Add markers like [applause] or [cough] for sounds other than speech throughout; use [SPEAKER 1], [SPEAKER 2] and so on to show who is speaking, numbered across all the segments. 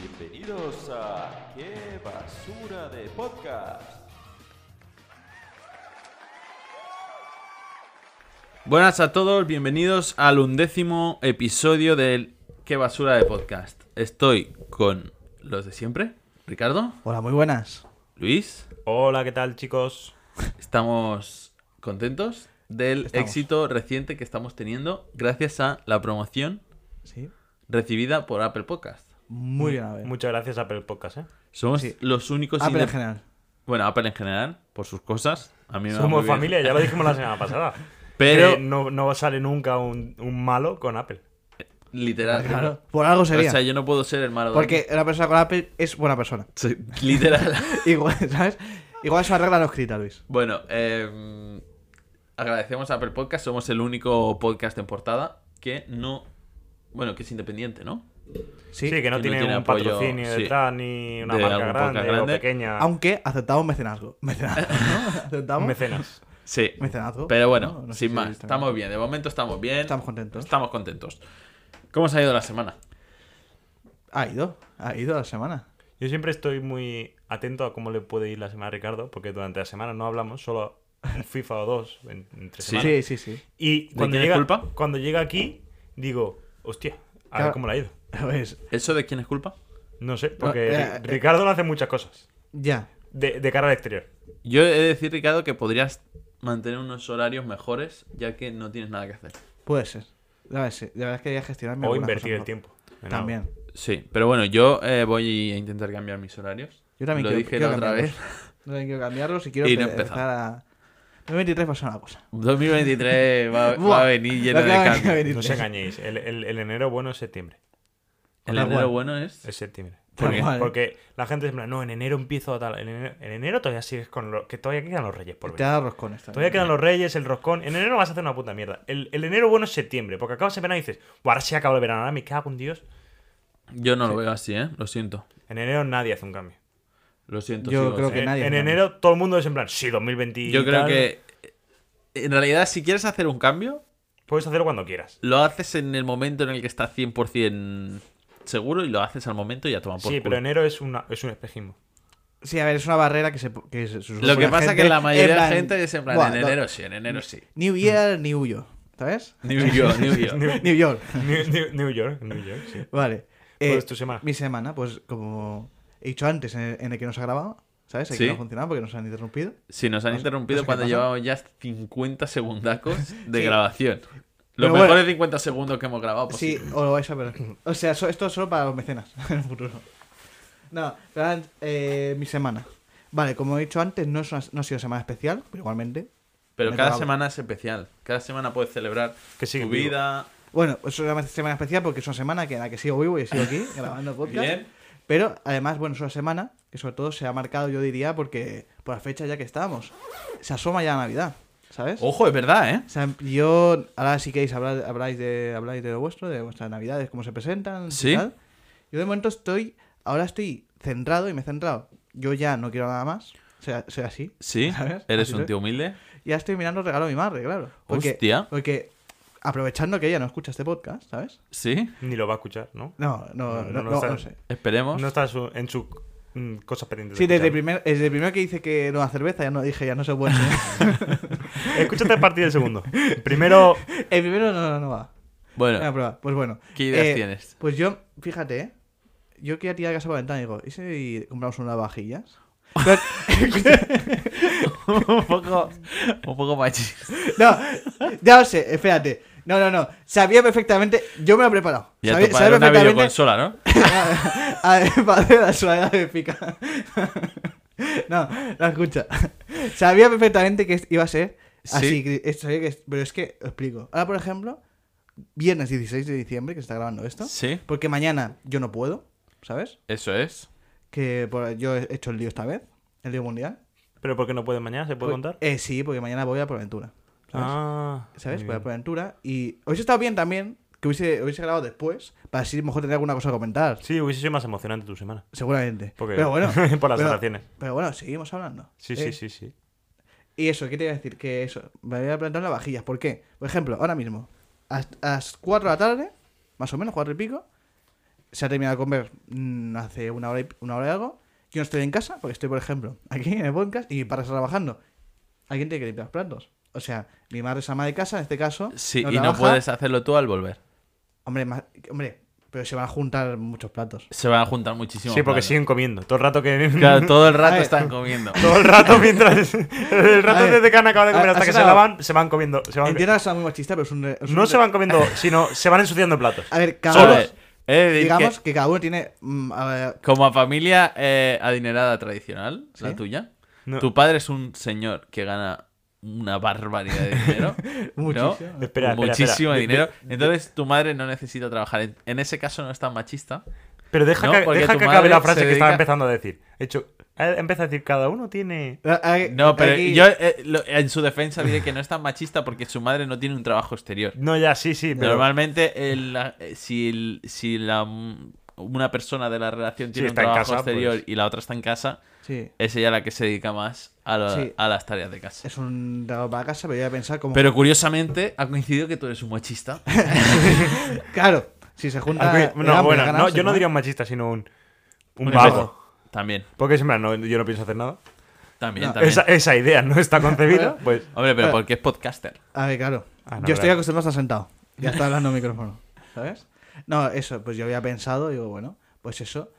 [SPEAKER 1] Bienvenidos a Qué basura de podcast.
[SPEAKER 2] Buenas a todos, bienvenidos al undécimo episodio del Qué basura de podcast. Estoy con los de siempre, Ricardo,
[SPEAKER 3] Hola, muy buenas.
[SPEAKER 2] Luis.
[SPEAKER 4] Hola, ¿qué tal, chicos?
[SPEAKER 2] Estamos contentos del éxito reciente que estamos teniendo gracias a la promoción
[SPEAKER 3] Sí.
[SPEAKER 2] recibida por Apple Podcast.
[SPEAKER 3] Muy bien, a ver.
[SPEAKER 4] Muchas gracias a Apple Podcast, ¿eh?
[SPEAKER 2] Somos
[SPEAKER 3] Sí.
[SPEAKER 2] los únicos
[SPEAKER 3] Apple en
[SPEAKER 2] indep-
[SPEAKER 3] general.
[SPEAKER 2] Bueno, Apple en general, por sus cosas. A mí me va muy
[SPEAKER 4] Somos
[SPEAKER 2] bien.
[SPEAKER 4] familia, ya lo dijimos
[SPEAKER 2] [laughs]
[SPEAKER 4] la semana pasada.
[SPEAKER 2] Pero-
[SPEAKER 4] Que no, no sale nunca un, un malo con Apple.
[SPEAKER 2] Literal.
[SPEAKER 3] Claro. Por algo
[SPEAKER 2] O
[SPEAKER 3] sería.
[SPEAKER 2] sea, yo no puedo ser el malo de
[SPEAKER 3] Porque la persona con Apple es buena persona. [laughs]
[SPEAKER 2] Sí, [laughs] Literal.
[SPEAKER 3] Igual, ¿sabes? Igual es una regla no escrita, Luis.
[SPEAKER 2] Bueno, eh, agradecemos a Apple Podcast. Somos el único podcast en portada que no. Bueno, que es independiente, ¿no?
[SPEAKER 3] Sí.
[SPEAKER 4] Sí, que no
[SPEAKER 2] no
[SPEAKER 4] tiene,
[SPEAKER 2] tiene
[SPEAKER 4] un
[SPEAKER 2] apoyo,
[SPEAKER 4] patrocinio
[SPEAKER 2] sí,
[SPEAKER 4] detrás, ni una
[SPEAKER 2] de
[SPEAKER 4] marca
[SPEAKER 2] algún podcast
[SPEAKER 4] grande, o
[SPEAKER 2] grande.
[SPEAKER 4] pequeña.
[SPEAKER 3] Aunque aceptamos mecenazgo. [laughs] Mecenazgo, ¿no?
[SPEAKER 4] Un
[SPEAKER 3] Aceptamos.
[SPEAKER 4] Mecenas.
[SPEAKER 2] Sí.
[SPEAKER 3] Mecenazgo.
[SPEAKER 2] Pero bueno,
[SPEAKER 3] No, no sé
[SPEAKER 2] sin
[SPEAKER 3] si
[SPEAKER 2] más.
[SPEAKER 3] está
[SPEAKER 2] Estamos bien. De momento estamos bien.
[SPEAKER 3] Estamos contentos.
[SPEAKER 2] Estamos contentos. ¿Cómo se ha ido la semana?
[SPEAKER 3] Ha ido. Ha ido la semana.
[SPEAKER 4] Yo siempre estoy muy atento a cómo le puede ir la semana a Ricardo, porque durante la semana no hablamos, solo un FIFA o dos en- entre
[SPEAKER 2] Sí.
[SPEAKER 4] semanas.
[SPEAKER 3] Sí, sí, sí.
[SPEAKER 4] Y
[SPEAKER 2] ¿De
[SPEAKER 4] cuando
[SPEAKER 2] quién es
[SPEAKER 4] llega,
[SPEAKER 2] culpa?
[SPEAKER 4] cuando llega aquí, digo, hostia, a
[SPEAKER 3] Claro.
[SPEAKER 4] ver cómo le ha ido.
[SPEAKER 3] [laughs] Pues,
[SPEAKER 2] ¿Eso de quién es culpa?
[SPEAKER 4] No sé, porque
[SPEAKER 3] eh,
[SPEAKER 4] Ri-
[SPEAKER 3] eh.
[SPEAKER 4] Ricardo no hace muchas cosas
[SPEAKER 3] ya.
[SPEAKER 4] de, de cara al exterior.
[SPEAKER 2] Yo he de decir, Ricardo, que podrías mantener unos horarios mejores ya que no tienes nada que hacer.
[SPEAKER 3] Puede ser. La verdad, sí. La verdad es que quería gestionarme.
[SPEAKER 4] O
[SPEAKER 3] algunas
[SPEAKER 4] invertir
[SPEAKER 3] cosas
[SPEAKER 4] el
[SPEAKER 3] mejor.
[SPEAKER 4] tiempo. en algo.
[SPEAKER 3] También.
[SPEAKER 2] Sí, pero bueno, yo eh, voy a intentar cambiar mis horarios.
[SPEAKER 3] Yo también
[SPEAKER 2] Lo
[SPEAKER 3] quiero,
[SPEAKER 2] dije
[SPEAKER 3] quiero ¿eh?
[SPEAKER 2] la otra vez. [laughs]
[SPEAKER 3] cambiarlos. Yo también quiero cambiarlos y quiero
[SPEAKER 2] Y no
[SPEAKER 3] empe-
[SPEAKER 2] empezar.
[SPEAKER 3] empezar a. 2023 va a ser una cosa.
[SPEAKER 2] 2023
[SPEAKER 3] [laughs]
[SPEAKER 2] va,
[SPEAKER 3] Buah,
[SPEAKER 2] va a venir lleno
[SPEAKER 3] lo
[SPEAKER 2] de
[SPEAKER 3] que va a venir,
[SPEAKER 2] cambios.
[SPEAKER 3] va a venir.
[SPEAKER 4] [laughs] No os engañéis, el, el- el enero bueno es septiembre.
[SPEAKER 2] El
[SPEAKER 3] Tal
[SPEAKER 2] enero
[SPEAKER 3] cual.
[SPEAKER 2] bueno es.
[SPEAKER 4] Es septiembre.
[SPEAKER 3] Tal
[SPEAKER 2] ¿Por qué?
[SPEAKER 3] cual.
[SPEAKER 4] Porque la gente siempre, no, en enero empiezo tal. En enero, en enero todavía sigues con lo que todavía quedan los reyes por
[SPEAKER 3] Te
[SPEAKER 4] venir.
[SPEAKER 3] da roscones también.
[SPEAKER 4] Todavía quedan los reyes, el roscón. En enero vas a hacer una puta mierda. El, el enero bueno es septiembre, porque acabas el verano y dices, "Buah, ahora sí acaba el verano, ahora me cago en Dios.
[SPEAKER 2] Yo no lo veo así, ¿eh? Lo siento.
[SPEAKER 4] En enero nadie hace un cambio.
[SPEAKER 2] Lo siento.
[SPEAKER 3] Yo
[SPEAKER 2] sigo,
[SPEAKER 3] creo
[SPEAKER 2] sí.
[SPEAKER 3] que
[SPEAKER 4] en
[SPEAKER 3] nadie
[SPEAKER 4] en
[SPEAKER 3] hace un
[SPEAKER 4] enero todo el mundo es en plan, sí, 2020. y
[SPEAKER 2] Yo creo
[SPEAKER 4] tal".
[SPEAKER 2] que. En realidad, si quieres hacer un cambio,
[SPEAKER 4] Puedes hacerlo cuando quieras.
[SPEAKER 2] lo haces en el momento en el que estás 100% seguro y lo haces al momento y ya toman por
[SPEAKER 4] Sí,
[SPEAKER 2] culo.
[SPEAKER 4] pero enero es, una, es un espejismo. [laughs]
[SPEAKER 3] Sí, a ver, es una barrera que se. Que se- se-
[SPEAKER 2] Lo que
[SPEAKER 3] la
[SPEAKER 2] pasa es
[SPEAKER 3] gente,
[SPEAKER 2] que la mayoría
[SPEAKER 3] en
[SPEAKER 2] de la
[SPEAKER 3] plan,
[SPEAKER 2] gente es en plan,
[SPEAKER 3] "Buah,
[SPEAKER 2] en
[SPEAKER 3] no,
[SPEAKER 2] enero sí, en
[SPEAKER 3] [laughs]
[SPEAKER 2] enero sí.
[SPEAKER 3] New Year, New Yo. ¿Sabes?
[SPEAKER 2] New York, New York.
[SPEAKER 3] New York.
[SPEAKER 4] New, New- New York, New York, sí.
[SPEAKER 3] Vale. Eh,
[SPEAKER 4] Pues tu semana.
[SPEAKER 3] Mi semana, pues como he dicho antes, en el, en el que nos ha grabado, ¿sabes? El que
[SPEAKER 2] Sí.
[SPEAKER 3] no ha funcionado porque nos han interrumpido.
[SPEAKER 2] Sí, nos han
[SPEAKER 3] No sé-
[SPEAKER 2] interrumpido
[SPEAKER 3] no sé qué
[SPEAKER 2] cuando
[SPEAKER 3] pasa.
[SPEAKER 2] llevamos ya 50 segundacos de
[SPEAKER 3] Sí.
[SPEAKER 2] grabación. Los
[SPEAKER 3] Pero bueno.
[SPEAKER 2] mejores 50 segundos que hemos grabado. pues
[SPEAKER 3] Sí,
[SPEAKER 2] posible.
[SPEAKER 3] o lo vais a ver. O sea, so- esto es solo para los mecenas [laughs] en el futuro. No, pero eh, mi semana. Vale, como he dicho antes, no, es una- no ha sido semana especial, pero igualmente.
[SPEAKER 2] Pero
[SPEAKER 3] Me
[SPEAKER 2] cada
[SPEAKER 3] tocaba.
[SPEAKER 2] semana es especial. Cada semana puedes celebrar
[SPEAKER 4] Que sigue
[SPEAKER 2] tu
[SPEAKER 4] vivo.
[SPEAKER 2] vida.
[SPEAKER 3] Bueno, es una semana especial porque es una semana que en la que sigo vivo y sigo [laughs] aquí grabando podcast.
[SPEAKER 2] Bien.
[SPEAKER 3] Pero además, bueno, es una semana que sobre todo se ha marcado, yo diría, porque por la fecha ya que estábamos. Se asoma ya Navidad, ¿sabes?
[SPEAKER 2] Ojo, es verdad, ¿eh?
[SPEAKER 3] O sea, yo, ahora si queréis hablar, habláis, de, habláis de lo vuestro, de vuestras navidades, cómo se presentan.
[SPEAKER 2] Sí.
[SPEAKER 3] Y tal. Yo de momento estoy, ahora estoy centrado y me he centrado. Yo ya no quiero nada más, o sea, soy así.
[SPEAKER 2] Sí,
[SPEAKER 3] ¿Sabes?
[SPEAKER 2] eres
[SPEAKER 3] Así
[SPEAKER 2] un
[SPEAKER 3] soy.
[SPEAKER 2] tío humilde.
[SPEAKER 3] Ya estoy mirando el regalo a mi madre, claro. Porque,
[SPEAKER 2] Hostia.
[SPEAKER 3] Porque aprovechando que ella no escucha este podcast, ¿sabes?
[SPEAKER 2] Sí,
[SPEAKER 4] Ni lo va a escuchar, ¿no?
[SPEAKER 3] No, no, no,
[SPEAKER 4] No, no, no
[SPEAKER 3] no,
[SPEAKER 4] está-
[SPEAKER 3] no sé.
[SPEAKER 2] esperemos.
[SPEAKER 4] No está su- en su mm, cosas pendientes. de
[SPEAKER 3] Sí, desde el,
[SPEAKER 4] escuchar.
[SPEAKER 3] primer, desde el primero que dice que no a cerveza, ya no dije, ya no se
[SPEAKER 2] [laughs]
[SPEAKER 3] puede.
[SPEAKER 4] Escúchate el partido
[SPEAKER 3] [laughs]
[SPEAKER 4] del segundo. Primero,
[SPEAKER 3] el primero no, no, no va.
[SPEAKER 2] Bueno,
[SPEAKER 3] Venga, prueba. Pues bueno.
[SPEAKER 2] ¿Qué ideas
[SPEAKER 3] Eh, [laughs]
[SPEAKER 2] tienes?
[SPEAKER 3] Pues yo, fíjate, ¿eh? yo quería tirar casa por la ventana y digo, ¿y si compramos unas vajillas? Pero- [laughs]
[SPEAKER 2] un poco, un poco machista.
[SPEAKER 3] no, ya lo sé, espérate. No, no, no. Sabía perfectamente, yo me lo he preparado.
[SPEAKER 2] Ya
[SPEAKER 3] sabía,
[SPEAKER 2] tu padre
[SPEAKER 3] sabía
[SPEAKER 2] una videoconsola, ¿no?
[SPEAKER 3] [laughs] a ver, padre de la soledad de pica. no, no escucha. Sabía perfectamente que iba a ser así.
[SPEAKER 2] Sí.
[SPEAKER 3] que- es- sabía que- pero es que, os explico. Ahora, por ejemplo, viernes 16 de diciembre, que se está grabando esto.
[SPEAKER 2] Sí,
[SPEAKER 3] Porque mañana yo no puedo, ¿sabes?
[SPEAKER 2] eso es.
[SPEAKER 3] que por- yo he hecho el lío esta vez, el lío mundial.
[SPEAKER 4] pero porque no puede mañana, ¿se puede
[SPEAKER 3] Pues-
[SPEAKER 4] contar?
[SPEAKER 3] Eh, sí, porque mañana voy a por aventura. ¿Sabes?
[SPEAKER 4] Ah,
[SPEAKER 3] ¿Sabes?
[SPEAKER 4] muy
[SPEAKER 3] Voy a
[SPEAKER 4] bien.
[SPEAKER 3] por aventura. Y hubiese estado bien también que hubiese, hubiese grabado después, para así a lo mejor tener alguna cosa que comentar.
[SPEAKER 4] Sí, hubiese sido más emocionante tu semana.
[SPEAKER 3] Seguramente.
[SPEAKER 4] Porque-
[SPEAKER 3] Pero bueno.
[SPEAKER 4] [laughs] por las
[SPEAKER 3] pero-
[SPEAKER 4] relaciones.
[SPEAKER 3] Pero bueno, seguimos hablando.
[SPEAKER 4] Sí,
[SPEAKER 3] Eh,
[SPEAKER 4] sí, sí, sí.
[SPEAKER 3] Y eso, ¿qué te iba a decir? Que eso, me voy a plantar las vajillas. ¿Por qué? Por ejemplo, ahora mismo, a a las 4 de la tarde, más o menos, 4 y pico, se ha terminado de comer mm, hace una hora, y, una hora y algo. Yo no estoy en casa, porque estoy, por ejemplo, aquí en el podcast y para estar trabajando. Alguien tiene que limpiar los platos. O sea, mi madre es ama de casa, en este caso.
[SPEAKER 2] Sí, y no
[SPEAKER 3] trabaja.
[SPEAKER 2] puedes hacerlo tú al volver.
[SPEAKER 3] Hombre, ma- hombre, pero se van a juntar muchos platos.
[SPEAKER 2] Se van a juntar muchísimo.
[SPEAKER 4] Sí, porque
[SPEAKER 2] platos.
[SPEAKER 4] siguen comiendo. Todo el rato que. [laughs]
[SPEAKER 2] Claro, todo el rato
[SPEAKER 3] A ver.
[SPEAKER 2] están comiendo.
[SPEAKER 4] Todo el rato
[SPEAKER 3] [laughs]
[SPEAKER 4] mientras. El rato
[SPEAKER 3] A ver,
[SPEAKER 4] desde que han acabado de comer
[SPEAKER 3] ¿has
[SPEAKER 4] hasta que se
[SPEAKER 3] notado?
[SPEAKER 4] lavan, se van comiendo. se van-
[SPEAKER 3] Entiendo que es muy machista, pero es un. es un-
[SPEAKER 4] No se van comiendo, sino se van ensuciando platos.
[SPEAKER 3] A ver, cada
[SPEAKER 2] A
[SPEAKER 3] uno.
[SPEAKER 2] ver, he de decir
[SPEAKER 3] Ah, Digamos
[SPEAKER 2] Eh, que
[SPEAKER 3] que cada uno tiene. mm, a ver,
[SPEAKER 2] como a familia eh, adinerada tradicional, la
[SPEAKER 3] ¿Sí?
[SPEAKER 2] tuya,
[SPEAKER 4] No.
[SPEAKER 2] tu padre es un señor que gana una barbaridad de dinero. ¿no?
[SPEAKER 3] Muchísimo.
[SPEAKER 4] [laughs] Espera, espera,
[SPEAKER 2] Muchísimo
[SPEAKER 4] espera. De-
[SPEAKER 2] dinero. Entonces tu madre no necesita trabajar. En, en ese caso no es tan machista.
[SPEAKER 4] Pero deja
[SPEAKER 2] No,
[SPEAKER 4] que,
[SPEAKER 2] porque
[SPEAKER 4] deja
[SPEAKER 2] tu
[SPEAKER 4] que acabe
[SPEAKER 2] madre
[SPEAKER 4] la
[SPEAKER 2] se
[SPEAKER 4] frase que
[SPEAKER 2] dedica-
[SPEAKER 4] estaba empezando a decir. He hecho. eh, Empieza a decir, cada uno tiene.
[SPEAKER 3] A- a-
[SPEAKER 2] No, pero
[SPEAKER 3] aquí-
[SPEAKER 2] yo eh, lo- en su defensa diré que no es tan machista porque su madre no tiene un trabajo exterior.
[SPEAKER 4] No, ya, sí, sí. Pero...
[SPEAKER 2] Normalmente, el- la- eh, si, el- si la, una persona de la relación
[SPEAKER 4] Sí,
[SPEAKER 2] tiene un
[SPEAKER 4] está en
[SPEAKER 2] trabajo
[SPEAKER 4] casa,
[SPEAKER 2] exterior
[SPEAKER 4] pues.
[SPEAKER 2] y la otra está en casa,
[SPEAKER 3] Sí,
[SPEAKER 2] es ella la que se dedica más a, la-
[SPEAKER 3] Sí.
[SPEAKER 2] a las tareas de casa.
[SPEAKER 3] es un regalo para casa, pero yo voy a pensar como.
[SPEAKER 2] Pero curiosamente, ha coincidido que tú eres un
[SPEAKER 3] [laughs]
[SPEAKER 2] machista.
[SPEAKER 3] Claro, si se junta.
[SPEAKER 4] Aunque-
[SPEAKER 3] el
[SPEAKER 4] No,
[SPEAKER 3] hambre,
[SPEAKER 4] bueno,
[SPEAKER 3] el
[SPEAKER 4] no,
[SPEAKER 3] ganado,
[SPEAKER 4] yo
[SPEAKER 3] se
[SPEAKER 4] no
[SPEAKER 3] come.
[SPEAKER 4] diría un machista, sino un. Un
[SPEAKER 2] Un
[SPEAKER 4] vago.
[SPEAKER 2] También,
[SPEAKER 4] Porque siempre, no, yo no pienso hacer nada.
[SPEAKER 2] también,
[SPEAKER 3] No, Eh.
[SPEAKER 2] también.
[SPEAKER 4] Esa, esa idea no
[SPEAKER 3] [laughs]
[SPEAKER 4] está concebida, pues.
[SPEAKER 2] Hombre, pero
[SPEAKER 3] Bueno.
[SPEAKER 2] porque es podcaster.
[SPEAKER 3] A ver, claro.
[SPEAKER 4] Ah, no,
[SPEAKER 3] yo estoy
[SPEAKER 4] claro.
[SPEAKER 3] acostumbrado a estar sentado. Ya está
[SPEAKER 4] [laughs]
[SPEAKER 3] hablando al micrófono. ¿Sabes? No, eso, pues yo había pensado, digo, bueno, pues eso.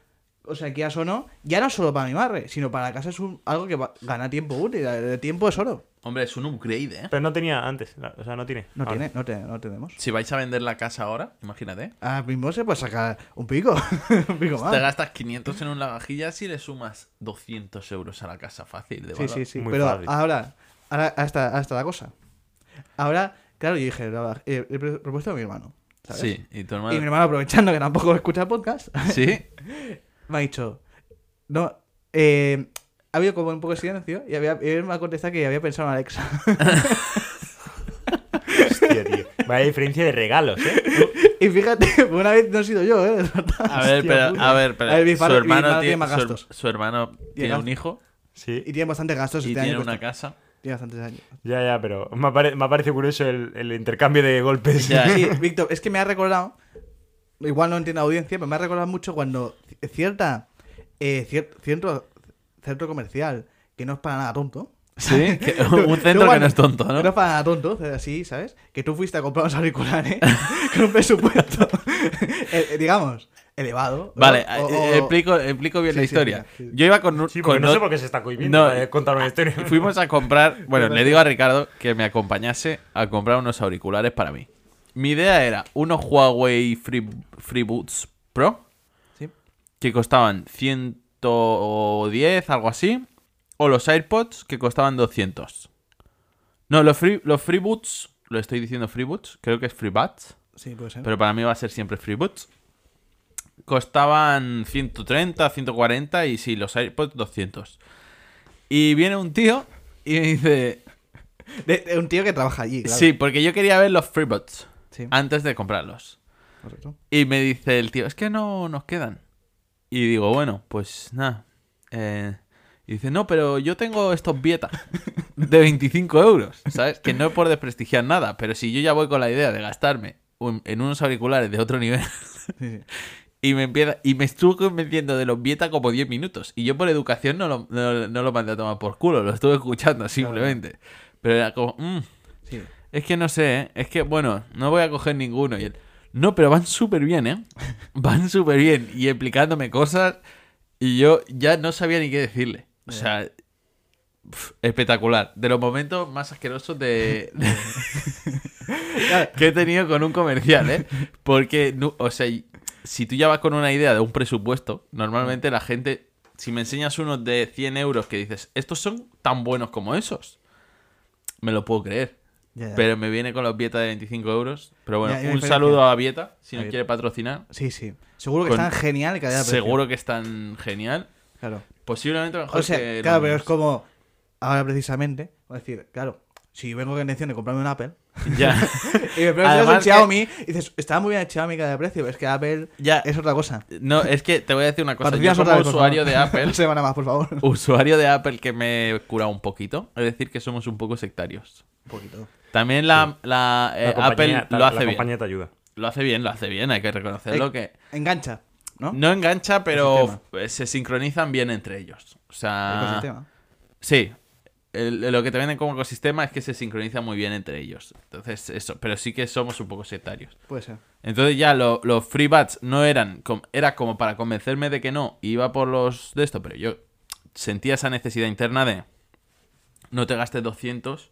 [SPEAKER 3] O sea, quieras o no, ya no solo para mi madre, sino para la casa es un- algo que va- gana tiempo útil. El tiempo es oro.
[SPEAKER 2] Hombre, es un upgrade, ¿eh?
[SPEAKER 4] Pero no tenía antes, la- o sea, no tiene. Ah,
[SPEAKER 3] No
[SPEAKER 4] ahora.
[SPEAKER 3] tiene, no, te- no tenemos.
[SPEAKER 2] Si vais a vender la casa ahora, imagínate,
[SPEAKER 3] Ahora mismo se puede sacar un pico. [laughs] un pico
[SPEAKER 2] te
[SPEAKER 3] más.
[SPEAKER 2] gastas 500 en un lavavajillas y le sumas 200 euros a la casa fácil. De
[SPEAKER 3] Sí,
[SPEAKER 2] valor.
[SPEAKER 3] sí, sí.
[SPEAKER 4] Muy
[SPEAKER 3] Pero
[SPEAKER 4] fácil.
[SPEAKER 3] ahora, ahora hasta, hasta la cosa. Ahora, claro, yo dije, la- eh, he propuesto a mi hermano. ¿sabes?
[SPEAKER 2] Sí, y tu
[SPEAKER 3] Y mi
[SPEAKER 2] hermano.
[SPEAKER 3] hermano, aprovechando que tampoco escucha podcast, [laughs]
[SPEAKER 2] Sí,
[SPEAKER 3] me ha dicho, no, eh, ha habido como un poco de silencio y, había, y él me ha contestado que había pensado en Alexa. [laughs]
[SPEAKER 4] Hostia, tío. Vaya diferencia de regalos, ¿eh?
[SPEAKER 3] y fíjate, [laughs] una vez no he sido yo, ¿eh?
[SPEAKER 2] A ver,
[SPEAKER 3] Hostia
[SPEAKER 2] pero,
[SPEAKER 3] puta.
[SPEAKER 2] a ver, pero
[SPEAKER 3] A ver, mi
[SPEAKER 2] su
[SPEAKER 3] padre- mi
[SPEAKER 2] hermano
[SPEAKER 3] hermano
[SPEAKER 2] tiene,
[SPEAKER 3] tiene más
[SPEAKER 2] su-
[SPEAKER 3] gastos.
[SPEAKER 2] Su, hermano tiene
[SPEAKER 3] gastos.
[SPEAKER 2] un hijo
[SPEAKER 4] Sí.
[SPEAKER 3] Y tiene bastantes gastos.
[SPEAKER 2] y
[SPEAKER 3] este
[SPEAKER 2] tiene
[SPEAKER 3] año
[SPEAKER 2] una
[SPEAKER 3] cuesta-
[SPEAKER 2] casa.
[SPEAKER 3] [laughs] Tiene bastantes años.
[SPEAKER 4] Ya, ya, pero me, ha pare- me ha parecido curioso el, el intercambio de golpes.
[SPEAKER 2] Ya.
[SPEAKER 3] Sí, Víctor, es que me ha recordado, igual no entiendo la audiencia, pero me ha recordado mucho cuando ci- cierta, eh, cier- centro, centro comercial, que no es para nada tonto.
[SPEAKER 2] Sí,
[SPEAKER 3] Tú-
[SPEAKER 2] un centro
[SPEAKER 3] tú
[SPEAKER 2] [laughs] que
[SPEAKER 3] cuando-
[SPEAKER 2] no es tonto,
[SPEAKER 3] [laughs] No
[SPEAKER 2] ¿no?
[SPEAKER 3] es para nada tonto, hacer así, ¿sabes? Que tú fuiste a comprar unos auriculares [laughs] con un presupuesto, [laughs] eh, eh, digamos, elevado. ¿no?
[SPEAKER 2] Vale,
[SPEAKER 3] O-
[SPEAKER 2] eh,
[SPEAKER 3] o-
[SPEAKER 2] explico, explico bien
[SPEAKER 3] Sí,
[SPEAKER 2] la
[SPEAKER 3] sí,
[SPEAKER 2] historia.
[SPEAKER 3] explica, sí.
[SPEAKER 2] Yo iba con, un-
[SPEAKER 4] [laughs] Sí, porque
[SPEAKER 2] con
[SPEAKER 4] no, sé
[SPEAKER 2] ot-
[SPEAKER 4] por qué se está cohibiendo
[SPEAKER 2] No. eh,
[SPEAKER 4] para contar una historia.
[SPEAKER 2] [laughs] fuimos a comprar, bueno, le digo a Ricardo que me acompañase a comprar unos auriculares para mí. Mi idea era unos Huawei Free, Freeboots Pro
[SPEAKER 3] Sí.
[SPEAKER 2] que costaban 110, algo así, o los AirPods que costaban 200. No, los free, los Freeboots, lo estoy diciendo Freeboots, creo que es Freebats,
[SPEAKER 3] Sí, puede ser.
[SPEAKER 2] pero para mí va a ser siempre Freeboots. Costaban 130, 140 y sí, los AirPods 200. Y viene un tío y me dice,
[SPEAKER 3] De, de un tío que trabaja allí, claro.
[SPEAKER 2] sí, Ah. porque yo quería ver los Freebots
[SPEAKER 3] Sí,
[SPEAKER 2] antes de comprarlos.
[SPEAKER 3] correcto.
[SPEAKER 2] Y me dice el tío, es que no nos quedan. Y digo, bueno, pues nada. Eh, y dice, no, pero yo tengo estos Vieta de 25 euros, ¿sabes? Que no es por desprestigiar nada, pero si yo ya voy con la idea de gastarme un- en unos auriculares de otro nivel [laughs]
[SPEAKER 3] Sí, sí.
[SPEAKER 2] y me empieza y me estuvo convenciendo de los Vieta como 10 minutos. Y yo por educación no lo, no, no lo mandé a tomar por culo, lo estuve escuchando simplemente. Pero era como, "Mm,
[SPEAKER 3] sí.
[SPEAKER 2] es que no sé, ¿eh? Es que, bueno, no voy a coger ninguno. Y él, no, pero van súper bien, ¿eh? [laughs] Van súper bien. Y explicándome cosas. Y yo ya no sabía ni qué decirle. O sea, pf, espectacular. De los momentos más asquerosos de,
[SPEAKER 3] Claro,
[SPEAKER 2] [laughs] que he tenido con un comercial, ¿eh? Porque, no- o sea, y- si tú ya vas con una idea de un presupuesto, normalmente la gente, si me enseñas unos de 100 euros que dices, estos son tan buenos como esos, me lo puedo creer.
[SPEAKER 3] ya, ya.
[SPEAKER 2] Pero me viene con los Vieta de 25 euros. Pero bueno,
[SPEAKER 3] Ya, hay una
[SPEAKER 2] un
[SPEAKER 3] diferencia.
[SPEAKER 2] saludo a Vieta, si
[SPEAKER 3] A
[SPEAKER 2] nos
[SPEAKER 3] Vieta.
[SPEAKER 2] quiere patrocinar.
[SPEAKER 3] Sí, sí. Seguro que
[SPEAKER 2] Con-
[SPEAKER 3] están genial y calidad de precio.
[SPEAKER 2] Seguro que es tan genial.
[SPEAKER 3] Claro.
[SPEAKER 2] Posiblemente mejor
[SPEAKER 3] O sea,
[SPEAKER 2] que
[SPEAKER 3] claro,
[SPEAKER 2] los
[SPEAKER 3] pero es
[SPEAKER 2] míos.
[SPEAKER 3] como ahora precisamente, voy a decir, claro, si vengo con intención de comprarme un Apple [laughs]
[SPEAKER 2] [laughs] Ya,
[SPEAKER 3] y me preguntas
[SPEAKER 2] Además
[SPEAKER 3] un
[SPEAKER 2] que-
[SPEAKER 3] Xiaomi y dices, está muy bien el Xiaomi cada precio, pero es que Apple
[SPEAKER 2] ya.
[SPEAKER 3] es otra cosa.
[SPEAKER 2] No, es que te voy a decir una cosa. Yo
[SPEAKER 3] Patrocínanos
[SPEAKER 2] como
[SPEAKER 3] otra vez, por
[SPEAKER 2] usuario
[SPEAKER 3] favor.
[SPEAKER 2] de Apple,
[SPEAKER 3] [laughs] Una semana más,
[SPEAKER 2] [laughs]
[SPEAKER 3] por favor. Un
[SPEAKER 2] usuario de Apple que me he curado un poquito, es decir, que somos un poco sectarios.
[SPEAKER 3] poquito.
[SPEAKER 2] También la, la, eh,
[SPEAKER 4] La compañía-
[SPEAKER 2] Apple lo
[SPEAKER 4] la-
[SPEAKER 2] hace
[SPEAKER 4] La
[SPEAKER 2] bien.
[SPEAKER 4] compañía te ayuda.
[SPEAKER 2] Lo hace bien, lo hace bien, hay que reconocerlo
[SPEAKER 3] Eh,
[SPEAKER 2] que...
[SPEAKER 3] Engancha. ¿no?
[SPEAKER 2] No engancha, pero
[SPEAKER 3] Ecosistema.
[SPEAKER 2] f- eh, se sincronizan bien entre ellos. O sea,
[SPEAKER 3] Ecosistema.
[SPEAKER 2] Sí. El- lo que te venden como ecosistema es que se sincroniza muy bien entre ellos. Entonces, eso. Pero sí que somos un poco sectarios.
[SPEAKER 3] Puede ser.
[SPEAKER 2] Entonces ya lo- los free bats no eran... com- era como para convencerme de que no. Iba por los de esto, pero yo sentía esa necesidad interna de... No te gastes 200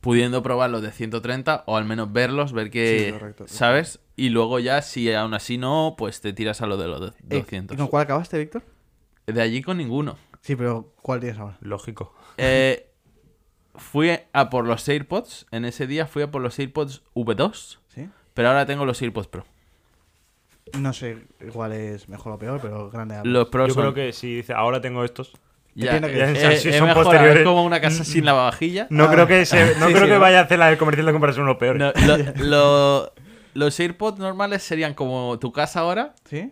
[SPEAKER 2] pudiendo probar los de 130 o al menos verlos, ver que...
[SPEAKER 3] Sí, correcto.
[SPEAKER 2] ¿Sabes? Y luego ya, si aún así no, pues te tiras a lo de los do-
[SPEAKER 3] Eh,
[SPEAKER 2] 200.
[SPEAKER 3] ¿Y con cuál acabaste, Víctor?
[SPEAKER 2] De allí con ninguno.
[SPEAKER 3] Sí, pero ¿cuál tienes ahora?
[SPEAKER 4] Lógico.
[SPEAKER 2] Eh, fui a por los AirPods. En ese día fui a por los AirPods V2.
[SPEAKER 3] ¿Sí?
[SPEAKER 2] Pero ahora tengo los AirPods Pro.
[SPEAKER 3] No sé cuál es mejor o peor, pero grande ambos.
[SPEAKER 2] Los Pro
[SPEAKER 4] Yo
[SPEAKER 2] son-
[SPEAKER 4] creo que si dice ahora tengo estos,
[SPEAKER 2] Ya,
[SPEAKER 3] entiendo que-
[SPEAKER 2] ya,
[SPEAKER 4] o
[SPEAKER 2] eh,
[SPEAKER 4] sea, si
[SPEAKER 2] he
[SPEAKER 4] son
[SPEAKER 2] mejorado,
[SPEAKER 4] posteriores.
[SPEAKER 2] es como una casa sin
[SPEAKER 3] [laughs]
[SPEAKER 2] lavavajilla.
[SPEAKER 4] no
[SPEAKER 3] Ah.
[SPEAKER 4] creo que se, no
[SPEAKER 3] Sí, sí,
[SPEAKER 4] creo que
[SPEAKER 3] ¿no? vaya
[SPEAKER 4] vaya a hacer la del comercial de comparación uno peor.
[SPEAKER 2] No, lo- lo- los AirPods normales serían como tu casa ahora
[SPEAKER 3] ¿Sí?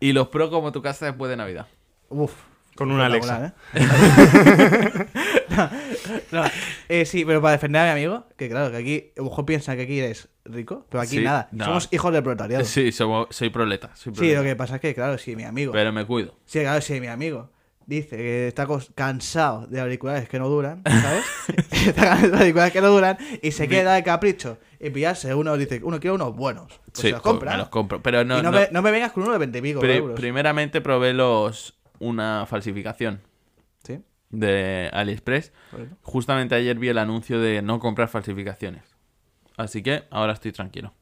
[SPEAKER 2] y los Pro como tu casa después de Navidad.
[SPEAKER 3] Uf.
[SPEAKER 4] Con una
[SPEAKER 3] espectacular,
[SPEAKER 4] Alexa.
[SPEAKER 3] ¿eh? [laughs] No, eh, sí, pero para defender a mi amigo, que claro, que aquí, a lo mejor piensa que aquí eres rico, pero aquí
[SPEAKER 2] Sí,
[SPEAKER 3] nada.
[SPEAKER 2] no.
[SPEAKER 3] Somos hijos del proletariado. Sí,
[SPEAKER 2] Sí, somo- soy proleta. soy
[SPEAKER 3] lo
[SPEAKER 2] proleta.
[SPEAKER 3] que pasa es que, claro, si mi amigo.
[SPEAKER 2] Pero me cuido.
[SPEAKER 3] Sí, claro, si mi amigo dice que está cos- cansado de auriculares que no duran,
[SPEAKER 2] [laughs]
[SPEAKER 3] ¿sabes? [laughs] está cansado de auriculares que no duran y se queda de capricho y pillarse uno, dice, uno quiere unos buenos. Pues
[SPEAKER 2] Sí,
[SPEAKER 3] se los compra.
[SPEAKER 2] me los compro. Pero no,
[SPEAKER 3] y no,
[SPEAKER 2] no-
[SPEAKER 3] Me, no me vengas con uno de 20 y pico
[SPEAKER 2] pri-
[SPEAKER 3] euros.
[SPEAKER 2] primeramente probé los una falsificación
[SPEAKER 3] Sí,
[SPEAKER 2] de AliExpress.
[SPEAKER 3] bueno.
[SPEAKER 2] Justamente ayer vi el anuncio de no comprar falsificaciones. Así que ahora estoy tranquilo.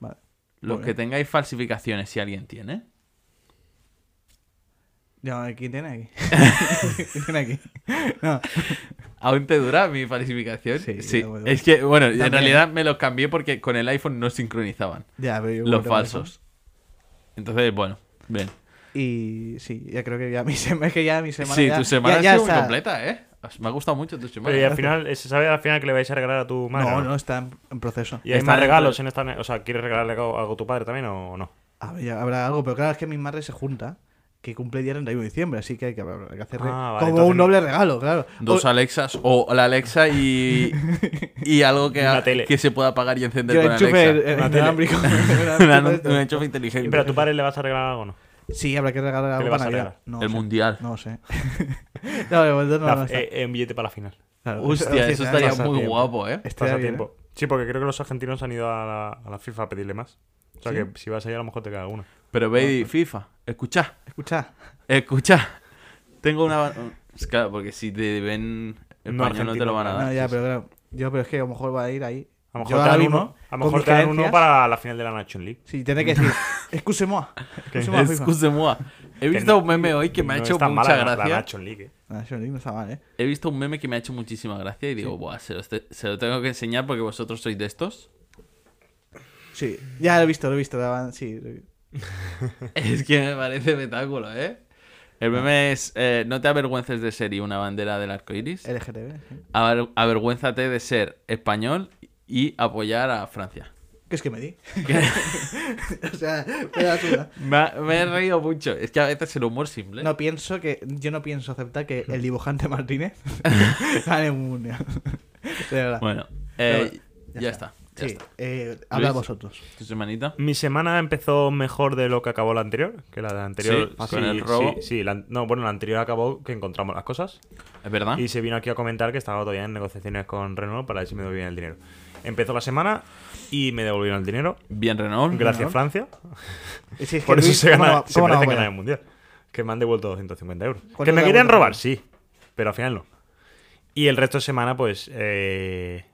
[SPEAKER 3] Vale.
[SPEAKER 2] Los
[SPEAKER 3] Muy
[SPEAKER 2] que
[SPEAKER 3] bien.
[SPEAKER 2] tengáis falsificaciones, si alguien tiene,
[SPEAKER 3] No, ¿quién tiene aquí?
[SPEAKER 2] [laughs]
[SPEAKER 3] ¿Quién tiene aquí? [laughs] No.
[SPEAKER 2] aún te dura mi falsificación. Sí,
[SPEAKER 3] Sí, no puedo.
[SPEAKER 2] es que, bueno, en
[SPEAKER 3] También.
[SPEAKER 2] realidad me los cambié porque con el iPhone no sincronizaban
[SPEAKER 3] Ya, pero yo
[SPEAKER 2] los
[SPEAKER 3] creo que
[SPEAKER 2] falsos. Entonces, bueno, bien.
[SPEAKER 3] no. Y sí, ya creo que ya mi semana, es que ya mi semana
[SPEAKER 2] Sí,
[SPEAKER 3] ya-
[SPEAKER 2] tu semana
[SPEAKER 3] ya-
[SPEAKER 2] ha
[SPEAKER 3] ya
[SPEAKER 2] sido muy
[SPEAKER 3] está.
[SPEAKER 2] completa, ¿eh? Os- Me ha gustado mucho tu semana.
[SPEAKER 4] Pero y al final, ¿se sabe al final que le vais a regalar a tu madre?
[SPEAKER 3] No, no, está en, en proceso.
[SPEAKER 4] ¿Y hay
[SPEAKER 2] Está
[SPEAKER 4] más
[SPEAKER 2] dentro.
[SPEAKER 4] regalos en esta.? ne- O sea, ¿quieres regalarle algo algo a tu padre también o no?
[SPEAKER 3] A ver, ya habrá algo, pero claro, es que mi madre se junta, que cumple el día 31 de diciembre, así que hay que, habrá que hacer re-
[SPEAKER 4] Ah, vale,
[SPEAKER 3] como
[SPEAKER 4] entonces
[SPEAKER 3] un
[SPEAKER 4] no-
[SPEAKER 3] doble regalo, claro.
[SPEAKER 2] Dos
[SPEAKER 3] O-
[SPEAKER 2] Alexas o la Alexa
[SPEAKER 4] [laughs]
[SPEAKER 2] y, y algo que,
[SPEAKER 4] Una
[SPEAKER 2] ha-
[SPEAKER 4] tele.
[SPEAKER 2] que se pueda apagar y encender
[SPEAKER 3] yo
[SPEAKER 2] con
[SPEAKER 3] enchufe el-
[SPEAKER 2] Alexa.
[SPEAKER 3] el
[SPEAKER 4] Una tele. [laughs]
[SPEAKER 3] inalámbrico. [laughs]
[SPEAKER 2] [laughs] Un
[SPEAKER 3] Una
[SPEAKER 2] anun- un
[SPEAKER 3] tele.
[SPEAKER 2] enchufe inteligente.
[SPEAKER 4] Pero a tu padre le vas a regalar algo o no.
[SPEAKER 3] Sí, habrá que regalar
[SPEAKER 4] ¿Qué
[SPEAKER 3] algo
[SPEAKER 4] le
[SPEAKER 3] para
[SPEAKER 4] vas a
[SPEAKER 3] Navidad.
[SPEAKER 4] regalar?
[SPEAKER 3] No
[SPEAKER 2] el
[SPEAKER 3] sé.
[SPEAKER 2] mundial. [laughs]
[SPEAKER 3] No sé. No, de momento no,
[SPEAKER 4] La-
[SPEAKER 3] no está.
[SPEAKER 4] eh, eh, un billete para la final.
[SPEAKER 3] Claro, [laughs]
[SPEAKER 2] Hostia, eso estaría muy
[SPEAKER 4] pasatiempo.
[SPEAKER 2] guapo, ¿eh?
[SPEAKER 3] Estaría bien,
[SPEAKER 4] Pasa
[SPEAKER 3] ¿eh?
[SPEAKER 4] tiempo. Sí, porque creo que los argentinos han ido a la, a la FIFA a pedirle más. O sea
[SPEAKER 3] ¿Sí?
[SPEAKER 4] que si vas allá a lo mejor te queda alguna.
[SPEAKER 2] Pero baby, FIFA, escucha,
[SPEAKER 3] Escucha,
[SPEAKER 2] escucha. Tengo una... Es Claro, porque si te ven
[SPEAKER 4] No,
[SPEAKER 2] español no, te lo van a
[SPEAKER 4] argentino.
[SPEAKER 2] dar.
[SPEAKER 3] no, ya, pero claro, yo, pero es que a lo mejor va a ir ahí.
[SPEAKER 4] A lo
[SPEAKER 3] Yo
[SPEAKER 4] mejor te
[SPEAKER 3] ahora
[SPEAKER 4] dan
[SPEAKER 3] mismo,
[SPEAKER 4] uno. A lo
[SPEAKER 3] con
[SPEAKER 4] mejor
[SPEAKER 3] mis
[SPEAKER 4] te dan uno
[SPEAKER 3] creencias,
[SPEAKER 4] para la final de la Nation League.
[SPEAKER 3] Sí, tendré
[SPEAKER 4] [laughs]
[SPEAKER 3] que decir, excuse-moi, excuse-moi, FIFA.
[SPEAKER 2] Excuse-moi. He visto
[SPEAKER 4] no-
[SPEAKER 2] un meme hoy que me ha
[SPEAKER 4] No
[SPEAKER 2] hecho
[SPEAKER 4] es tan
[SPEAKER 2] mucha
[SPEAKER 4] mala la- La
[SPEAKER 2] gracia.
[SPEAKER 4] Nation League. eh.
[SPEAKER 3] Ah, yo no estaba mal, ¿eh?
[SPEAKER 2] He visto un meme que me ha hecho muchísima gracia y digo, Buah, se lo, te- se lo tengo que enseñar porque vosotros sois de estos.
[SPEAKER 3] Sí, ya lo he visto, lo he visto, daban- sí, lo he visto.
[SPEAKER 2] [laughs] Es que me parece metáculo, ¿eh? El meme es, eh, no te avergüences de ser y una bandera del arco iris.
[SPEAKER 3] LGTB. sí.
[SPEAKER 2] Aver- avergüénzate de ser español y apoyar a Francia.
[SPEAKER 3] ¿Qué es que me
[SPEAKER 4] [laughs]
[SPEAKER 3] di? [laughs] o sea, me da duda.
[SPEAKER 2] Me, ha- me he reído mucho. Es que a veces el humor simple.
[SPEAKER 3] No pienso que. Yo no pienso aceptar que el dibujante
[SPEAKER 4] [laughs]
[SPEAKER 3] Martínez gane un mundial. De verdad.
[SPEAKER 2] Bueno, eh,
[SPEAKER 3] Pero
[SPEAKER 2] ya, está. ya
[SPEAKER 3] sí,
[SPEAKER 2] está.
[SPEAKER 3] eh, habla
[SPEAKER 2] Luis.
[SPEAKER 3] vosotros.
[SPEAKER 2] ¿Tu semanita?
[SPEAKER 4] Mi semana empezó mejor de lo que acabó la anterior. Que la de la anterior.
[SPEAKER 2] Sí, con el robo.
[SPEAKER 4] Sí, sí, la- no, bueno, la anterior acabó que encontramos las cosas.
[SPEAKER 2] ¿Es verdad?
[SPEAKER 4] Y se vino aquí a comentar que estaba todavía en negociaciones con Renault para ver si me devolvían el dinero. Empezó la semana y me devolvieron el dinero.
[SPEAKER 2] Bien, Renault.
[SPEAKER 4] Gracias, Francia.
[SPEAKER 3] Eh, sí, es que
[SPEAKER 4] Por eso
[SPEAKER 3] Luis,
[SPEAKER 4] se,
[SPEAKER 3] ¿cómo
[SPEAKER 4] gana,
[SPEAKER 3] no va-
[SPEAKER 4] se
[SPEAKER 3] cómo no va
[SPEAKER 4] merecen
[SPEAKER 3] a
[SPEAKER 4] ganar el
[SPEAKER 3] poder?
[SPEAKER 4] mundial. Que me han devuelto 250 euros.
[SPEAKER 3] ¿Cuánto
[SPEAKER 4] Que me
[SPEAKER 3] te
[SPEAKER 4] querían
[SPEAKER 3] devuelven?
[SPEAKER 4] robar, sí. Pero al final no. Y el resto de semana, pues. eh,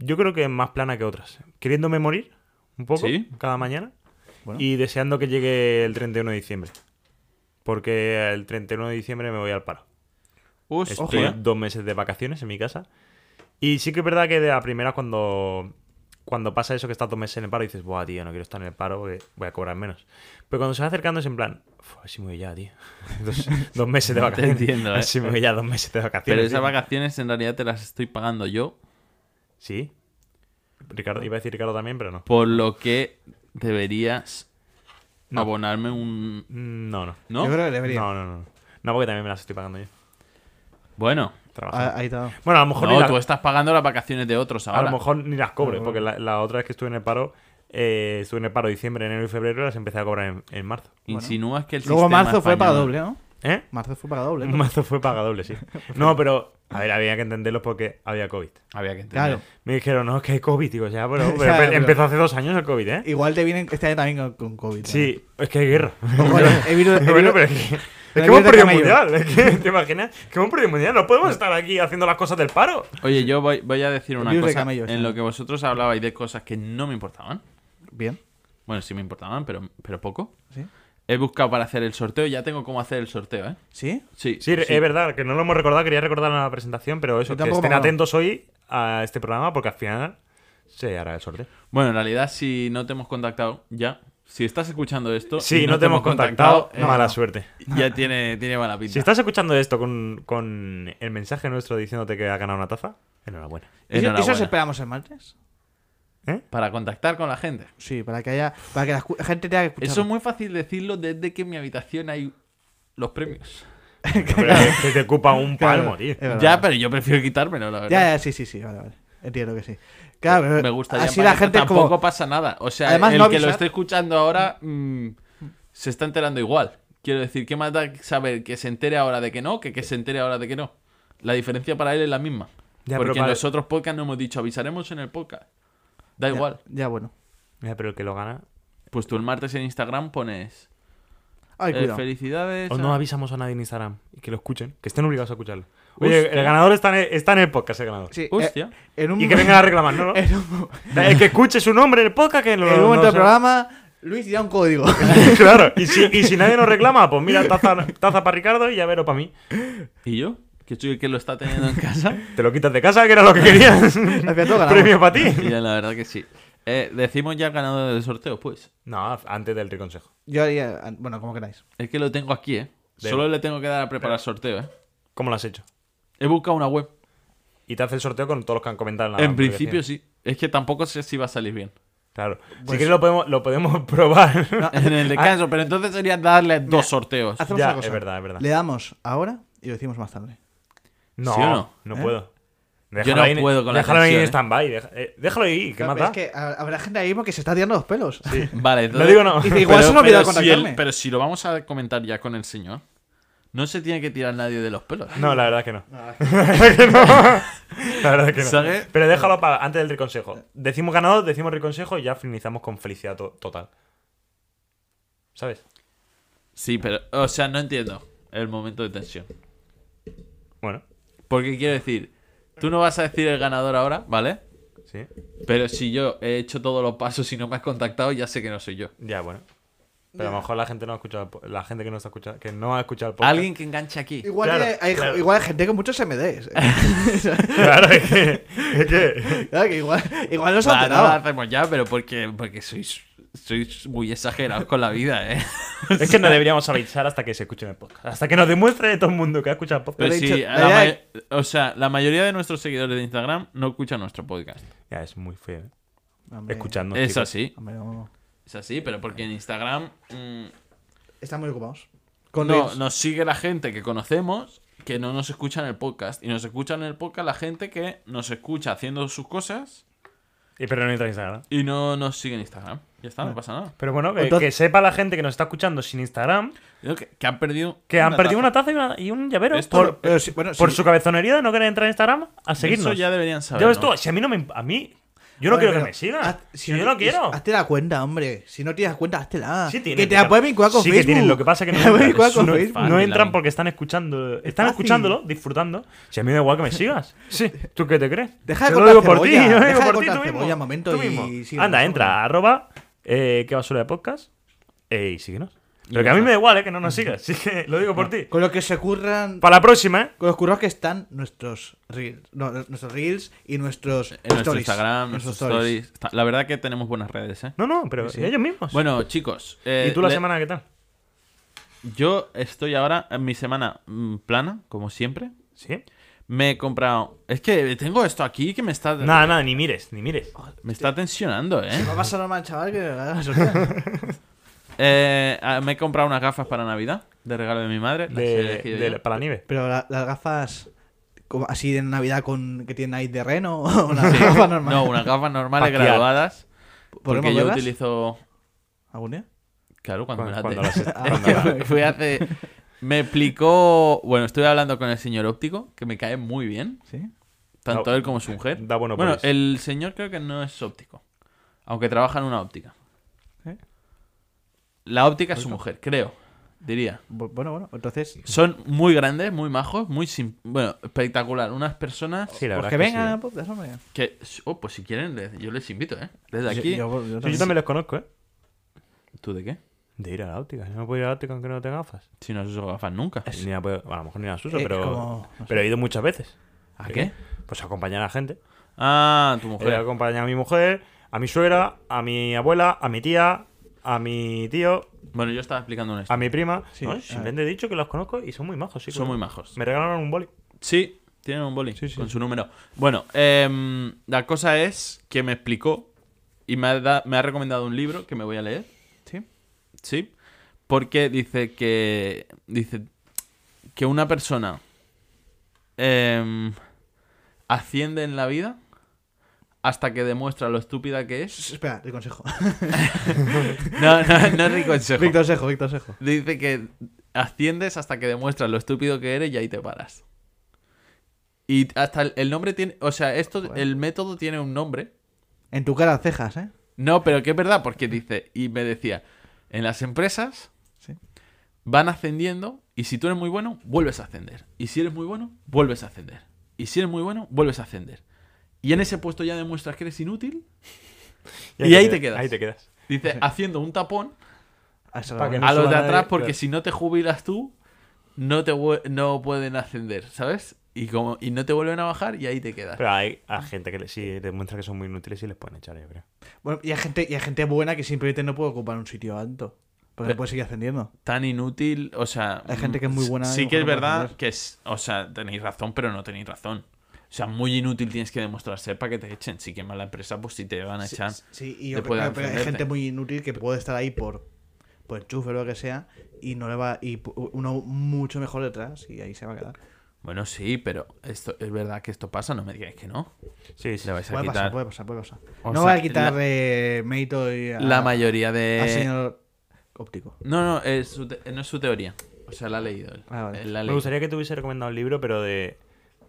[SPEAKER 4] yo creo que es más plana que otras. Queriéndome morir un poco
[SPEAKER 2] Sí.
[SPEAKER 4] cada mañana.
[SPEAKER 3] Bueno.
[SPEAKER 4] Y deseando que llegue el 31 de diciembre. Porque el 31 de diciembre me voy al paro.
[SPEAKER 2] Hostia.
[SPEAKER 4] Estoy dos meses de vacaciones en mi casa. Y sí que es verdad que de la primera, cuando, cuando pasa eso que estás dos meses en el paro, dices, buah, tío, no quiero estar en el paro porque voy a cobrar menos. Pero cuando se va acercando es en plan, "Uf, a ver si me voy ya, tío. [laughs] Dos, dos meses
[SPEAKER 2] [laughs]
[SPEAKER 4] de vacaciones.
[SPEAKER 2] entiendo,
[SPEAKER 4] A ver
[SPEAKER 2] eh.
[SPEAKER 4] si me voy ya dos meses de vacaciones.
[SPEAKER 2] Pero esas
[SPEAKER 4] tío".
[SPEAKER 2] vacaciones en realidad te las estoy pagando yo.
[SPEAKER 4] Sí. Ricardo, iba a decir Ricardo también, pero no.
[SPEAKER 2] Por lo que deberías
[SPEAKER 4] No.
[SPEAKER 2] abonarme un.
[SPEAKER 4] Mm, No, no.
[SPEAKER 2] ¿No?
[SPEAKER 3] Yo creo que debería.
[SPEAKER 4] No, no, no. No, porque también me las estoy pagando yo.
[SPEAKER 2] Bueno.
[SPEAKER 4] Trabajando.
[SPEAKER 3] Ah, ahí está.
[SPEAKER 4] bueno, a lo mejor ni
[SPEAKER 2] No,
[SPEAKER 4] la-
[SPEAKER 2] tú estás pagando las vacaciones de otros
[SPEAKER 4] A
[SPEAKER 2] ahora.
[SPEAKER 4] lo mejor ni las cobre,
[SPEAKER 3] Claro.
[SPEAKER 4] porque la, la otra vez que estuve en el paro eh, estuve en el paro diciembre, enero y febrero y las empecé a cobrar en, en marzo.
[SPEAKER 2] Insinúas que el
[SPEAKER 3] Luego
[SPEAKER 2] sistema
[SPEAKER 3] marzo fue
[SPEAKER 2] español-
[SPEAKER 3] para doble, ¿no?
[SPEAKER 4] ¿Eh?
[SPEAKER 3] Marzo fue para
[SPEAKER 4] [laughs]
[SPEAKER 3] doble. ¿no?
[SPEAKER 4] Este Marzo fue pagadoble,
[SPEAKER 3] [laughs]
[SPEAKER 4] sí. No, pero, a ver, había que entenderlo porque había COVID.
[SPEAKER 2] Había que entender.
[SPEAKER 3] Claro.
[SPEAKER 4] Me dijeron, no, es que hay COVID. Digo, ya,
[SPEAKER 3] [laughs]
[SPEAKER 4] pero,
[SPEAKER 3] Ya,
[SPEAKER 4] pero
[SPEAKER 3] pero-
[SPEAKER 4] empezó hace dos años el COVID, ¿eh?
[SPEAKER 3] Igual te vienen este año también con, con COVID. [laughs]
[SPEAKER 4] Sí, es que hay guerra.
[SPEAKER 3] ¿no? Ojo, he visto- he
[SPEAKER 4] [laughs]
[SPEAKER 3] visto-
[SPEAKER 4] bueno, pero es que, es que
[SPEAKER 3] Pero
[SPEAKER 4] hemos
[SPEAKER 3] mira
[SPEAKER 4] perdido el
[SPEAKER 3] Camello.
[SPEAKER 4] mundial. es que, [laughs] ¿Te imaginas? Que hemos perdido el mundial. No podemos estar aquí haciendo las cosas del paro.
[SPEAKER 2] Oye, yo voy, voy a decir una
[SPEAKER 3] virus de
[SPEAKER 2] cosa.
[SPEAKER 3] camellos,
[SPEAKER 2] en
[SPEAKER 3] ¿no?
[SPEAKER 2] lo que vosotros hablabais de cosas que no me importaban.
[SPEAKER 3] Bien.
[SPEAKER 2] Bueno, sí me importaban, pero, pero poco.
[SPEAKER 3] ¿Sí?
[SPEAKER 2] He buscado para hacer el sorteo y ya tengo cómo hacer el sorteo, ¿eh?
[SPEAKER 3] ¿Sí?
[SPEAKER 2] Sí,
[SPEAKER 4] Sí, es verdad, que no lo hemos recordado. Quería recordar en la presentación, pero eso,
[SPEAKER 3] Yo
[SPEAKER 4] que
[SPEAKER 3] tampoco me
[SPEAKER 4] estén
[SPEAKER 3] acuerdo.
[SPEAKER 4] atentos hoy a este programa porque al final se hará el sorteo.
[SPEAKER 2] Bueno, en realidad, si no te hemos contactado ya, si estás escuchando esto,
[SPEAKER 4] Si
[SPEAKER 2] y
[SPEAKER 4] no te hemos contactado,
[SPEAKER 2] eh,
[SPEAKER 4] mala suerte.
[SPEAKER 2] ya tiene, tiene mala pinta.
[SPEAKER 4] Si estás escuchando esto con, con el mensaje nuestro diciéndote que ha ganado una taza,
[SPEAKER 3] ¿Y
[SPEAKER 4] enhorabuena.
[SPEAKER 3] eso- ¿Eso
[SPEAKER 2] Enhorabuena.
[SPEAKER 3] os esperamos el martes? [laughs]
[SPEAKER 4] ¿Eh?
[SPEAKER 2] Para contactar con la gente.
[SPEAKER 3] Sí, para que haya. Para que la escu- gente tenga que escuchar.
[SPEAKER 2] Eso es muy fácil decirlo desde que en mi habitación hay los premios.
[SPEAKER 4] Pero es que te ocupa un palmo, tío.
[SPEAKER 3] Eh,
[SPEAKER 2] Ya, pero yo prefiero quitármelo, la verdad.
[SPEAKER 3] Ya, ya, sí, sí, sí, vale, vale. Entiendo que sí. Claro, pero
[SPEAKER 2] Pues Me gustaría.
[SPEAKER 3] Así
[SPEAKER 2] para
[SPEAKER 3] la
[SPEAKER 2] que
[SPEAKER 3] gente es
[SPEAKER 2] tampoco
[SPEAKER 3] como.
[SPEAKER 2] pasa nada. O sea,
[SPEAKER 3] Además,
[SPEAKER 2] el
[SPEAKER 3] no
[SPEAKER 2] que lo
[SPEAKER 3] avisar.
[SPEAKER 2] esté escuchando ahora mm, se está enterando igual. Quiero decir, ¿qué más da saber que se entere ahora de que no que que se entere ahora de que no? La diferencia para él es la misma.
[SPEAKER 4] Ya, pero
[SPEAKER 2] Porque en
[SPEAKER 4] para-
[SPEAKER 2] los otros podcasts no hemos dicho, avisaremos en el podcast. Da
[SPEAKER 3] Ya,
[SPEAKER 2] igual.
[SPEAKER 3] Ya, bueno.
[SPEAKER 4] Mira, pero el que lo gana.
[SPEAKER 2] Pues tú el martes en Instagram pones
[SPEAKER 3] Ay,
[SPEAKER 2] eh,
[SPEAKER 3] cuidado.
[SPEAKER 2] felicidades. ah,
[SPEAKER 4] O
[SPEAKER 2] a-
[SPEAKER 4] no avisamos a nadie en Instagram y que lo escuchen, que estén obligados a escucharlo.
[SPEAKER 2] Hostia.
[SPEAKER 4] Oye, el ganador está en el, está en el podcast, el ganador.
[SPEAKER 3] eh. Sí, eh,
[SPEAKER 2] Hostia.
[SPEAKER 3] en un,
[SPEAKER 4] Y que vengan
[SPEAKER 3] [laughs]
[SPEAKER 4] a reclamarnos, ¿no?
[SPEAKER 3] en un-
[SPEAKER 4] El que escuche su nombre en el podcast, que
[SPEAKER 3] en
[SPEAKER 4] lo.
[SPEAKER 3] un momento
[SPEAKER 4] [laughs] no
[SPEAKER 3] del
[SPEAKER 4] sé.
[SPEAKER 3] programa, Luis dirá un código.
[SPEAKER 4] [laughs]
[SPEAKER 3] [laughs]
[SPEAKER 4] claro, y si, y si nadie nos reclama, pues mira, taza, taza para Ricardo y llavero para mí.
[SPEAKER 2] ¿Y yo? Que soy el que lo está teniendo en
[SPEAKER 3] [laughs]
[SPEAKER 2] casa.
[SPEAKER 4] Te lo quitas de casa, que era lo que querías.
[SPEAKER 3] final todo ganamos.
[SPEAKER 4] [laughs] Premio para ti.
[SPEAKER 2] y ya, la verdad que sí. Eh, decimos ya el ganador del sorteo, pues.
[SPEAKER 4] No, antes del reconsejo.
[SPEAKER 3] Yo haría. Bueno, como queráis.
[SPEAKER 2] Es que lo tengo aquí, ¿eh?
[SPEAKER 4] Venga.
[SPEAKER 2] Solo le tengo que dar a preparar sorteo, ¿eh?
[SPEAKER 4] ¿Cómo lo has hecho?
[SPEAKER 2] He buscado una web.
[SPEAKER 4] Y te hace el sorteo con todos los que han comentado en
[SPEAKER 3] Ah,
[SPEAKER 4] la
[SPEAKER 2] en principio
[SPEAKER 4] publicación.
[SPEAKER 2] sí. Es que tampoco sé si va a salir bien.
[SPEAKER 4] Claro. si
[SPEAKER 3] Pues-
[SPEAKER 4] quieres lo podemos, lo podemos [laughs] probar.
[SPEAKER 2] [laughs] en el
[SPEAKER 3] Ah.
[SPEAKER 2] descanso, pero entonces sería darle dos sorteos.
[SPEAKER 3] Hacemos
[SPEAKER 4] Ya,
[SPEAKER 3] una cosa.
[SPEAKER 4] es verdad, es verdad.
[SPEAKER 3] Le damos ahora y lo decimos más tarde.
[SPEAKER 4] No,
[SPEAKER 2] ¿Sí o no?
[SPEAKER 4] no? puedo.
[SPEAKER 2] no puedo con la
[SPEAKER 4] Déjalo ahí en
[SPEAKER 2] tensión, ¿eh?
[SPEAKER 4] stand-by. deja- eh, déjalo ahí, ¿qué
[SPEAKER 3] Claro,
[SPEAKER 4] más
[SPEAKER 3] pero
[SPEAKER 4] da?
[SPEAKER 3] es que ha- habrá gente ahí mismo que se está tirando los pelos.
[SPEAKER 2] Vale,
[SPEAKER 4] No
[SPEAKER 2] entonces.
[SPEAKER 4] digo no.
[SPEAKER 3] Dice, igual se me ha olvidado
[SPEAKER 2] pero si el-
[SPEAKER 3] contactarme.
[SPEAKER 2] pero si lo vamos a comentar ya con el señor, no se tiene que tirar nadie de los pelos.
[SPEAKER 4] No, la verdad que no. [laughs] La verdad que no. La verdad que no.
[SPEAKER 2] ¿Sabes?
[SPEAKER 4] Pero déjalo para antes del reconsejo. Decimos ganador, decimos reconsejo y ya finalizamos con felicidad to- total. ¿Sabes?
[SPEAKER 2] Sí, pero. O sea, no entiendo el momento de tensión.
[SPEAKER 4] Bueno,
[SPEAKER 2] Porque quiero decir, tú no vas a decir el ganador ahora, ¿vale?
[SPEAKER 4] sí.
[SPEAKER 2] Pero si yo he hecho todos los pasos y no me has contactado, ya sé que no soy yo.
[SPEAKER 4] Ya, bueno. Pero a lo mejor la gente no ha escuchado el po- la gente que no está escuchando, que no ha escuchado el podcast.
[SPEAKER 2] Alguien que enganche aquí.
[SPEAKER 3] Igual,
[SPEAKER 4] Claro,
[SPEAKER 3] tiene- hay,
[SPEAKER 4] claro.
[SPEAKER 3] igual hay gente con muchos MDs.
[SPEAKER 4] [laughs] Claro, es que,
[SPEAKER 2] [laughs]
[SPEAKER 4] es que-
[SPEAKER 3] Claro que igual, igual no se
[SPEAKER 2] Bah,
[SPEAKER 3] ha
[SPEAKER 2] no lo
[SPEAKER 3] enterado.
[SPEAKER 2] hacemos ya, pero porque, porque sois, sois muy exagerados con la vida, ¿eh?
[SPEAKER 4] es que no deberíamos avisar hasta que se escuche el podcast. Hasta que nos demuestre todo el mundo que ha escuchado el podcast.
[SPEAKER 2] Pero
[SPEAKER 3] he
[SPEAKER 2] sí,
[SPEAKER 3] dicho,
[SPEAKER 2] la
[SPEAKER 3] la idea
[SPEAKER 2] may- o sea, la mayoría de nuestros seguidores de Instagram no escuchan nuestro podcast.
[SPEAKER 4] Ya, es muy feo. ¿eh?
[SPEAKER 3] Hombre,
[SPEAKER 4] Escuchando.
[SPEAKER 2] es
[SPEAKER 4] chicos.
[SPEAKER 2] así,
[SPEAKER 3] hombre, no, no.
[SPEAKER 2] es así, pero porque en Instagram mm,
[SPEAKER 3] Están muy ocupados. Con
[SPEAKER 2] no,
[SPEAKER 3] Reels.
[SPEAKER 2] nos sigue la gente que conocemos que no nos escucha en el podcast. Y nos escucha en el podcast la gente que nos escucha haciendo sus cosas
[SPEAKER 4] Y pero no entra en Instagram.
[SPEAKER 2] y no nos sigue en Instagram. Ya está, no pasa nada.
[SPEAKER 4] Pero bueno, que,
[SPEAKER 3] Entonces-
[SPEAKER 4] que sepa la gente que nos está escuchando sin Instagram
[SPEAKER 2] Creo que, que han perdido...
[SPEAKER 4] que han perdido
[SPEAKER 2] taza.
[SPEAKER 4] una taza y, una- y un llavero
[SPEAKER 2] Esto-
[SPEAKER 4] por,
[SPEAKER 3] Pero sí, bueno,
[SPEAKER 4] por
[SPEAKER 3] sí.
[SPEAKER 4] su cabezonería de no querer entrar en Instagram a seguirnos.
[SPEAKER 2] Eso ya deberían saber.
[SPEAKER 4] Ya ves
[SPEAKER 2] ¿no?
[SPEAKER 4] tú, si a mí no me... imp- A mí... Yo no
[SPEAKER 3] Oye,
[SPEAKER 4] quiero que
[SPEAKER 3] pero
[SPEAKER 4] me sigan.
[SPEAKER 3] haz-
[SPEAKER 4] si yo no
[SPEAKER 3] tienes-
[SPEAKER 4] quiero.
[SPEAKER 3] Hazte la cuenta, hombre. Si no tienes cuenta, haztela.
[SPEAKER 4] Sí tienen,
[SPEAKER 3] que te
[SPEAKER 4] claro.
[SPEAKER 3] la puedes vincular con
[SPEAKER 4] Sí que
[SPEAKER 3] Facebook.
[SPEAKER 4] tienen, lo que
[SPEAKER 3] [laughs]
[SPEAKER 4] pasa es que no
[SPEAKER 3] Te la puedes
[SPEAKER 4] entran.
[SPEAKER 3] vincular
[SPEAKER 4] Es
[SPEAKER 3] con
[SPEAKER 4] una-
[SPEAKER 3] Facebook.
[SPEAKER 2] fácil,
[SPEAKER 4] No
[SPEAKER 2] la
[SPEAKER 4] entran porque están escuchando. Están
[SPEAKER 3] fácil.
[SPEAKER 4] escuchándolo, disfrutando. Si a mí me da igual que
[SPEAKER 3] [laughs]
[SPEAKER 4] me sigas. Sí. ¿Tú qué te crees?
[SPEAKER 3] Deja de
[SPEAKER 4] Yo
[SPEAKER 3] cortar
[SPEAKER 4] lo digo por ti, [laughs]
[SPEAKER 3] cebolla,
[SPEAKER 4] yo lo
[SPEAKER 3] deja
[SPEAKER 4] digo
[SPEAKER 3] de
[SPEAKER 4] por ti
[SPEAKER 3] cortar
[SPEAKER 4] tú mismo.
[SPEAKER 3] cebolla un momento
[SPEAKER 4] tú
[SPEAKER 3] y
[SPEAKER 4] mismo.
[SPEAKER 3] síguenos,
[SPEAKER 4] Anda,
[SPEAKER 3] hombre.
[SPEAKER 4] entra, arroba, eh, qué basura de podcast, eh, y síguenos. Pero que a mí me da igual, eh, que no nos sigas. [laughs] Sí que lo digo por ti.
[SPEAKER 3] Con lo que se curran.
[SPEAKER 4] Para la próxima, eh.
[SPEAKER 3] Con los curros que están nuestros reels, no, nuestros reels y nuestros
[SPEAKER 2] En nuestro
[SPEAKER 3] stories.
[SPEAKER 2] Instagram, nuestros stories. Está- La verdad que tenemos buenas redes, ¿eh?
[SPEAKER 4] No, no, pero ellos mismos.
[SPEAKER 2] Bueno, chicos. eh,
[SPEAKER 4] ¿Y tú la
[SPEAKER 2] le-
[SPEAKER 4] semana qué tal?
[SPEAKER 2] Yo estoy ahora en mi semana mm, plana, como siempre.
[SPEAKER 4] Sí.
[SPEAKER 2] Me he comprado. Es que tengo esto aquí que me está.
[SPEAKER 4] Nada, nada, ni mires, ni mires.
[SPEAKER 2] Me está tensionando, ¿eh?
[SPEAKER 3] Va a pasar mal, chaval, que me va a dar sorpresa.
[SPEAKER 2] Eh, ah, Me he comprado unas gafas para Navidad, de regalo de mi madre. las he
[SPEAKER 4] De,
[SPEAKER 2] elegido
[SPEAKER 4] de-
[SPEAKER 2] yo.
[SPEAKER 4] para la nieve.
[SPEAKER 3] Pero la- las gafas como así de Navidad con que tienen ahí de reno [laughs] o las gafas normales. [laughs]
[SPEAKER 2] No, unas gafas normales
[SPEAKER 4] Paquear.
[SPEAKER 2] graduadas. Porque
[SPEAKER 3] ¿Podremos
[SPEAKER 2] yo
[SPEAKER 3] verlas
[SPEAKER 2] utilizo.
[SPEAKER 3] algún día?
[SPEAKER 2] Claro, cuando, me
[SPEAKER 4] Cuando,
[SPEAKER 2] las dé.
[SPEAKER 4] cuando
[SPEAKER 2] [laughs]
[SPEAKER 4] las- cuando
[SPEAKER 2] Es
[SPEAKER 4] las-
[SPEAKER 2] que fui hace- Me explicó. Bueno, estuve hablando con el señor óptico, que me cae muy bien.
[SPEAKER 3] ¿Sí?
[SPEAKER 2] Tanto
[SPEAKER 4] Da-
[SPEAKER 2] él como su mujer.
[SPEAKER 4] da bueno por
[SPEAKER 2] bueno,
[SPEAKER 4] eso.
[SPEAKER 2] el señor creo que no es óptico. Aunque trabaja en una óptica.
[SPEAKER 3] ¿Eh?
[SPEAKER 2] La óptica es su mujer, creo. Diría.
[SPEAKER 3] Bu- Bueno, bueno, entonces...
[SPEAKER 2] Son muy grandes, muy majos, muy sim- bueno, espectacular. Unas personas
[SPEAKER 4] Sí, la
[SPEAKER 3] Pues
[SPEAKER 4] verdad
[SPEAKER 3] que
[SPEAKER 4] es que
[SPEAKER 3] vengan
[SPEAKER 4] sí.
[SPEAKER 3] a podcast, hombre.
[SPEAKER 2] que oh, pues si quieren les- yo les invito, ¿eh? Desde aquí.
[SPEAKER 3] Yo, yo- yo
[SPEAKER 4] Sí,
[SPEAKER 3] también.
[SPEAKER 4] yo también los conozco, ¿eh?
[SPEAKER 2] ¿Tú de qué?
[SPEAKER 4] De ir a la óptica. Yo no puedo ir a la óptica aunque no tenga gafas.
[SPEAKER 2] Si no has usado gafas nunca.
[SPEAKER 4] Ni la puedo- a lo mejor ni las uso,
[SPEAKER 3] Eh,
[SPEAKER 4] pero,
[SPEAKER 3] como- no sé.
[SPEAKER 4] pero he ido muchas veces.
[SPEAKER 2] ¿A qué?
[SPEAKER 4] Pues a acompañar a la gente.
[SPEAKER 2] Ah, tu
[SPEAKER 4] He
[SPEAKER 2] mujer.
[SPEAKER 4] acompañado a mi mujer, a mi suegra, a mi abuela, a mi tía, a mi tío,
[SPEAKER 2] Bueno, yo estaba explicando una
[SPEAKER 4] a
[SPEAKER 2] historia.
[SPEAKER 4] mi prima.
[SPEAKER 3] Sí,
[SPEAKER 4] No,
[SPEAKER 3] a
[SPEAKER 4] simplemente he dicho que los conozco y son muy majos. Ah, Sí,
[SPEAKER 2] Son
[SPEAKER 4] claro.
[SPEAKER 2] muy majos.
[SPEAKER 4] Me regalaron un boli.
[SPEAKER 2] Sí, tienen un boli
[SPEAKER 3] Sí, sí.
[SPEAKER 2] con su número. Bueno, em, la cosa es que me explicó y me ha, da- me ha recomendado un libro que me voy a leer.
[SPEAKER 3] Sí.
[SPEAKER 2] Sí. Porque dice que. Dice. Que una persona. em, asciende en la vida. Hasta que demuestra lo estúpida que es.
[SPEAKER 3] [laughs] S- Espera, el
[SPEAKER 4] [laughs]
[SPEAKER 3] consejo.
[SPEAKER 2] No, no, no es mi consejo.
[SPEAKER 3] Víctor Sejo, Víctor Sejo.
[SPEAKER 2] Dice que asciendes hasta que demuestras lo estúpido que eres y ahí te paras. Y hasta el, el nombre tiene. O sea, esto, el método tiene un nombre.
[SPEAKER 3] En tu cara, cejas, ¿eh?
[SPEAKER 2] No, pero que es verdad, porque dice, y me decía, en las empresas
[SPEAKER 3] Sí.
[SPEAKER 2] van ascendiendo y si tú eres muy bueno, vuelves a ascender. Y si eres muy bueno, vuelves a ascender. Y si eres muy bueno, vuelves a ascender. Y en ese puesto ya demuestras que eres inútil. Y ahí te quedas.
[SPEAKER 4] Ahí te quedas.
[SPEAKER 2] Dice,
[SPEAKER 4] [laughs]
[SPEAKER 2] haciendo un tapón
[SPEAKER 3] A esa-
[SPEAKER 4] Pa' que no.
[SPEAKER 2] a los de
[SPEAKER 4] suban a
[SPEAKER 2] atrás
[SPEAKER 4] nadie,
[SPEAKER 2] porque
[SPEAKER 4] claro.
[SPEAKER 2] si no te jubilas tú, no te vu- no pueden ascender, ¿sabes? Y como y no te vuelven a bajar y ahí te quedas.
[SPEAKER 4] Pero hay a gente que le- sí demuestra que son muy inútiles y les pueden echar, yo creo.
[SPEAKER 3] Bueno, y hay gente, y hay gente buena que simplemente no puede ocupar un sitio alto. Porque
[SPEAKER 2] Pero-
[SPEAKER 3] no puede seguir ascendiendo.
[SPEAKER 2] Tan inútil, o sea,
[SPEAKER 3] Hay gente que es
[SPEAKER 2] mm,
[SPEAKER 3] muy buena y a
[SPEAKER 2] Sí
[SPEAKER 3] lo
[SPEAKER 2] que es
[SPEAKER 3] mejor no puede
[SPEAKER 2] verdad
[SPEAKER 3] ascender.
[SPEAKER 2] que es, o sea, tenéis razón, pero no tenéis razón. O sea, muy inútil tienes que demostrar ser para que te echen. Si quemas la empresa, pues si te van a echar.
[SPEAKER 3] Sí, y yo
[SPEAKER 2] te pueden
[SPEAKER 3] creo que hay
[SPEAKER 2] ascenderte.
[SPEAKER 3] gente muy inútil que puede estar ahí por, por enchufe o lo que sea y no le va y pu- uno mucho mejor detrás y ahí se va a quedar.
[SPEAKER 2] Bueno, sí, pero esto es verdad que esto pasa, no me digáis que no.
[SPEAKER 4] Sí, sí.
[SPEAKER 2] Le vais a
[SPEAKER 3] Puede
[SPEAKER 2] quitar.
[SPEAKER 3] pasar, puede pasar, puede pasar.
[SPEAKER 2] O
[SPEAKER 3] no
[SPEAKER 2] sea,
[SPEAKER 3] va a quitar
[SPEAKER 2] la-
[SPEAKER 3] eh, mérito y a-
[SPEAKER 2] La mayoría
[SPEAKER 3] al
[SPEAKER 2] de
[SPEAKER 3] señor óptico.
[SPEAKER 2] No, no, es su te- no es su teoría. O sea, la ha leído él.
[SPEAKER 3] Ah, vale.
[SPEAKER 2] Él la ha
[SPEAKER 4] Me
[SPEAKER 2] leído.
[SPEAKER 4] gustaría que te hubiese recomendado un libro, pero de,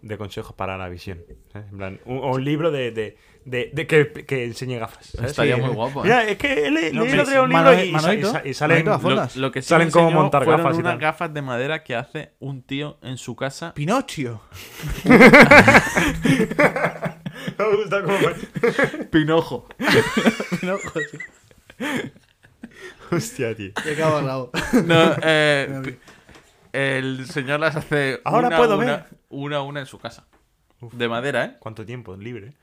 [SPEAKER 4] de consejos para la visión. ¿sabes? En plan, un, o un libro de, de, de- de que, que enseñe gafas. ¿sabes?
[SPEAKER 2] Estaría
[SPEAKER 4] Sí.
[SPEAKER 2] muy guapo, ¿eh?
[SPEAKER 4] Mira, es que le,
[SPEAKER 3] No,
[SPEAKER 4] leí el
[SPEAKER 3] pero-
[SPEAKER 4] otro día un libro
[SPEAKER 3] Manoel-
[SPEAKER 4] y,
[SPEAKER 3] Manolito,
[SPEAKER 4] sa- y salen...
[SPEAKER 3] Manolito,
[SPEAKER 4] lo-
[SPEAKER 2] Lo,
[SPEAKER 3] Fondas.
[SPEAKER 2] lo que sí
[SPEAKER 4] Saben
[SPEAKER 2] me
[SPEAKER 4] cómo
[SPEAKER 2] enseñó
[SPEAKER 4] montar
[SPEAKER 2] fueron
[SPEAKER 4] gafas y
[SPEAKER 2] unas
[SPEAKER 4] tal.
[SPEAKER 2] gafas de madera que hace un tío en su casa. [laughs]
[SPEAKER 3] Pinocho.
[SPEAKER 4] [laughs] Me
[SPEAKER 2] [laughs]
[SPEAKER 4] gusta cómo fue.
[SPEAKER 2] Pinojo.
[SPEAKER 3] Pinocho, sí.
[SPEAKER 4] Hostia, tío.
[SPEAKER 3] Me cago en
[SPEAKER 2] [laughs]
[SPEAKER 3] la bo-
[SPEAKER 2] No, eh, pi- el señor las hace
[SPEAKER 4] Ahora
[SPEAKER 2] una, a
[SPEAKER 4] puedo
[SPEAKER 2] una,
[SPEAKER 4] ver.
[SPEAKER 2] una a una en su casa. De madera, ¿eh?
[SPEAKER 4] ¿Cuánto tiempo libre?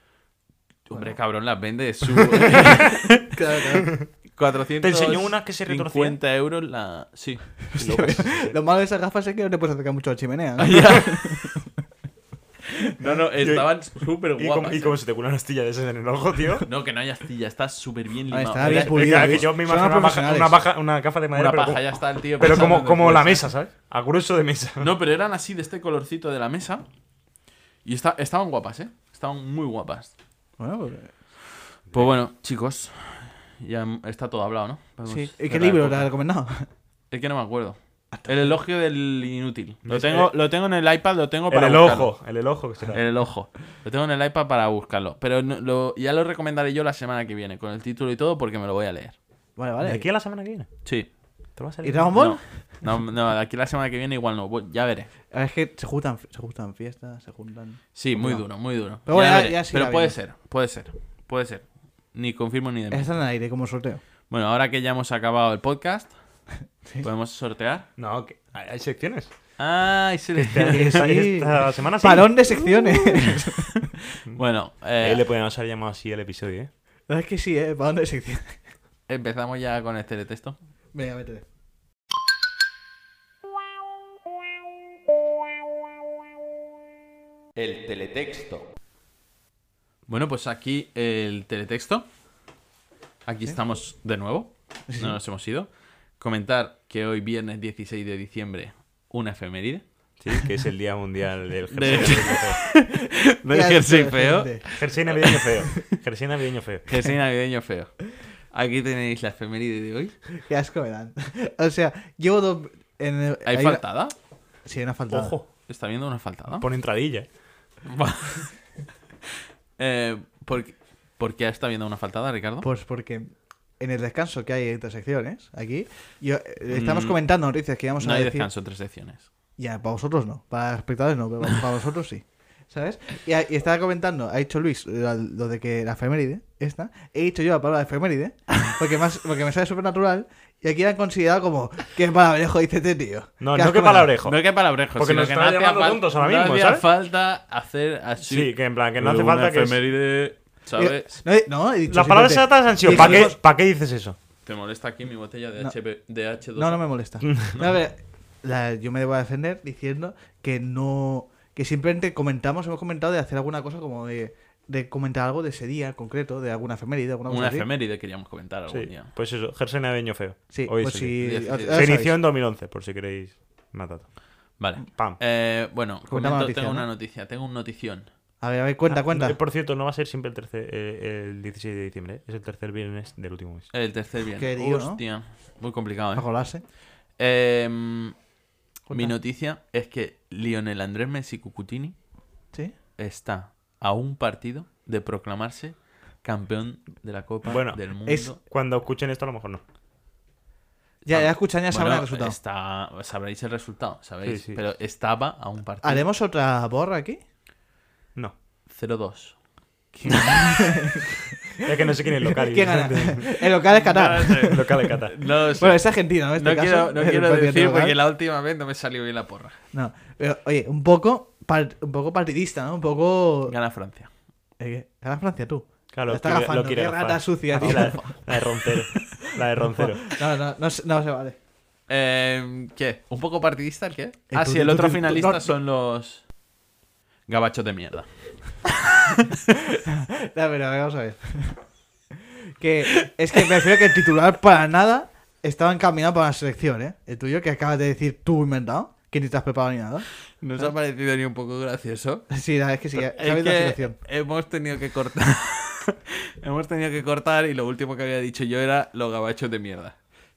[SPEAKER 2] Hombre, cabrón, las vende su... [laughs]
[SPEAKER 3] Claro, claro.
[SPEAKER 2] 400...
[SPEAKER 4] Te enseñó unas que se retorcían.
[SPEAKER 2] 50 euros la... Sí.
[SPEAKER 3] Lo malo de esas gafas es que no te puedes acercar mucho a la chimenea. ¿no?
[SPEAKER 2] Ah, [laughs] No, no, estaban súper
[SPEAKER 4] Y como,
[SPEAKER 2] guapas. eh.
[SPEAKER 4] y como se te cura una astilla de esas en el ojo, tío.
[SPEAKER 2] [laughs] No, que no hay astilla, está súper bien
[SPEAKER 3] Ah,
[SPEAKER 2] limado.
[SPEAKER 3] está bien
[SPEAKER 2] Era-
[SPEAKER 3] pulido.
[SPEAKER 4] Claro, que yo me
[SPEAKER 3] Son
[SPEAKER 4] imagino una, baja,
[SPEAKER 3] profesionales.
[SPEAKER 4] una, baja- una gafa de madera,
[SPEAKER 2] Una
[SPEAKER 4] pero,
[SPEAKER 2] paja,
[SPEAKER 4] como,
[SPEAKER 2] ya está el tío.
[SPEAKER 4] pero
[SPEAKER 2] pensando
[SPEAKER 4] como, como
[SPEAKER 2] después,
[SPEAKER 4] la
[SPEAKER 2] ¿sabes?
[SPEAKER 4] mesa, ¿sabes? A grueso de mesa.
[SPEAKER 2] No, pero eran así de este colorcito de la mesa. Y esta- estaban guapas, ¿eh? Estaban muy guapas.
[SPEAKER 3] Bueno, pues-
[SPEAKER 2] Pues bueno, chicos, ya m- está todo hablado, ¿no? Vamos
[SPEAKER 3] sí. ¿Y
[SPEAKER 2] de
[SPEAKER 3] qué
[SPEAKER 2] la
[SPEAKER 3] libro Ah, te
[SPEAKER 2] época.
[SPEAKER 3] has recomendado? [laughs]
[SPEAKER 2] Es que no me acuerdo. El elogio del inútil. Lo
[SPEAKER 4] Es-
[SPEAKER 2] tengo,
[SPEAKER 4] eh,
[SPEAKER 2] lo tengo en el iPad, lo tengo
[SPEAKER 4] El,
[SPEAKER 2] para
[SPEAKER 4] el
[SPEAKER 2] buscarlo. Eh,
[SPEAKER 4] ojo, el, el ojo. Que se da.
[SPEAKER 2] El ojo. Lo tengo en el iPad para buscarlo. Pero no- lo- ya lo recomendaré yo la semana que viene, con el título y todo, porque me lo voy a leer.
[SPEAKER 3] Vale,
[SPEAKER 4] ¿De
[SPEAKER 3] vale.
[SPEAKER 4] aquí a la semana que viene?
[SPEAKER 2] Sí.
[SPEAKER 4] ¿Te va a salir?
[SPEAKER 3] ¿Y Dragon Ball?
[SPEAKER 2] No, no, no, de aquí la semana que viene igual no. Voy- Ya veré.
[SPEAKER 3] Ah, Es que se juntan, se juntan fiestas, se juntan.
[SPEAKER 2] Sí, muy duro, muy duro.
[SPEAKER 3] Pero bueno, ya-
[SPEAKER 2] veré.
[SPEAKER 3] ya se
[SPEAKER 2] Pero
[SPEAKER 3] irá
[SPEAKER 2] puede
[SPEAKER 3] viendo.
[SPEAKER 2] ser, puede ser, puede ser. Ni confirmo ni de
[SPEAKER 3] Están en el aire como sorteo.
[SPEAKER 2] Bueno, ahora que ya hemos acabado el
[SPEAKER 3] [laughs]
[SPEAKER 2] podcast, podemos sortear.
[SPEAKER 4] No, que hay, hay secciones.
[SPEAKER 2] Ah, y se le-
[SPEAKER 3] Este
[SPEAKER 4] Esta,
[SPEAKER 3] Sí. Uh.
[SPEAKER 4] [laughs] esta semana sí.
[SPEAKER 3] Parón de secciones. [laughs]
[SPEAKER 2] Bueno, eh,
[SPEAKER 4] Ahí le podíamos haber llamado así el episodio, ¿eh?
[SPEAKER 3] La verdad es que sí, ¿eh? Parón de secciones.
[SPEAKER 2] empezamos ya con este el teletexto.
[SPEAKER 3] [laughs] Venga, métete.
[SPEAKER 1] El teletexto.
[SPEAKER 2] Bueno, pues aquí el teletexto. Aquí estamos de nuevo.
[SPEAKER 4] [laughs]
[SPEAKER 2] No nos hemos ido. Comentar que hoy viernes 16 de diciembre, una efeméride.
[SPEAKER 4] Sí, que es el Día Mundial del
[SPEAKER 2] De-
[SPEAKER 4] Jersey Navideño Feo.
[SPEAKER 2] Del
[SPEAKER 3] Ya
[SPEAKER 2] jersey
[SPEAKER 3] sé,
[SPEAKER 2] feo.
[SPEAKER 3] gente.
[SPEAKER 4] Jersey Navideño Feo. Jersey Navideño Feo.
[SPEAKER 2] Jersey navideño feo. Aquí tenéis la efeméride de hoy.
[SPEAKER 3] Qué asco me dan. [laughs] O sea, llevo dos. En el-
[SPEAKER 2] ¿Hay
[SPEAKER 3] hay-
[SPEAKER 2] faltada?
[SPEAKER 3] Sí, hay una faltada.
[SPEAKER 4] Ojo,
[SPEAKER 2] Está viendo una faltada.
[SPEAKER 4] pone entradilla.
[SPEAKER 2] Va. [laughs] Eh, ¿por, qué- por qué está viendo una faltada, Ricardo?
[SPEAKER 3] Pues porque en el descanso que hay entre secciones, aquí, yo, eh, estamos
[SPEAKER 2] Mm.
[SPEAKER 3] comentando noticias que íbamos a
[SPEAKER 2] no hay
[SPEAKER 3] decir.
[SPEAKER 2] descanso entre secciones.
[SPEAKER 3] Ya, para vosotros no, para los espectadores no, pero para vosotros sí. ¿Sabes? Y, a- y estaba comentando, ha dicho Luis lo, lo de que la efeméride, esta, he dicho yo la palabra efeméride, porque, más, porque me sale supernatural, y aquí la han considerado como, qué palabrejo dice este tío.
[SPEAKER 4] No,
[SPEAKER 3] Qué
[SPEAKER 4] no
[SPEAKER 3] asco
[SPEAKER 4] que
[SPEAKER 3] me da.
[SPEAKER 4] palabrejo.
[SPEAKER 2] No que palabrejo,
[SPEAKER 4] Porque
[SPEAKER 2] sino
[SPEAKER 4] nos
[SPEAKER 2] que
[SPEAKER 4] están
[SPEAKER 2] hacía
[SPEAKER 4] llamando
[SPEAKER 2] fal-
[SPEAKER 4] tontos ahora
[SPEAKER 2] no
[SPEAKER 4] mismo,
[SPEAKER 2] hacía
[SPEAKER 4] ¿sabes?
[SPEAKER 2] falta hacer así.
[SPEAKER 4] Sí, que en plan, que no hace
[SPEAKER 2] Una
[SPEAKER 4] falta que... es-
[SPEAKER 2] efeméride, ¿sabes?
[SPEAKER 3] No, he- Eh, no, he dicho
[SPEAKER 4] Las palabras
[SPEAKER 3] simplemente-
[SPEAKER 4] exactas han sido... ¿Para qué, pa' qué dices eso?
[SPEAKER 2] ¿Te molesta aquí mi botella de,
[SPEAKER 3] No.
[SPEAKER 2] HP de H2?
[SPEAKER 3] No, no me
[SPEAKER 4] [laughs]
[SPEAKER 3] molesta. No, a ver, la- yo me debo defender diciendo que no. Que simplemente comentamos, hemos comentado de hacer alguna cosa como de, de comentar algo de ese día en concreto, de alguna efeméride, alguna cosa
[SPEAKER 2] Una
[SPEAKER 3] así.
[SPEAKER 2] efeméride queríamos comentar algún
[SPEAKER 4] Sí,
[SPEAKER 2] día.
[SPEAKER 4] pues eso, Jersey Navideño Feo.
[SPEAKER 3] Sí,
[SPEAKER 4] Hoy
[SPEAKER 3] pues
[SPEAKER 4] es el día.
[SPEAKER 3] sí.
[SPEAKER 2] día.
[SPEAKER 3] ya-
[SPEAKER 2] Se
[SPEAKER 3] ya lo
[SPEAKER 4] Se
[SPEAKER 3] sabéis.
[SPEAKER 4] inició en 2011, por si queréis más datos.
[SPEAKER 2] Vale.
[SPEAKER 4] Pam.
[SPEAKER 2] Eh, bueno,
[SPEAKER 3] Cuenta la
[SPEAKER 2] comento-
[SPEAKER 3] noticia,
[SPEAKER 2] tengo
[SPEAKER 3] ¿no?
[SPEAKER 2] una noticia, tengo un notición.
[SPEAKER 3] A ver, a ver, cuenta,
[SPEAKER 4] Ah,
[SPEAKER 3] cuenta.
[SPEAKER 4] eh, Por cierto, no va a ser siempre el, tercer, eh, el 16 de diciembre, ¿eh? es el tercer viernes del último mes.
[SPEAKER 2] El tercer viernes.
[SPEAKER 3] Qué lío, ¿no?
[SPEAKER 2] Hostia, muy complicado, ¿eh?
[SPEAKER 3] Para colarse.
[SPEAKER 2] Eh, mm, mi
[SPEAKER 3] Cuenta.
[SPEAKER 2] noticia es que Lionel Andrés Messi Cucutini
[SPEAKER 3] Sí.
[SPEAKER 2] está a un partido de proclamarse campeón de la Copa
[SPEAKER 4] Bueno,
[SPEAKER 2] del Mundo.
[SPEAKER 3] es-
[SPEAKER 4] Cuando escuchen esto, a lo mejor no.
[SPEAKER 3] Ya, ya escuchan, ya sabrán
[SPEAKER 2] Bueno,
[SPEAKER 3] el resultado.
[SPEAKER 2] está- sabréis el resultado, ¿sabéis?
[SPEAKER 4] Sí, sí.
[SPEAKER 2] Pero estaba a un partido.
[SPEAKER 3] ¿Haremos otra borra aquí?
[SPEAKER 4] No.
[SPEAKER 2] 0-2.
[SPEAKER 4] Es que no sé quién es local.
[SPEAKER 3] [laughs]
[SPEAKER 4] y-
[SPEAKER 3] ¿Quién gana? El local es Qatar.
[SPEAKER 4] El local de Qatar.
[SPEAKER 2] No, sé.
[SPEAKER 3] Bueno, es Argentina, ¿no? En este
[SPEAKER 2] no
[SPEAKER 3] caso,
[SPEAKER 2] quiero, no
[SPEAKER 3] el
[SPEAKER 2] quiero
[SPEAKER 3] propio
[SPEAKER 2] decir
[SPEAKER 3] local.
[SPEAKER 2] porque la última vez no me salió bien la porra.
[SPEAKER 3] No, pero, oye, un poco, par- un poco partidista, ¿no? Un poco...
[SPEAKER 2] Gana Francia.
[SPEAKER 3] Eh, Gana Francia tú.
[SPEAKER 4] Claro,
[SPEAKER 3] La está
[SPEAKER 4] quiere-
[SPEAKER 3] gafando,
[SPEAKER 4] lo quiere
[SPEAKER 3] qué
[SPEAKER 4] gafar.
[SPEAKER 3] rata sucia, tío.
[SPEAKER 4] Hace La, la de Roncero. La de Roncero.
[SPEAKER 3] [laughs] No, no, no, se- no se vale.
[SPEAKER 2] Eh, ¿Qué? ¿Un poco partidista el qué?
[SPEAKER 3] El
[SPEAKER 2] ah,
[SPEAKER 3] tu-
[SPEAKER 2] sí, el
[SPEAKER 3] tu-
[SPEAKER 2] otro
[SPEAKER 3] tu- tu-
[SPEAKER 2] finalista
[SPEAKER 3] no-
[SPEAKER 2] son los gabachos de mierda.
[SPEAKER 3] [laughs] No, pero a ver, vamos a ver. Que es que prefiero que el titular para nada estaba encaminado para una selección, ¿eh? El tuyo que acabas de decir tú inventado, que ni te has preparado ni nada.
[SPEAKER 2] ¿No os ha parecido ni un poco gracioso?
[SPEAKER 3] Sí, la verdad es que sí, ya-
[SPEAKER 2] Es
[SPEAKER 3] se ha habido
[SPEAKER 2] que
[SPEAKER 3] selección.
[SPEAKER 2] hemos tenido que cortar. [laughs] hemos tenido que cortar y lo último que había dicho yo era los gabachos de mierda.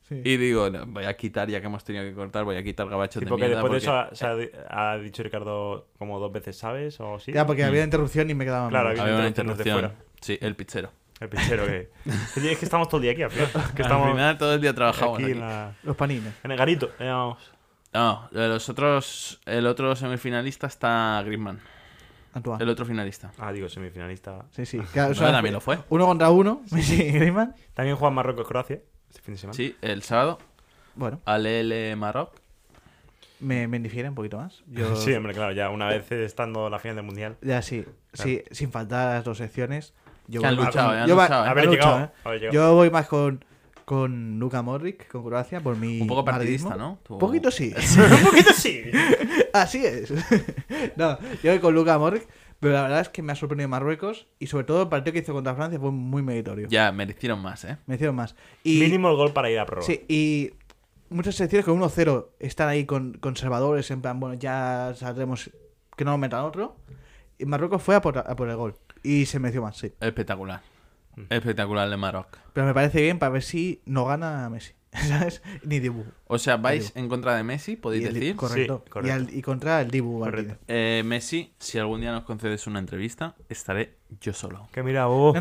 [SPEAKER 3] Sí.
[SPEAKER 2] Y digo, no, voy a quitar, ya que hemos tenido que cortar, voy a quitar gabachos
[SPEAKER 4] Sí,
[SPEAKER 2] de
[SPEAKER 4] porque
[SPEAKER 2] mierda.
[SPEAKER 4] después de eso
[SPEAKER 2] porque-
[SPEAKER 4] ha, se ha di- ha dicho Ricardo como dos veces, ¿sabes? O sí.
[SPEAKER 3] Ya, pues- porque había interrupción y me quedaba
[SPEAKER 4] Claro,
[SPEAKER 3] mal.
[SPEAKER 4] había-
[SPEAKER 2] Había una
[SPEAKER 4] interrupciones de
[SPEAKER 2] interrupción. Sí, el pichero.
[SPEAKER 4] El pinchero que.
[SPEAKER 3] [laughs]
[SPEAKER 4] Oye, Es que estamos todo el día aquí, al final. Que estamos
[SPEAKER 2] Al final todo el día trabajamos.
[SPEAKER 4] aquí,
[SPEAKER 2] aquí.
[SPEAKER 4] En, la-
[SPEAKER 3] Los panines.
[SPEAKER 4] en el garito. eh, vamos.
[SPEAKER 2] No, de los otros, el otro semifinalista está Griezmann.
[SPEAKER 3] Antoine.
[SPEAKER 2] El otro finalista.
[SPEAKER 4] Ah, digo, semifinalista.
[SPEAKER 3] Sí, sí. Claro, o
[SPEAKER 2] No,
[SPEAKER 3] sea,
[SPEAKER 2] también lo fue.
[SPEAKER 4] Ah.
[SPEAKER 3] Uno contra uno, [laughs] Messi y Griezmann.
[SPEAKER 4] También juega Marruecos-Croacia este fin de semana.
[SPEAKER 2] Sí, el sábado.
[SPEAKER 3] Bueno,
[SPEAKER 2] Al L Maroc.
[SPEAKER 3] me, me difiere un poquito más.
[SPEAKER 2] [laughs]
[SPEAKER 3] Yo,
[SPEAKER 4] [laughs] Sí, hombre, claro, ya una vez estando la final del mundial.
[SPEAKER 3] Ya, sí, sí, sin faltar a las dos secciones. Yo
[SPEAKER 2] Que han
[SPEAKER 3] voy-
[SPEAKER 2] luchado, eh, han
[SPEAKER 3] yo va-
[SPEAKER 2] luchado, eh.
[SPEAKER 3] han
[SPEAKER 4] Haber llegado,
[SPEAKER 3] luchado, eh.
[SPEAKER 4] haber llegado.
[SPEAKER 3] Yo voy más con, con Luka Modric, con Croacia, por mi.
[SPEAKER 2] Un poco partidista,
[SPEAKER 3] madridismo.
[SPEAKER 2] ¿no? Tú-
[SPEAKER 3] Un
[SPEAKER 2] [laughs]
[SPEAKER 3] poquito sí. [laughs]
[SPEAKER 4] Un poquito sí.
[SPEAKER 3] Así es. [laughs] no, yo voy con Luka Modric, pero la verdad es que me ha sorprendido Marruecos y sobre todo el partido que hizo contra Francia fue muy meritorio.
[SPEAKER 2] Ya, merecieron más, ¿eh?
[SPEAKER 3] Me hicieron más. Y,
[SPEAKER 4] Mínimo el gol para ir a prórroga.
[SPEAKER 3] Sí, y muchas selecciones con 1-0 están ahí con conservadores, en plan, bueno, ya saldremos que no lo metan otro. Y Marruecos fue a por, a por el gol y se mereció más, sí.
[SPEAKER 2] Espectacular.
[SPEAKER 4] Mm.
[SPEAKER 2] Espectacular de Maroc.
[SPEAKER 3] Pero me parece bien para ver si no gana Messi, [laughs] ¿sabes? Ni Dibu.
[SPEAKER 2] O sea, vais en contra de Messi, podéis
[SPEAKER 3] Y el-
[SPEAKER 2] decir.
[SPEAKER 3] Correcto.
[SPEAKER 4] Sí, correcto.
[SPEAKER 3] Y, al- y contra el Dibu
[SPEAKER 4] Correcto.
[SPEAKER 3] Martínez.
[SPEAKER 2] Eh, Messi, si algún día nos concedes una entrevista, estaré yo solo.
[SPEAKER 4] Que mira, oh,
[SPEAKER 3] No,
[SPEAKER 4] bobo.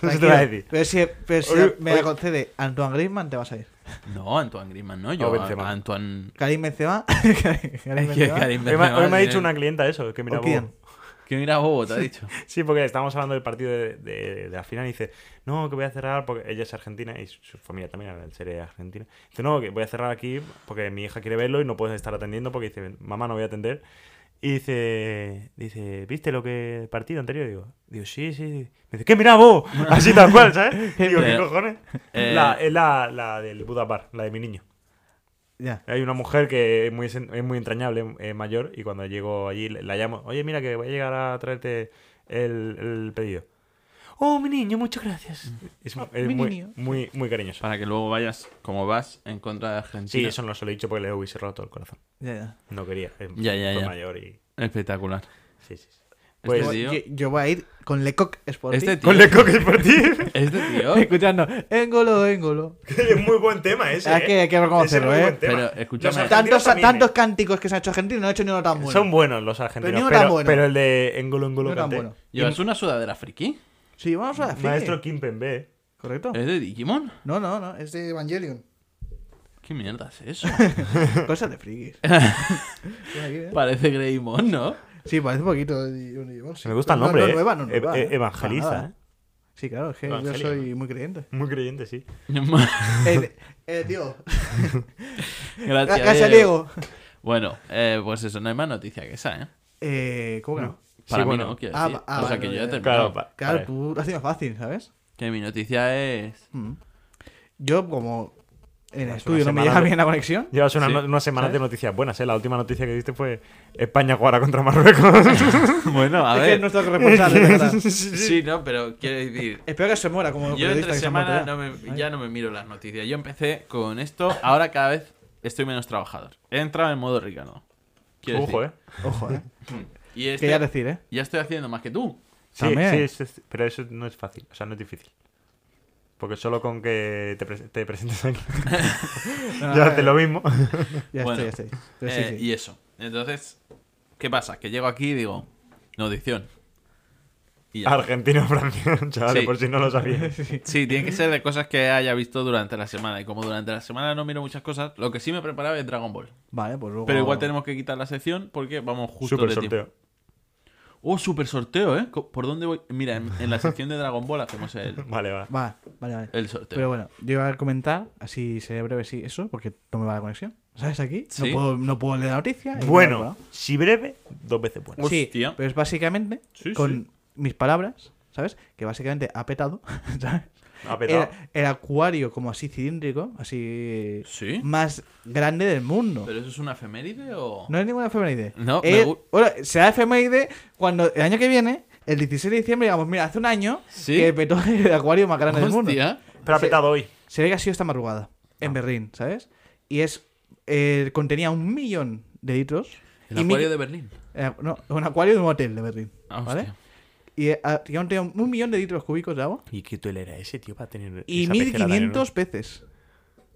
[SPEAKER 3] no.
[SPEAKER 4] [laughs] Eso te iba
[SPEAKER 3] tranquilo.
[SPEAKER 4] a decir.
[SPEAKER 3] Pero si, pero si
[SPEAKER 4] Oye,
[SPEAKER 3] me la
[SPEAKER 4] oye.
[SPEAKER 3] concede Antoine Griezmann, te vas a ir.
[SPEAKER 2] No, Antoine Griezmann, no. Yo,
[SPEAKER 4] O Benzema.
[SPEAKER 2] a- Antoine.
[SPEAKER 3] Karim Benzema. [laughs] Karim
[SPEAKER 2] [laughs] Es que
[SPEAKER 3] Benzema.
[SPEAKER 2] Karim
[SPEAKER 4] Hoy, me-
[SPEAKER 2] Benzema
[SPEAKER 4] hoy me ha
[SPEAKER 3] eh.
[SPEAKER 4] dicho
[SPEAKER 2] tiene-
[SPEAKER 4] una clienta eso, que mira, oh,
[SPEAKER 3] ¿O quién?
[SPEAKER 4] bobo.
[SPEAKER 2] Que mira bobo, te ha dicho.
[SPEAKER 4] Sí, porque estábamos hablando del partido de, de- de la final y dice, no, que voy a cerrar porque ella es argentina y su, su familia también al ser argentina. Dice, no, que voy a cerrar aquí porque mi hija quiere verlo y no puedes estar atendiendo porque dice, mamá, no voy a atender. Y dice, dice, ¿viste lo que el partido anterior? Digo, digo sí, sí. Me dice, ¿qué mira vos? Así tal cual, ¿sabes? Digo, ¿qué
[SPEAKER 2] Eh,
[SPEAKER 4] cojones?
[SPEAKER 2] eh.
[SPEAKER 4] La, es la, la del Budapar, la de mi niño.
[SPEAKER 3] Ya.
[SPEAKER 4] Hay una mujer que es muy, sen- es muy entrañable, es mayor, y cuando llego allí le- la llamo, oye, mira que voy a llegar a traerte el, el pedido. Oh, mi niño, muchas gracias. Es,
[SPEAKER 3] Oh,
[SPEAKER 4] es
[SPEAKER 3] mi
[SPEAKER 4] muy,
[SPEAKER 3] niño.
[SPEAKER 4] muy, muy cariñoso.
[SPEAKER 2] Para que luego vayas, como vas, en contra de Argentina.
[SPEAKER 4] Sí, eso no se lo he dicho porque le hubiese roto el corazón.
[SPEAKER 3] Ya, ya.
[SPEAKER 4] No quería. eh,
[SPEAKER 2] Ya, ya,
[SPEAKER 4] fue
[SPEAKER 2] ya.
[SPEAKER 4] mayor y.
[SPEAKER 2] Espectacular.
[SPEAKER 4] Sí, sí. sí.
[SPEAKER 2] Este
[SPEAKER 4] Pues.
[SPEAKER 2] tío-
[SPEAKER 3] Yo, yo voy a ir con Lecoq Sporting.
[SPEAKER 2] Este
[SPEAKER 3] [laughs]
[SPEAKER 2] tío.
[SPEAKER 4] Con le coques por ti. [laughs]
[SPEAKER 2] Este [laughs] tío.
[SPEAKER 3] Escuchando, engolo, engolo.
[SPEAKER 4] es muy buen tema ese.
[SPEAKER 3] Hay que-
[SPEAKER 4] eh.
[SPEAKER 3] hay que reconocerlo,
[SPEAKER 4] Ese es muy
[SPEAKER 3] eh.
[SPEAKER 4] buen tema.
[SPEAKER 2] Pero, escúchame.
[SPEAKER 4] Los argentinos
[SPEAKER 3] Tantos,
[SPEAKER 4] también,
[SPEAKER 3] tantos
[SPEAKER 4] eh.
[SPEAKER 3] cánticos que se han hecho argentinos, no he hecho ni uno tan bueno.
[SPEAKER 4] Son buenos los argentinos.
[SPEAKER 3] Pero
[SPEAKER 4] Pero,
[SPEAKER 3] ni uno tan bueno.
[SPEAKER 4] pero el de Engolo Engolo
[SPEAKER 3] No tan
[SPEAKER 4] Kanté.
[SPEAKER 3] bueno.
[SPEAKER 2] ¿Llevas una sudadera friki?
[SPEAKER 3] Sí, vamos a la fila.
[SPEAKER 4] Maestro Eh. Kimpembe.
[SPEAKER 3] Correcto.
[SPEAKER 2] ¿Es de Digimon?
[SPEAKER 3] No, no, no, es de
[SPEAKER 4] [laughs]
[SPEAKER 3] Evangelion.
[SPEAKER 2] ¿Qué mierda es [laughs] eso?
[SPEAKER 3] Cosas de
[SPEAKER 4] [laughs]
[SPEAKER 3] frikis. Tiene aquí, ¿eh?
[SPEAKER 2] Parece Greymon, [laughs] ¿no?
[SPEAKER 3] sí, parece un poquito de Evangelion, sí.
[SPEAKER 4] Me gusta el
[SPEAKER 3] No,
[SPEAKER 4] nombre.
[SPEAKER 3] no,
[SPEAKER 4] eh.
[SPEAKER 3] nueva, no
[SPEAKER 4] E-
[SPEAKER 3] nueva,
[SPEAKER 4] e-
[SPEAKER 3] eh. Para
[SPEAKER 4] evangeliza,
[SPEAKER 3] nada.
[SPEAKER 4] eh.
[SPEAKER 3] Sí, claro, es que yo
[SPEAKER 4] Evangelion.
[SPEAKER 3] soy muy
[SPEAKER 4] [laughs]
[SPEAKER 3] creyente.
[SPEAKER 4] Muy creyente, sí.
[SPEAKER 3] eh, eh, tío,
[SPEAKER 2] Gracias,
[SPEAKER 3] gracias, Diego.
[SPEAKER 2] Bueno, eh, pues eso, no hay más noticia que esa, ¿eh?
[SPEAKER 3] Eh, ¿Cómo que no?
[SPEAKER 2] Para mí
[SPEAKER 4] bueno.
[SPEAKER 2] no, quiero
[SPEAKER 3] Ah,
[SPEAKER 2] decir.
[SPEAKER 3] ah,
[SPEAKER 2] o sea,
[SPEAKER 3] vale,
[SPEAKER 2] que yo ya he
[SPEAKER 3] vale, vale.
[SPEAKER 2] terminado.
[SPEAKER 4] Claro, pa-
[SPEAKER 3] Claro,
[SPEAKER 4] vale.
[SPEAKER 3] tú lo has sido fácil, ¿sabes?
[SPEAKER 2] Que mi noticia es...
[SPEAKER 3] Mm. Yo, como en el
[SPEAKER 4] Llevas
[SPEAKER 3] estudio
[SPEAKER 4] una
[SPEAKER 3] no me
[SPEAKER 4] semana
[SPEAKER 3] llega
[SPEAKER 4] de-
[SPEAKER 3] bien la conexión.
[SPEAKER 4] Llevas una,
[SPEAKER 2] Sí,
[SPEAKER 4] no- unas semanas de noticias buenas, ¿eh? La última noticia que diste fue España jugará contra Marruecos.
[SPEAKER 2] [laughs] Bueno, a
[SPEAKER 3] es que es nuestro responsable, de
[SPEAKER 4] [laughs]
[SPEAKER 3] verdad.
[SPEAKER 2] Sí, no, pero quiero decir...
[SPEAKER 3] Espero que se muera como
[SPEAKER 2] Yo
[SPEAKER 3] periodista
[SPEAKER 2] entre
[SPEAKER 3] que se
[SPEAKER 2] semana
[SPEAKER 3] muera.
[SPEAKER 2] no me- ya no me miro las noticias. Yo empecé con esto, ahora cada vez estoy menos trabajador. He entrado en modo Ricardo. [laughs] Quiero
[SPEAKER 4] Ojo,
[SPEAKER 2] decir.
[SPEAKER 4] ¿eh?
[SPEAKER 2] [laughs]
[SPEAKER 3] Ojo, eh.
[SPEAKER 2] Y este,
[SPEAKER 3] Quería decir, eh.
[SPEAKER 2] ya estoy haciendo más que tú.
[SPEAKER 4] Sí,
[SPEAKER 3] También.
[SPEAKER 4] sí, es- es- pero eso no es fácil, o sea, no es difícil. Porque solo con que te, pres- te presentes
[SPEAKER 3] [laughs]
[SPEAKER 4] aquí
[SPEAKER 3] No,
[SPEAKER 4] ya
[SPEAKER 3] no,
[SPEAKER 4] haces lo mismo.
[SPEAKER 3] Ya
[SPEAKER 2] Bueno,
[SPEAKER 3] estoy, ya estoy. Pero sí,
[SPEAKER 2] Eh,
[SPEAKER 3] sí.
[SPEAKER 2] Y eso. Entonces, ¿qué pasa? Que llego aquí y digo, notición. Y [laughs] ya.
[SPEAKER 4] [laughs] Argentina-Francia, chaval,
[SPEAKER 2] Sí.
[SPEAKER 4] por si no lo sabías.
[SPEAKER 2] [laughs] Sí, tiene que ser de cosas que haya visto durante la semana. Y como durante la semana no miro muchas cosas, lo que sí me he preparado es Dragon Ball.
[SPEAKER 3] Vale, pues luego.
[SPEAKER 2] Pero igual tenemos que quitar la sección porque vamos justo
[SPEAKER 4] Super
[SPEAKER 2] de
[SPEAKER 4] sorteo.
[SPEAKER 2] tiempo. Oh, super sorteo, ¿eh? Co- ¿Por dónde voy? Mira, en, en la sección de Dragon Ball hacemos el,
[SPEAKER 4] Vale, va.
[SPEAKER 3] Vale, vale, vale.
[SPEAKER 2] el sorteo.
[SPEAKER 3] Pero bueno, yo iba a comentar, así seré breve, sí, eso, porque no me va la conexión. ¿Sabes? Aquí
[SPEAKER 2] Sí.
[SPEAKER 3] no, puedo, no puedo leer la noticia. y
[SPEAKER 4] Bueno,
[SPEAKER 3] no
[SPEAKER 4] si breve, dos veces bueno.
[SPEAKER 3] puedo. Sí,
[SPEAKER 2] Hostia.
[SPEAKER 3] pero es básicamente
[SPEAKER 2] Sí,
[SPEAKER 3] con mis palabras, ¿sabes? Que básicamente ha petado, [laughs] ¿sabes?
[SPEAKER 4] Ha petado.
[SPEAKER 3] Era El, acuario como así cilíndrico, así
[SPEAKER 2] Sí.
[SPEAKER 3] más grande del mundo.
[SPEAKER 2] ¿Pero eso es una efeméride o...?
[SPEAKER 3] No es ninguna efeméride.
[SPEAKER 2] No, me
[SPEAKER 3] es,
[SPEAKER 2] gu-
[SPEAKER 3] ahora, será efeméride cuando el año que viene, el 16 de diciembre, digamos, mira, hace un año
[SPEAKER 2] Sí.
[SPEAKER 3] que petó el acuario más grande del mundo.
[SPEAKER 2] Hostia.
[SPEAKER 4] Pero ha
[SPEAKER 3] Sí.
[SPEAKER 4] petado hoy.
[SPEAKER 3] Se ve que ha sido esta madrugada,
[SPEAKER 4] Ah.
[SPEAKER 3] en Berlín, ¿sabes? Y es eh, contenía un millón de litros.
[SPEAKER 2] El
[SPEAKER 3] y mi-
[SPEAKER 2] acuario de Berlín.
[SPEAKER 3] eh, no, un acuario de un hotel de Berlín,
[SPEAKER 2] Ah,
[SPEAKER 3] ¿vale?
[SPEAKER 2] hostia.
[SPEAKER 3] Y eh, ah, que contenía un millón de litros cúbicos de agua
[SPEAKER 4] ¿Y qué tú era ese, tío, para tener
[SPEAKER 3] y
[SPEAKER 4] esa pecera tan
[SPEAKER 3] 1500 peces.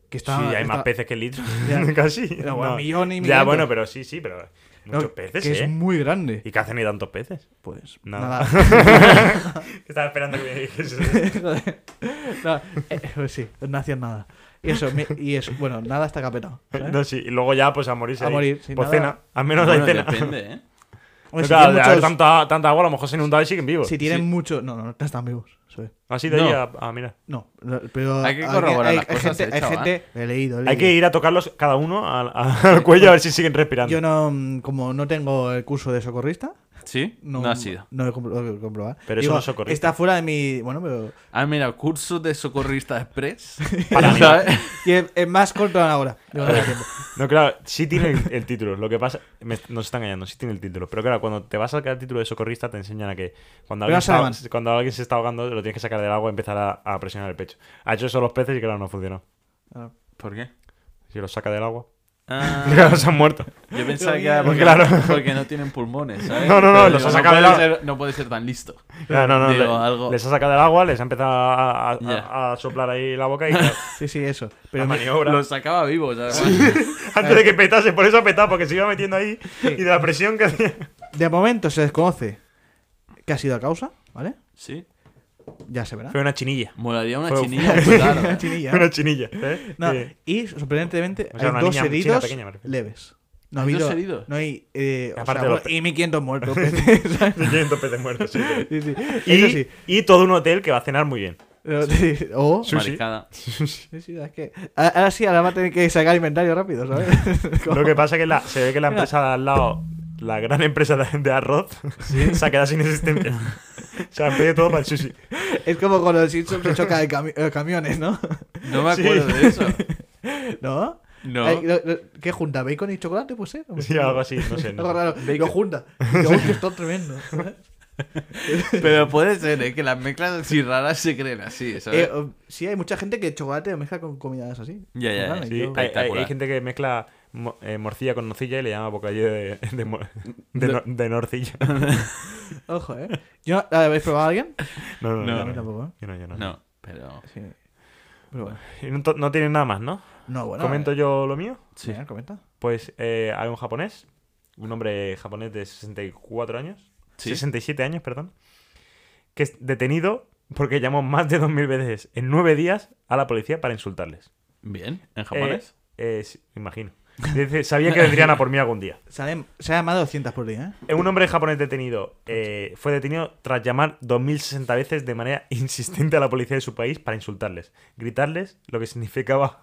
[SPEAKER 3] Que
[SPEAKER 4] Sí,
[SPEAKER 3] está,
[SPEAKER 4] hay más
[SPEAKER 3] está-
[SPEAKER 4] peces que litros.
[SPEAKER 3] Ya.
[SPEAKER 4] [laughs] Casi.
[SPEAKER 3] Pero bueno, millón y
[SPEAKER 4] Ya,
[SPEAKER 3] millón.
[SPEAKER 4] bueno, pero sí, sí, pero.
[SPEAKER 3] no,
[SPEAKER 4] Muchos peces,
[SPEAKER 3] que
[SPEAKER 4] ¿eh?
[SPEAKER 3] es muy grande.
[SPEAKER 4] ¿Y qué hacen ahí tantos
[SPEAKER 3] [laughs]
[SPEAKER 4] peces? [laughs]
[SPEAKER 3] Pues nada.
[SPEAKER 4] Nada. [laughs]
[SPEAKER 3] [laughs]
[SPEAKER 4] Estaba esperando que me dijese.
[SPEAKER 3] No, eh, pues sí, no hacían nada. Y eso, mi- y eso, bueno, nada está capetado. ¿sabes?
[SPEAKER 4] No, sí. Y luego ya, pues a morirse.
[SPEAKER 3] ¿Eh? A
[SPEAKER 4] ahí.
[SPEAKER 3] morir, sí,
[SPEAKER 4] Pues
[SPEAKER 3] nada.
[SPEAKER 4] cena. Al menos hay
[SPEAKER 2] Bueno,
[SPEAKER 4] cena.
[SPEAKER 2] depende, ¿eh?
[SPEAKER 3] Hombre,
[SPEAKER 4] No,
[SPEAKER 3] si
[SPEAKER 4] claro,
[SPEAKER 3] tienen
[SPEAKER 4] de haber
[SPEAKER 3] muchos-
[SPEAKER 4] tanta, tanta agua, a lo mejor se inundaba y siguen vivos.
[SPEAKER 3] si tienen mucho. No, no, no están vivos. eso es.
[SPEAKER 4] Ha sido ahí
[SPEAKER 2] No.
[SPEAKER 4] a, a mirar.
[SPEAKER 3] No, no, pero.
[SPEAKER 2] Hay que corroborar
[SPEAKER 3] hay,
[SPEAKER 2] las
[SPEAKER 3] hay
[SPEAKER 2] cosas,
[SPEAKER 3] gente,
[SPEAKER 2] eh,
[SPEAKER 3] hay
[SPEAKER 2] chaval.
[SPEAKER 3] gente. He leído, he leído.
[SPEAKER 4] Hay que ir a tocarlos cada uno al, a- al [laughs] cuello a ver si siguen respirando.
[SPEAKER 3] Yo no, mm, como no tengo el curso de socorrista,
[SPEAKER 2] Sí,
[SPEAKER 3] no,
[SPEAKER 2] no, ha sido.
[SPEAKER 3] No he compro- lo he comprobado.
[SPEAKER 4] Pero eso
[SPEAKER 3] Digo,
[SPEAKER 4] no es socorrista.
[SPEAKER 3] Está fuera de mi. Bueno, pero. [laughs]
[SPEAKER 2] Ah, mira, curso de socorrista
[SPEAKER 4] [laughs]
[SPEAKER 2] express.
[SPEAKER 4] Para mí.
[SPEAKER 2] ¿Sabes?
[SPEAKER 3] Y es, es más corto de una hora. Digo, no me da
[SPEAKER 4] [laughs]
[SPEAKER 3] tiempo.
[SPEAKER 4] No, claro, sí tiene el, el título. Lo que pasa, me- nos están engañando, sí tiene el título. Pero claro, cuando te vas a sacar el título de socorrista, te enseñan a que cuando
[SPEAKER 3] Pero
[SPEAKER 4] alguien,
[SPEAKER 3] no sabe
[SPEAKER 4] está- cuando alguien se está ahogando, lo tienes que sacar del agua y empezar a, a presionar el pecho. Ha hecho eso los peces y claro, no funcionó.
[SPEAKER 3] Claro.
[SPEAKER 2] ¿Por
[SPEAKER 4] [laughs]
[SPEAKER 2] qué?
[SPEAKER 4] Si los saca del agua, [laughs]
[SPEAKER 2] Ah,
[SPEAKER 4] claro, se han muerto.
[SPEAKER 2] yo pensaba que era porque,
[SPEAKER 4] Claro.
[SPEAKER 2] porque no tienen pulmones, ¿sabes?
[SPEAKER 4] No, no, no,
[SPEAKER 2] Pero
[SPEAKER 4] los
[SPEAKER 2] digo,
[SPEAKER 4] ha sacado
[SPEAKER 2] no
[SPEAKER 4] de
[SPEAKER 2] puede
[SPEAKER 4] la-
[SPEAKER 2] ser- No puede ser tan listo.
[SPEAKER 4] Claro, no, no,
[SPEAKER 2] Digo,
[SPEAKER 4] le-
[SPEAKER 2] algo-
[SPEAKER 4] les ha sacado del agua, les ha empezado a, a-
[SPEAKER 2] Ya.
[SPEAKER 4] a soplar ahí
[SPEAKER 3] [laughs]
[SPEAKER 4] la boca y claro,
[SPEAKER 3] Sí, sí, eso.
[SPEAKER 4] la
[SPEAKER 3] Pero me-
[SPEAKER 4] maniobra.
[SPEAKER 2] Los sacaba vivos, además.
[SPEAKER 4] Antes de que petase, por eso ha petado, porque se iba metiendo ahí y de la presión que hacía.
[SPEAKER 3] de momento se desconoce qué ha sido la causa, ¿vale?
[SPEAKER 2] Sí.
[SPEAKER 3] Ya se
[SPEAKER 4] [laughs]
[SPEAKER 3] verá.
[SPEAKER 4] Fue una chinilla.
[SPEAKER 2] Molaría una
[SPEAKER 4] Fue-
[SPEAKER 2] chinilla, pues, claro.
[SPEAKER 4] [laughs]
[SPEAKER 3] Una chinilla.
[SPEAKER 4] Una chinilla. ¿eh?
[SPEAKER 3] No,
[SPEAKER 4] Eh,
[SPEAKER 3] y sorprendentemente
[SPEAKER 4] O sea, una
[SPEAKER 3] hay dos
[SPEAKER 4] niña china
[SPEAKER 3] heridos
[SPEAKER 4] pequeña, me refiero.
[SPEAKER 3] leves. No ha
[SPEAKER 2] ¿Hay dos
[SPEAKER 3] habido-
[SPEAKER 2] heridos?
[SPEAKER 3] No hay. eh, o
[SPEAKER 4] Aparte
[SPEAKER 3] sea,
[SPEAKER 4] de
[SPEAKER 3] bueno,
[SPEAKER 4] los pe-
[SPEAKER 3] y 1500
[SPEAKER 4] [laughs]
[SPEAKER 3] muertos. [laughs] ¿sabes?
[SPEAKER 4] 500 peces muertos, [laughs] sí.
[SPEAKER 3] Sí, sí.
[SPEAKER 4] Y,
[SPEAKER 3] Eso sí.
[SPEAKER 4] y todo un hotel que va a cenar muy bien.
[SPEAKER 3] Pero- O.
[SPEAKER 4] Sí, sí.
[SPEAKER 2] Maricada.
[SPEAKER 3] Oh. Sí, sí, es que. a- Ahora sí, ahora va a tener que sacar inventario rápido, ¿sabes?
[SPEAKER 4] Lo que pasa es que la- se ve
[SPEAKER 3] [laughs]
[SPEAKER 4] que la empresa de al lado, la gran empresa de, de arroz, [laughs] se ha quedado
[SPEAKER 3] [laughs]
[SPEAKER 4] sin existencia. se han pedido todo para el sushi.
[SPEAKER 3] Es como cuando los Simpsons se choca de cami- eh, camiones, ¿no?
[SPEAKER 2] No me
[SPEAKER 4] Sí.
[SPEAKER 2] acuerdo de
[SPEAKER 4] [laughs]
[SPEAKER 2] eso.
[SPEAKER 3] ¿No?
[SPEAKER 2] No.
[SPEAKER 3] Ay, lo- lo- ¿Qué junta?
[SPEAKER 4] ah,
[SPEAKER 3] ¿Bacon y chocolate? Pues sí.
[SPEAKER 4] Sí, algo así, no sé. no
[SPEAKER 3] Algo
[SPEAKER 4] sé.
[SPEAKER 3] raro. Lo junta. Digo, "Hostia, esto es tremendo.
[SPEAKER 4] [laughs]
[SPEAKER 2] Pero puede ser, ¿eh? Que las mezclas así raras se creen así, ¿sabes?
[SPEAKER 3] Eh,
[SPEAKER 4] oh,
[SPEAKER 3] o- sí, hay mucha gente que chocolate lo mezcla con comidas así.
[SPEAKER 2] Ya, ya,
[SPEAKER 3] Vale, yo-
[SPEAKER 4] Sí, hay, hay-
[SPEAKER 2] espectacular.
[SPEAKER 4] hay gente que mezcla mo- eh, morcilla con nocilla y le llama bocadillo de, de, mo- de no-
[SPEAKER 3] [laughs]
[SPEAKER 4] de norcilla.
[SPEAKER 3] Ojo, ¿eh? Yo, ¿La habéis probado a alguien?
[SPEAKER 4] No, no,
[SPEAKER 2] No.
[SPEAKER 4] yo
[SPEAKER 3] A mí tampoco, ¿eh?
[SPEAKER 4] Yo no, yo no.
[SPEAKER 2] no, pero...
[SPEAKER 3] Sí. Pero bueno.
[SPEAKER 4] Y No, to- no tienen nada más, ¿no?
[SPEAKER 3] No, bueno.
[SPEAKER 4] ¿Comento yo lo mío?
[SPEAKER 3] Sí, comenta.
[SPEAKER 4] Pues eh, hay un japonés, un hombre japonés de 64 años,
[SPEAKER 2] Sí.
[SPEAKER 4] 67 años, perdón, que es detenido porque llamó más de 2.000 veces en 9 días a la policía para insultarles.
[SPEAKER 2] Bien, ¿en japonés?
[SPEAKER 4] Eh, eh, sí, me imagino. Dice, sabía que vendrían a por mí algún día.
[SPEAKER 3] Salen, salen más de 200 por día, ¿eh?
[SPEAKER 4] Eh, Un hombre japonés detenido eh, fue detenido tras llamar 2060 veces de manera [laughs] insistente a la policía de su país para insultarles, gritarles, lo que significaba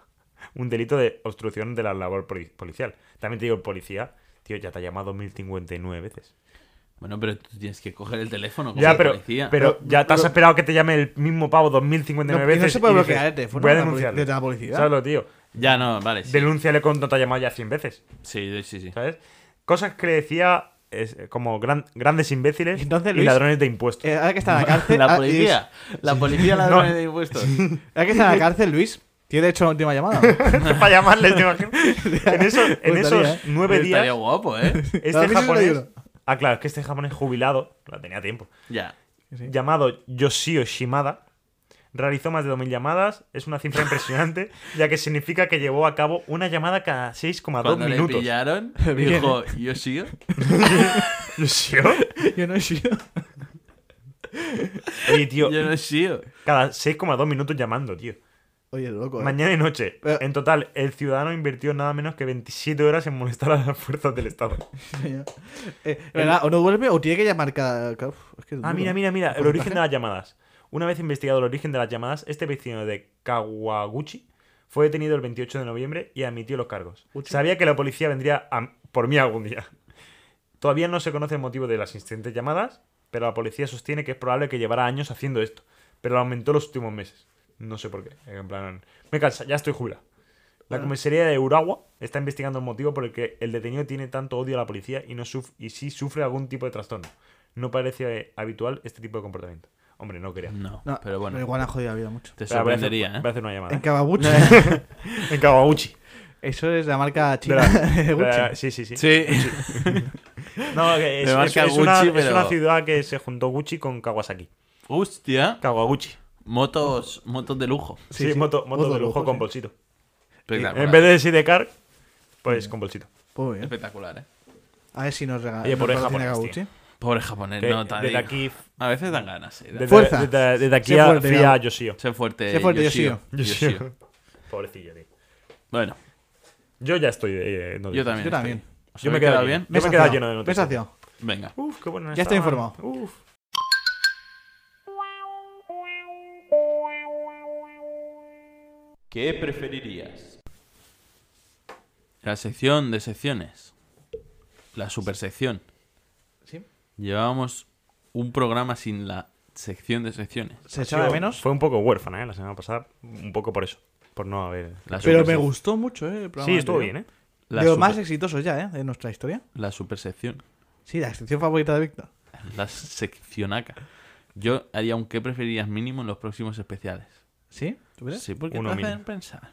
[SPEAKER 4] un delito de obstrucción de la labor poli- policial. También te digo, policía, tío, ya te ha llamado 2059 veces.
[SPEAKER 2] Bueno, pero tú tienes que coger el teléfono como
[SPEAKER 4] Ya, pero,
[SPEAKER 2] policía.
[SPEAKER 4] pero ya te has
[SPEAKER 3] Pero-
[SPEAKER 4] esperado que te llame el mismo pavo
[SPEAKER 3] No,
[SPEAKER 4] 2059
[SPEAKER 3] y
[SPEAKER 4] veces.
[SPEAKER 3] no se puede
[SPEAKER 4] y dices,
[SPEAKER 3] bloquear el teléfono
[SPEAKER 4] Voy a
[SPEAKER 3] de la poli-
[SPEAKER 4] denunciarle.
[SPEAKER 3] de la policía.
[SPEAKER 4] ¿Sabes lo, tío?
[SPEAKER 2] Ya, no, vale, sí.
[SPEAKER 4] Denúnciale con no te ha llamado ya 100 veces.
[SPEAKER 2] Sí, sí, sí.
[SPEAKER 4] ¿Sabes? Cosas que le decía es, como gran- grandes imbéciles
[SPEAKER 3] Entonces,
[SPEAKER 4] y
[SPEAKER 3] Luis,
[SPEAKER 4] ladrones de impuestos.
[SPEAKER 3] Eh, Ahora que está en la
[SPEAKER 4] [laughs]
[SPEAKER 2] [laughs]
[SPEAKER 3] cárcel.
[SPEAKER 2] La
[SPEAKER 3] ah,
[SPEAKER 2] policía. La policía ladrones de impuestos.
[SPEAKER 3] y- Ahora que está en la cárcel, Luis, tiene hecho la última llamada.
[SPEAKER 4] [laughs] para llamarles,
[SPEAKER 3] [laughs]
[SPEAKER 4] te imagino. En, eso- en
[SPEAKER 3] Gustaría,
[SPEAKER 4] esos
[SPEAKER 3] ¿eh?
[SPEAKER 4] [laughs] nueve
[SPEAKER 2] Estaría
[SPEAKER 4] días,
[SPEAKER 2] guapo,
[SPEAKER 4] [laughs]
[SPEAKER 2] ¿eh?
[SPEAKER 4] este
[SPEAKER 3] A mí sí me lo
[SPEAKER 4] japonés.
[SPEAKER 3] digo.
[SPEAKER 4] Ah, claro, es que este japonés jubilado, la tenía tiempo,
[SPEAKER 2] Ya.
[SPEAKER 3] Sí.
[SPEAKER 4] llamado Yoshio Shimada, realizó más de 2.000 llamadas. Es una
[SPEAKER 3] [laughs]
[SPEAKER 4] cifra impresionante, ya que significa que llevó a cabo una llamada cada 6,2
[SPEAKER 2] Cuando le
[SPEAKER 4] minutos.
[SPEAKER 2] pillaron,
[SPEAKER 3] Bien.
[SPEAKER 2] dijo, yo sigo.
[SPEAKER 4] [laughs] ¿Yoshio?
[SPEAKER 3] [laughs] Yo no he sido.
[SPEAKER 4] Oye, tío,
[SPEAKER 2] Yo no sigo.
[SPEAKER 4] cada 6,2 minutos llamando, tío.
[SPEAKER 3] Oye, loco. ¿eh?
[SPEAKER 4] Mañana y noche.
[SPEAKER 3] Eh.
[SPEAKER 4] En total, el ciudadano invirtió nada menos que 27 horas en molestar a las fuerzas del Estado.
[SPEAKER 3] Señor. [laughs] Eh, ¿verdad? O no vuelve o tiene que llamar cada. cada- uf, es que es
[SPEAKER 4] Ah,
[SPEAKER 3] duro.
[SPEAKER 4] mira, mira, mira, el
[SPEAKER 3] porcentaje?
[SPEAKER 4] origen de las llamadas. Una vez investigado el origen de las llamadas, este vecino de Kawaguchi fue detenido el 28 de noviembre y admitió los cargos.
[SPEAKER 3] Uchi.
[SPEAKER 4] Sabía que la policía vendría a- por mí algún día. Todavía no se conoce el motivo de las insistentes llamadas, pero la policía sostiene que es probable que llevara años haciendo esto, pero lo aumentó los últimos meses. No sé por qué. En plan, me cansa, ya estoy jubilado. La comisaría de Uragua está investigando el motivo por el que el detenido tiene tanto odio a la policía y, no suf- y sí sufre algún tipo de trastorno. No parece eh, habitual este tipo de comportamiento. Hombre, no quería.
[SPEAKER 2] No,
[SPEAKER 3] No,
[SPEAKER 2] pero bueno.
[SPEAKER 3] igual ha jodido la vida mucho.
[SPEAKER 2] Mm, Te
[SPEAKER 4] Espera, voy a hacer-
[SPEAKER 2] sorprendería,
[SPEAKER 4] Voy a
[SPEAKER 2] ¿eh?
[SPEAKER 4] hacer una llamada.
[SPEAKER 3] En Kawaguchi.
[SPEAKER 4] En [laughs] Kawaguchi.
[SPEAKER 3] [laughs] Eso es la marca
[SPEAKER 4] De
[SPEAKER 3] china. [laughs]
[SPEAKER 4] la-
[SPEAKER 3] de
[SPEAKER 4] de
[SPEAKER 3] Gucci.
[SPEAKER 4] la- sí, sí, sí.
[SPEAKER 2] Sí. [laughs]
[SPEAKER 4] No, que es,
[SPEAKER 2] De marca
[SPEAKER 4] es- es una,
[SPEAKER 2] Gucci,
[SPEAKER 4] es una
[SPEAKER 2] pero-
[SPEAKER 4] ciudad que se juntó Gucci con Kawasaki.
[SPEAKER 2] Hostia.
[SPEAKER 4] Kawaguchi.
[SPEAKER 2] Motos, motos de lujo.
[SPEAKER 4] Sí,
[SPEAKER 3] Sí, sí.
[SPEAKER 4] moto, moto de lujo con
[SPEAKER 3] sí.
[SPEAKER 4] bolsito.
[SPEAKER 2] Espectacular.
[SPEAKER 4] En vez de decir de car, pues con bolsito.
[SPEAKER 3] Pues bien.
[SPEAKER 2] Espectacular, ¿eh?
[SPEAKER 3] A ver si nos regala.
[SPEAKER 4] Oye, por
[SPEAKER 3] nos
[SPEAKER 4] el
[SPEAKER 3] patrocina
[SPEAKER 4] japonés, tío.
[SPEAKER 3] Kawaguchi.
[SPEAKER 2] Pobre japonés,
[SPEAKER 4] Que
[SPEAKER 2] no, te
[SPEAKER 4] desde
[SPEAKER 2] digo.
[SPEAKER 4] aquí,
[SPEAKER 2] A veces dan ganas. eh,
[SPEAKER 4] desde,
[SPEAKER 3] Fuerza.
[SPEAKER 4] desde- desde aquí
[SPEAKER 3] Sé
[SPEAKER 4] a,
[SPEAKER 3] fuerte,
[SPEAKER 4] fía a
[SPEAKER 3] ya.
[SPEAKER 4] Yoshio.
[SPEAKER 2] Sé fuerte.
[SPEAKER 3] Sé fuerte,
[SPEAKER 2] Yoshio.
[SPEAKER 4] Yoshio.
[SPEAKER 2] Yoshio.
[SPEAKER 4] Pobrecillo, tío.
[SPEAKER 2] Bueno,
[SPEAKER 4] Yo ya estoy. eh, no-
[SPEAKER 2] yo también.
[SPEAKER 3] Yo también.
[SPEAKER 2] estoy. ¿Os
[SPEAKER 4] Yo me he
[SPEAKER 2] habéis
[SPEAKER 4] quedado
[SPEAKER 2] quedado
[SPEAKER 4] bien.
[SPEAKER 2] bien.
[SPEAKER 4] Yo me he quedado
[SPEAKER 3] saciado.
[SPEAKER 4] lleno de
[SPEAKER 3] Me he
[SPEAKER 4] noticias.
[SPEAKER 3] saciado.
[SPEAKER 2] Venga.
[SPEAKER 4] Uf, qué bueno.
[SPEAKER 3] Ya estoy informado.
[SPEAKER 4] Uf.
[SPEAKER 1] ¿Qué preferirías?
[SPEAKER 2] La sección de secciones. La supersección.
[SPEAKER 3] ¿Sí?
[SPEAKER 2] Llevábamos un programa sin la sección de secciones.
[SPEAKER 3] Se echaba de
[SPEAKER 4] Fue-
[SPEAKER 3] menos.
[SPEAKER 4] Fue un poco huérfana, ¿eh? La semana pasada. Un poco por eso. Por no haber.
[SPEAKER 2] La
[SPEAKER 3] Pero
[SPEAKER 2] supersec-
[SPEAKER 3] me gustó mucho, ¿eh? El programa
[SPEAKER 4] Sí, estuvo
[SPEAKER 3] anterior.
[SPEAKER 4] bien, ¿eh?
[SPEAKER 2] La,
[SPEAKER 3] de los
[SPEAKER 2] super-
[SPEAKER 3] más exitosos ya, ¿eh? De nuestra historia.
[SPEAKER 2] la supersección. [laughs]
[SPEAKER 3] Sí, la excepción favorita de Víctor.
[SPEAKER 2] La seccionaca. Yo haría un qué preferirías mínimo en los próximos especiales.
[SPEAKER 3] ¿Sí? ¿Tú crees?
[SPEAKER 2] Sí, porque
[SPEAKER 4] Uno
[SPEAKER 2] te hacen
[SPEAKER 4] mínimo.
[SPEAKER 2] pensar.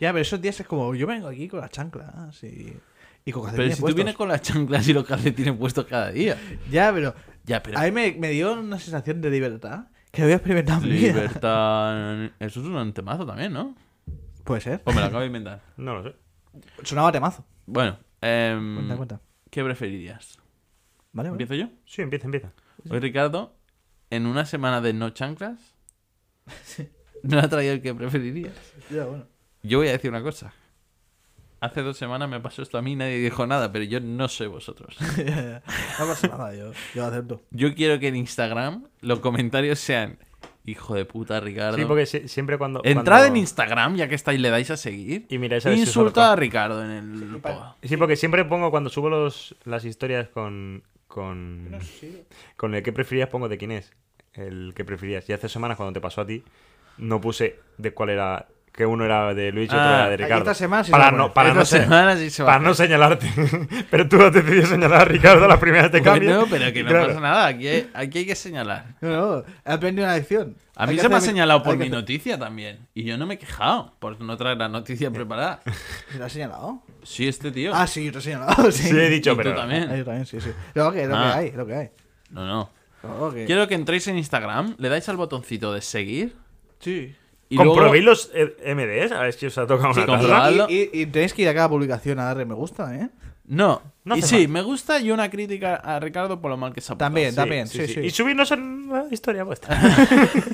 [SPEAKER 3] Ya, pero esos días es como, yo vengo aquí con la chancla ah, sí. y con
[SPEAKER 2] Pero
[SPEAKER 3] calcetines
[SPEAKER 2] si tú vienes
[SPEAKER 3] puestos.
[SPEAKER 2] con las chanclas y los calcetines puestos cada
[SPEAKER 3] [laughs]
[SPEAKER 2] día.
[SPEAKER 3] Ya, pero
[SPEAKER 2] Ya, pero...
[SPEAKER 3] a mí me, me dio una sensación de libertad que había experimentado en mi vida.
[SPEAKER 2] Libertad... Eso es un temazo también, ¿no?
[SPEAKER 3] [laughs] Puede ser.
[SPEAKER 2] O me lo acabo de inventar.
[SPEAKER 4] eh. No lo sé.
[SPEAKER 3] Sonaba temazo.
[SPEAKER 2] Bueno, em,
[SPEAKER 3] Cuenta, cuenta.
[SPEAKER 2] ¿qué preferirías?
[SPEAKER 3] Vale, vale.
[SPEAKER 2] ¿Empiezo yo?
[SPEAKER 4] Sí, empieza, empieza.
[SPEAKER 2] Hoy Ricardo, en una semana de no
[SPEAKER 3] [laughs]
[SPEAKER 2] chanclas, no ha traído el que preferirías.
[SPEAKER 3] Ya, bueno.
[SPEAKER 2] Yo voy a decir una cosa. Hace dos semanas me pasó esto a mí y nadie dijo nada, pero yo no soy
[SPEAKER 4] [laughs]
[SPEAKER 2] vosotros.
[SPEAKER 3] no pasa nada, yo, yo lo acepto.
[SPEAKER 2] Yo quiero que en Instagram los comentarios sean Hijo de puta, Ricardo.
[SPEAKER 4] Sí, porque si- siempre cuando.
[SPEAKER 2] Entrad
[SPEAKER 4] cuando-
[SPEAKER 2] en Instagram, ya que estáis, le dais a seguir.
[SPEAKER 4] Y miráis a ver si os
[SPEAKER 2] Insultad
[SPEAKER 4] ahorca.
[SPEAKER 2] a Ricardo en el... pod.
[SPEAKER 4] Sí, porque siempre pongo cuando subo los, las historias con. Con, con el que preferías, pongo de quién es. El que preferías. Y hace semanas, cuando te pasó a ti, no puse de cuál era. que uno era de Luis y otro
[SPEAKER 2] Ah,
[SPEAKER 4] era de Ricardo.
[SPEAKER 3] esta semana sí
[SPEAKER 4] para
[SPEAKER 3] se la
[SPEAKER 4] no,
[SPEAKER 3] pones.
[SPEAKER 4] para
[SPEAKER 2] Esta
[SPEAKER 4] no se-
[SPEAKER 2] semana sí se va a
[SPEAKER 4] para no señalarte. [laughs] pero tú has decidido señalar a Ricardo a las primeras de cambio.
[SPEAKER 2] Bueno, pero que no
[SPEAKER 4] Claro.
[SPEAKER 2] pasa nada. Aquí hay, aquí hay que señalar.
[SPEAKER 3] No, no, he aprendido una lección.
[SPEAKER 2] A
[SPEAKER 3] Hay
[SPEAKER 2] mí
[SPEAKER 3] que
[SPEAKER 2] se me ha
[SPEAKER 3] hacer-
[SPEAKER 2] señalado
[SPEAKER 3] hay
[SPEAKER 2] por
[SPEAKER 3] que
[SPEAKER 2] mi
[SPEAKER 3] hacer-
[SPEAKER 2] noticia también. Y yo no me he quejado por no traer la noticia
[SPEAKER 4] [laughs]
[SPEAKER 2] preparada.
[SPEAKER 3] ¿Se la has señalado?
[SPEAKER 2] Sí, este tío.
[SPEAKER 3] Ah, sí, yo te he señalado. [laughs] Sí,
[SPEAKER 4] Sí, he
[SPEAKER 2] Y
[SPEAKER 4] dicho,
[SPEAKER 2] tú
[SPEAKER 4] pero.
[SPEAKER 2] también.
[SPEAKER 3] Ah, yo también, sí, sí. Lo que, lo
[SPEAKER 2] Ah.
[SPEAKER 3] que hay, lo que hay.
[SPEAKER 2] No, no.
[SPEAKER 3] Lo que-
[SPEAKER 2] Quiero que entréis en Instagram, le dais al botoncito de seguir
[SPEAKER 3] Sí.
[SPEAKER 2] y
[SPEAKER 4] Comprobéis
[SPEAKER 2] luego...
[SPEAKER 4] los eh, MDs, a ver si os ha tocado
[SPEAKER 2] Sí,
[SPEAKER 4] una
[SPEAKER 2] comprobad.
[SPEAKER 4] taza.
[SPEAKER 2] Hazlo.
[SPEAKER 3] Y, y- y tenéis que ir a cada publicación a darle me gusta, ¿eh?
[SPEAKER 2] No.
[SPEAKER 4] No
[SPEAKER 2] y
[SPEAKER 4] hace
[SPEAKER 2] sí,
[SPEAKER 4] falta.
[SPEAKER 2] me gusta y una crítica a Ricardo por lo mal que se ha portado.
[SPEAKER 3] También, también, sí, sí.
[SPEAKER 4] Y subirnos en la historia vuestra. [laughs]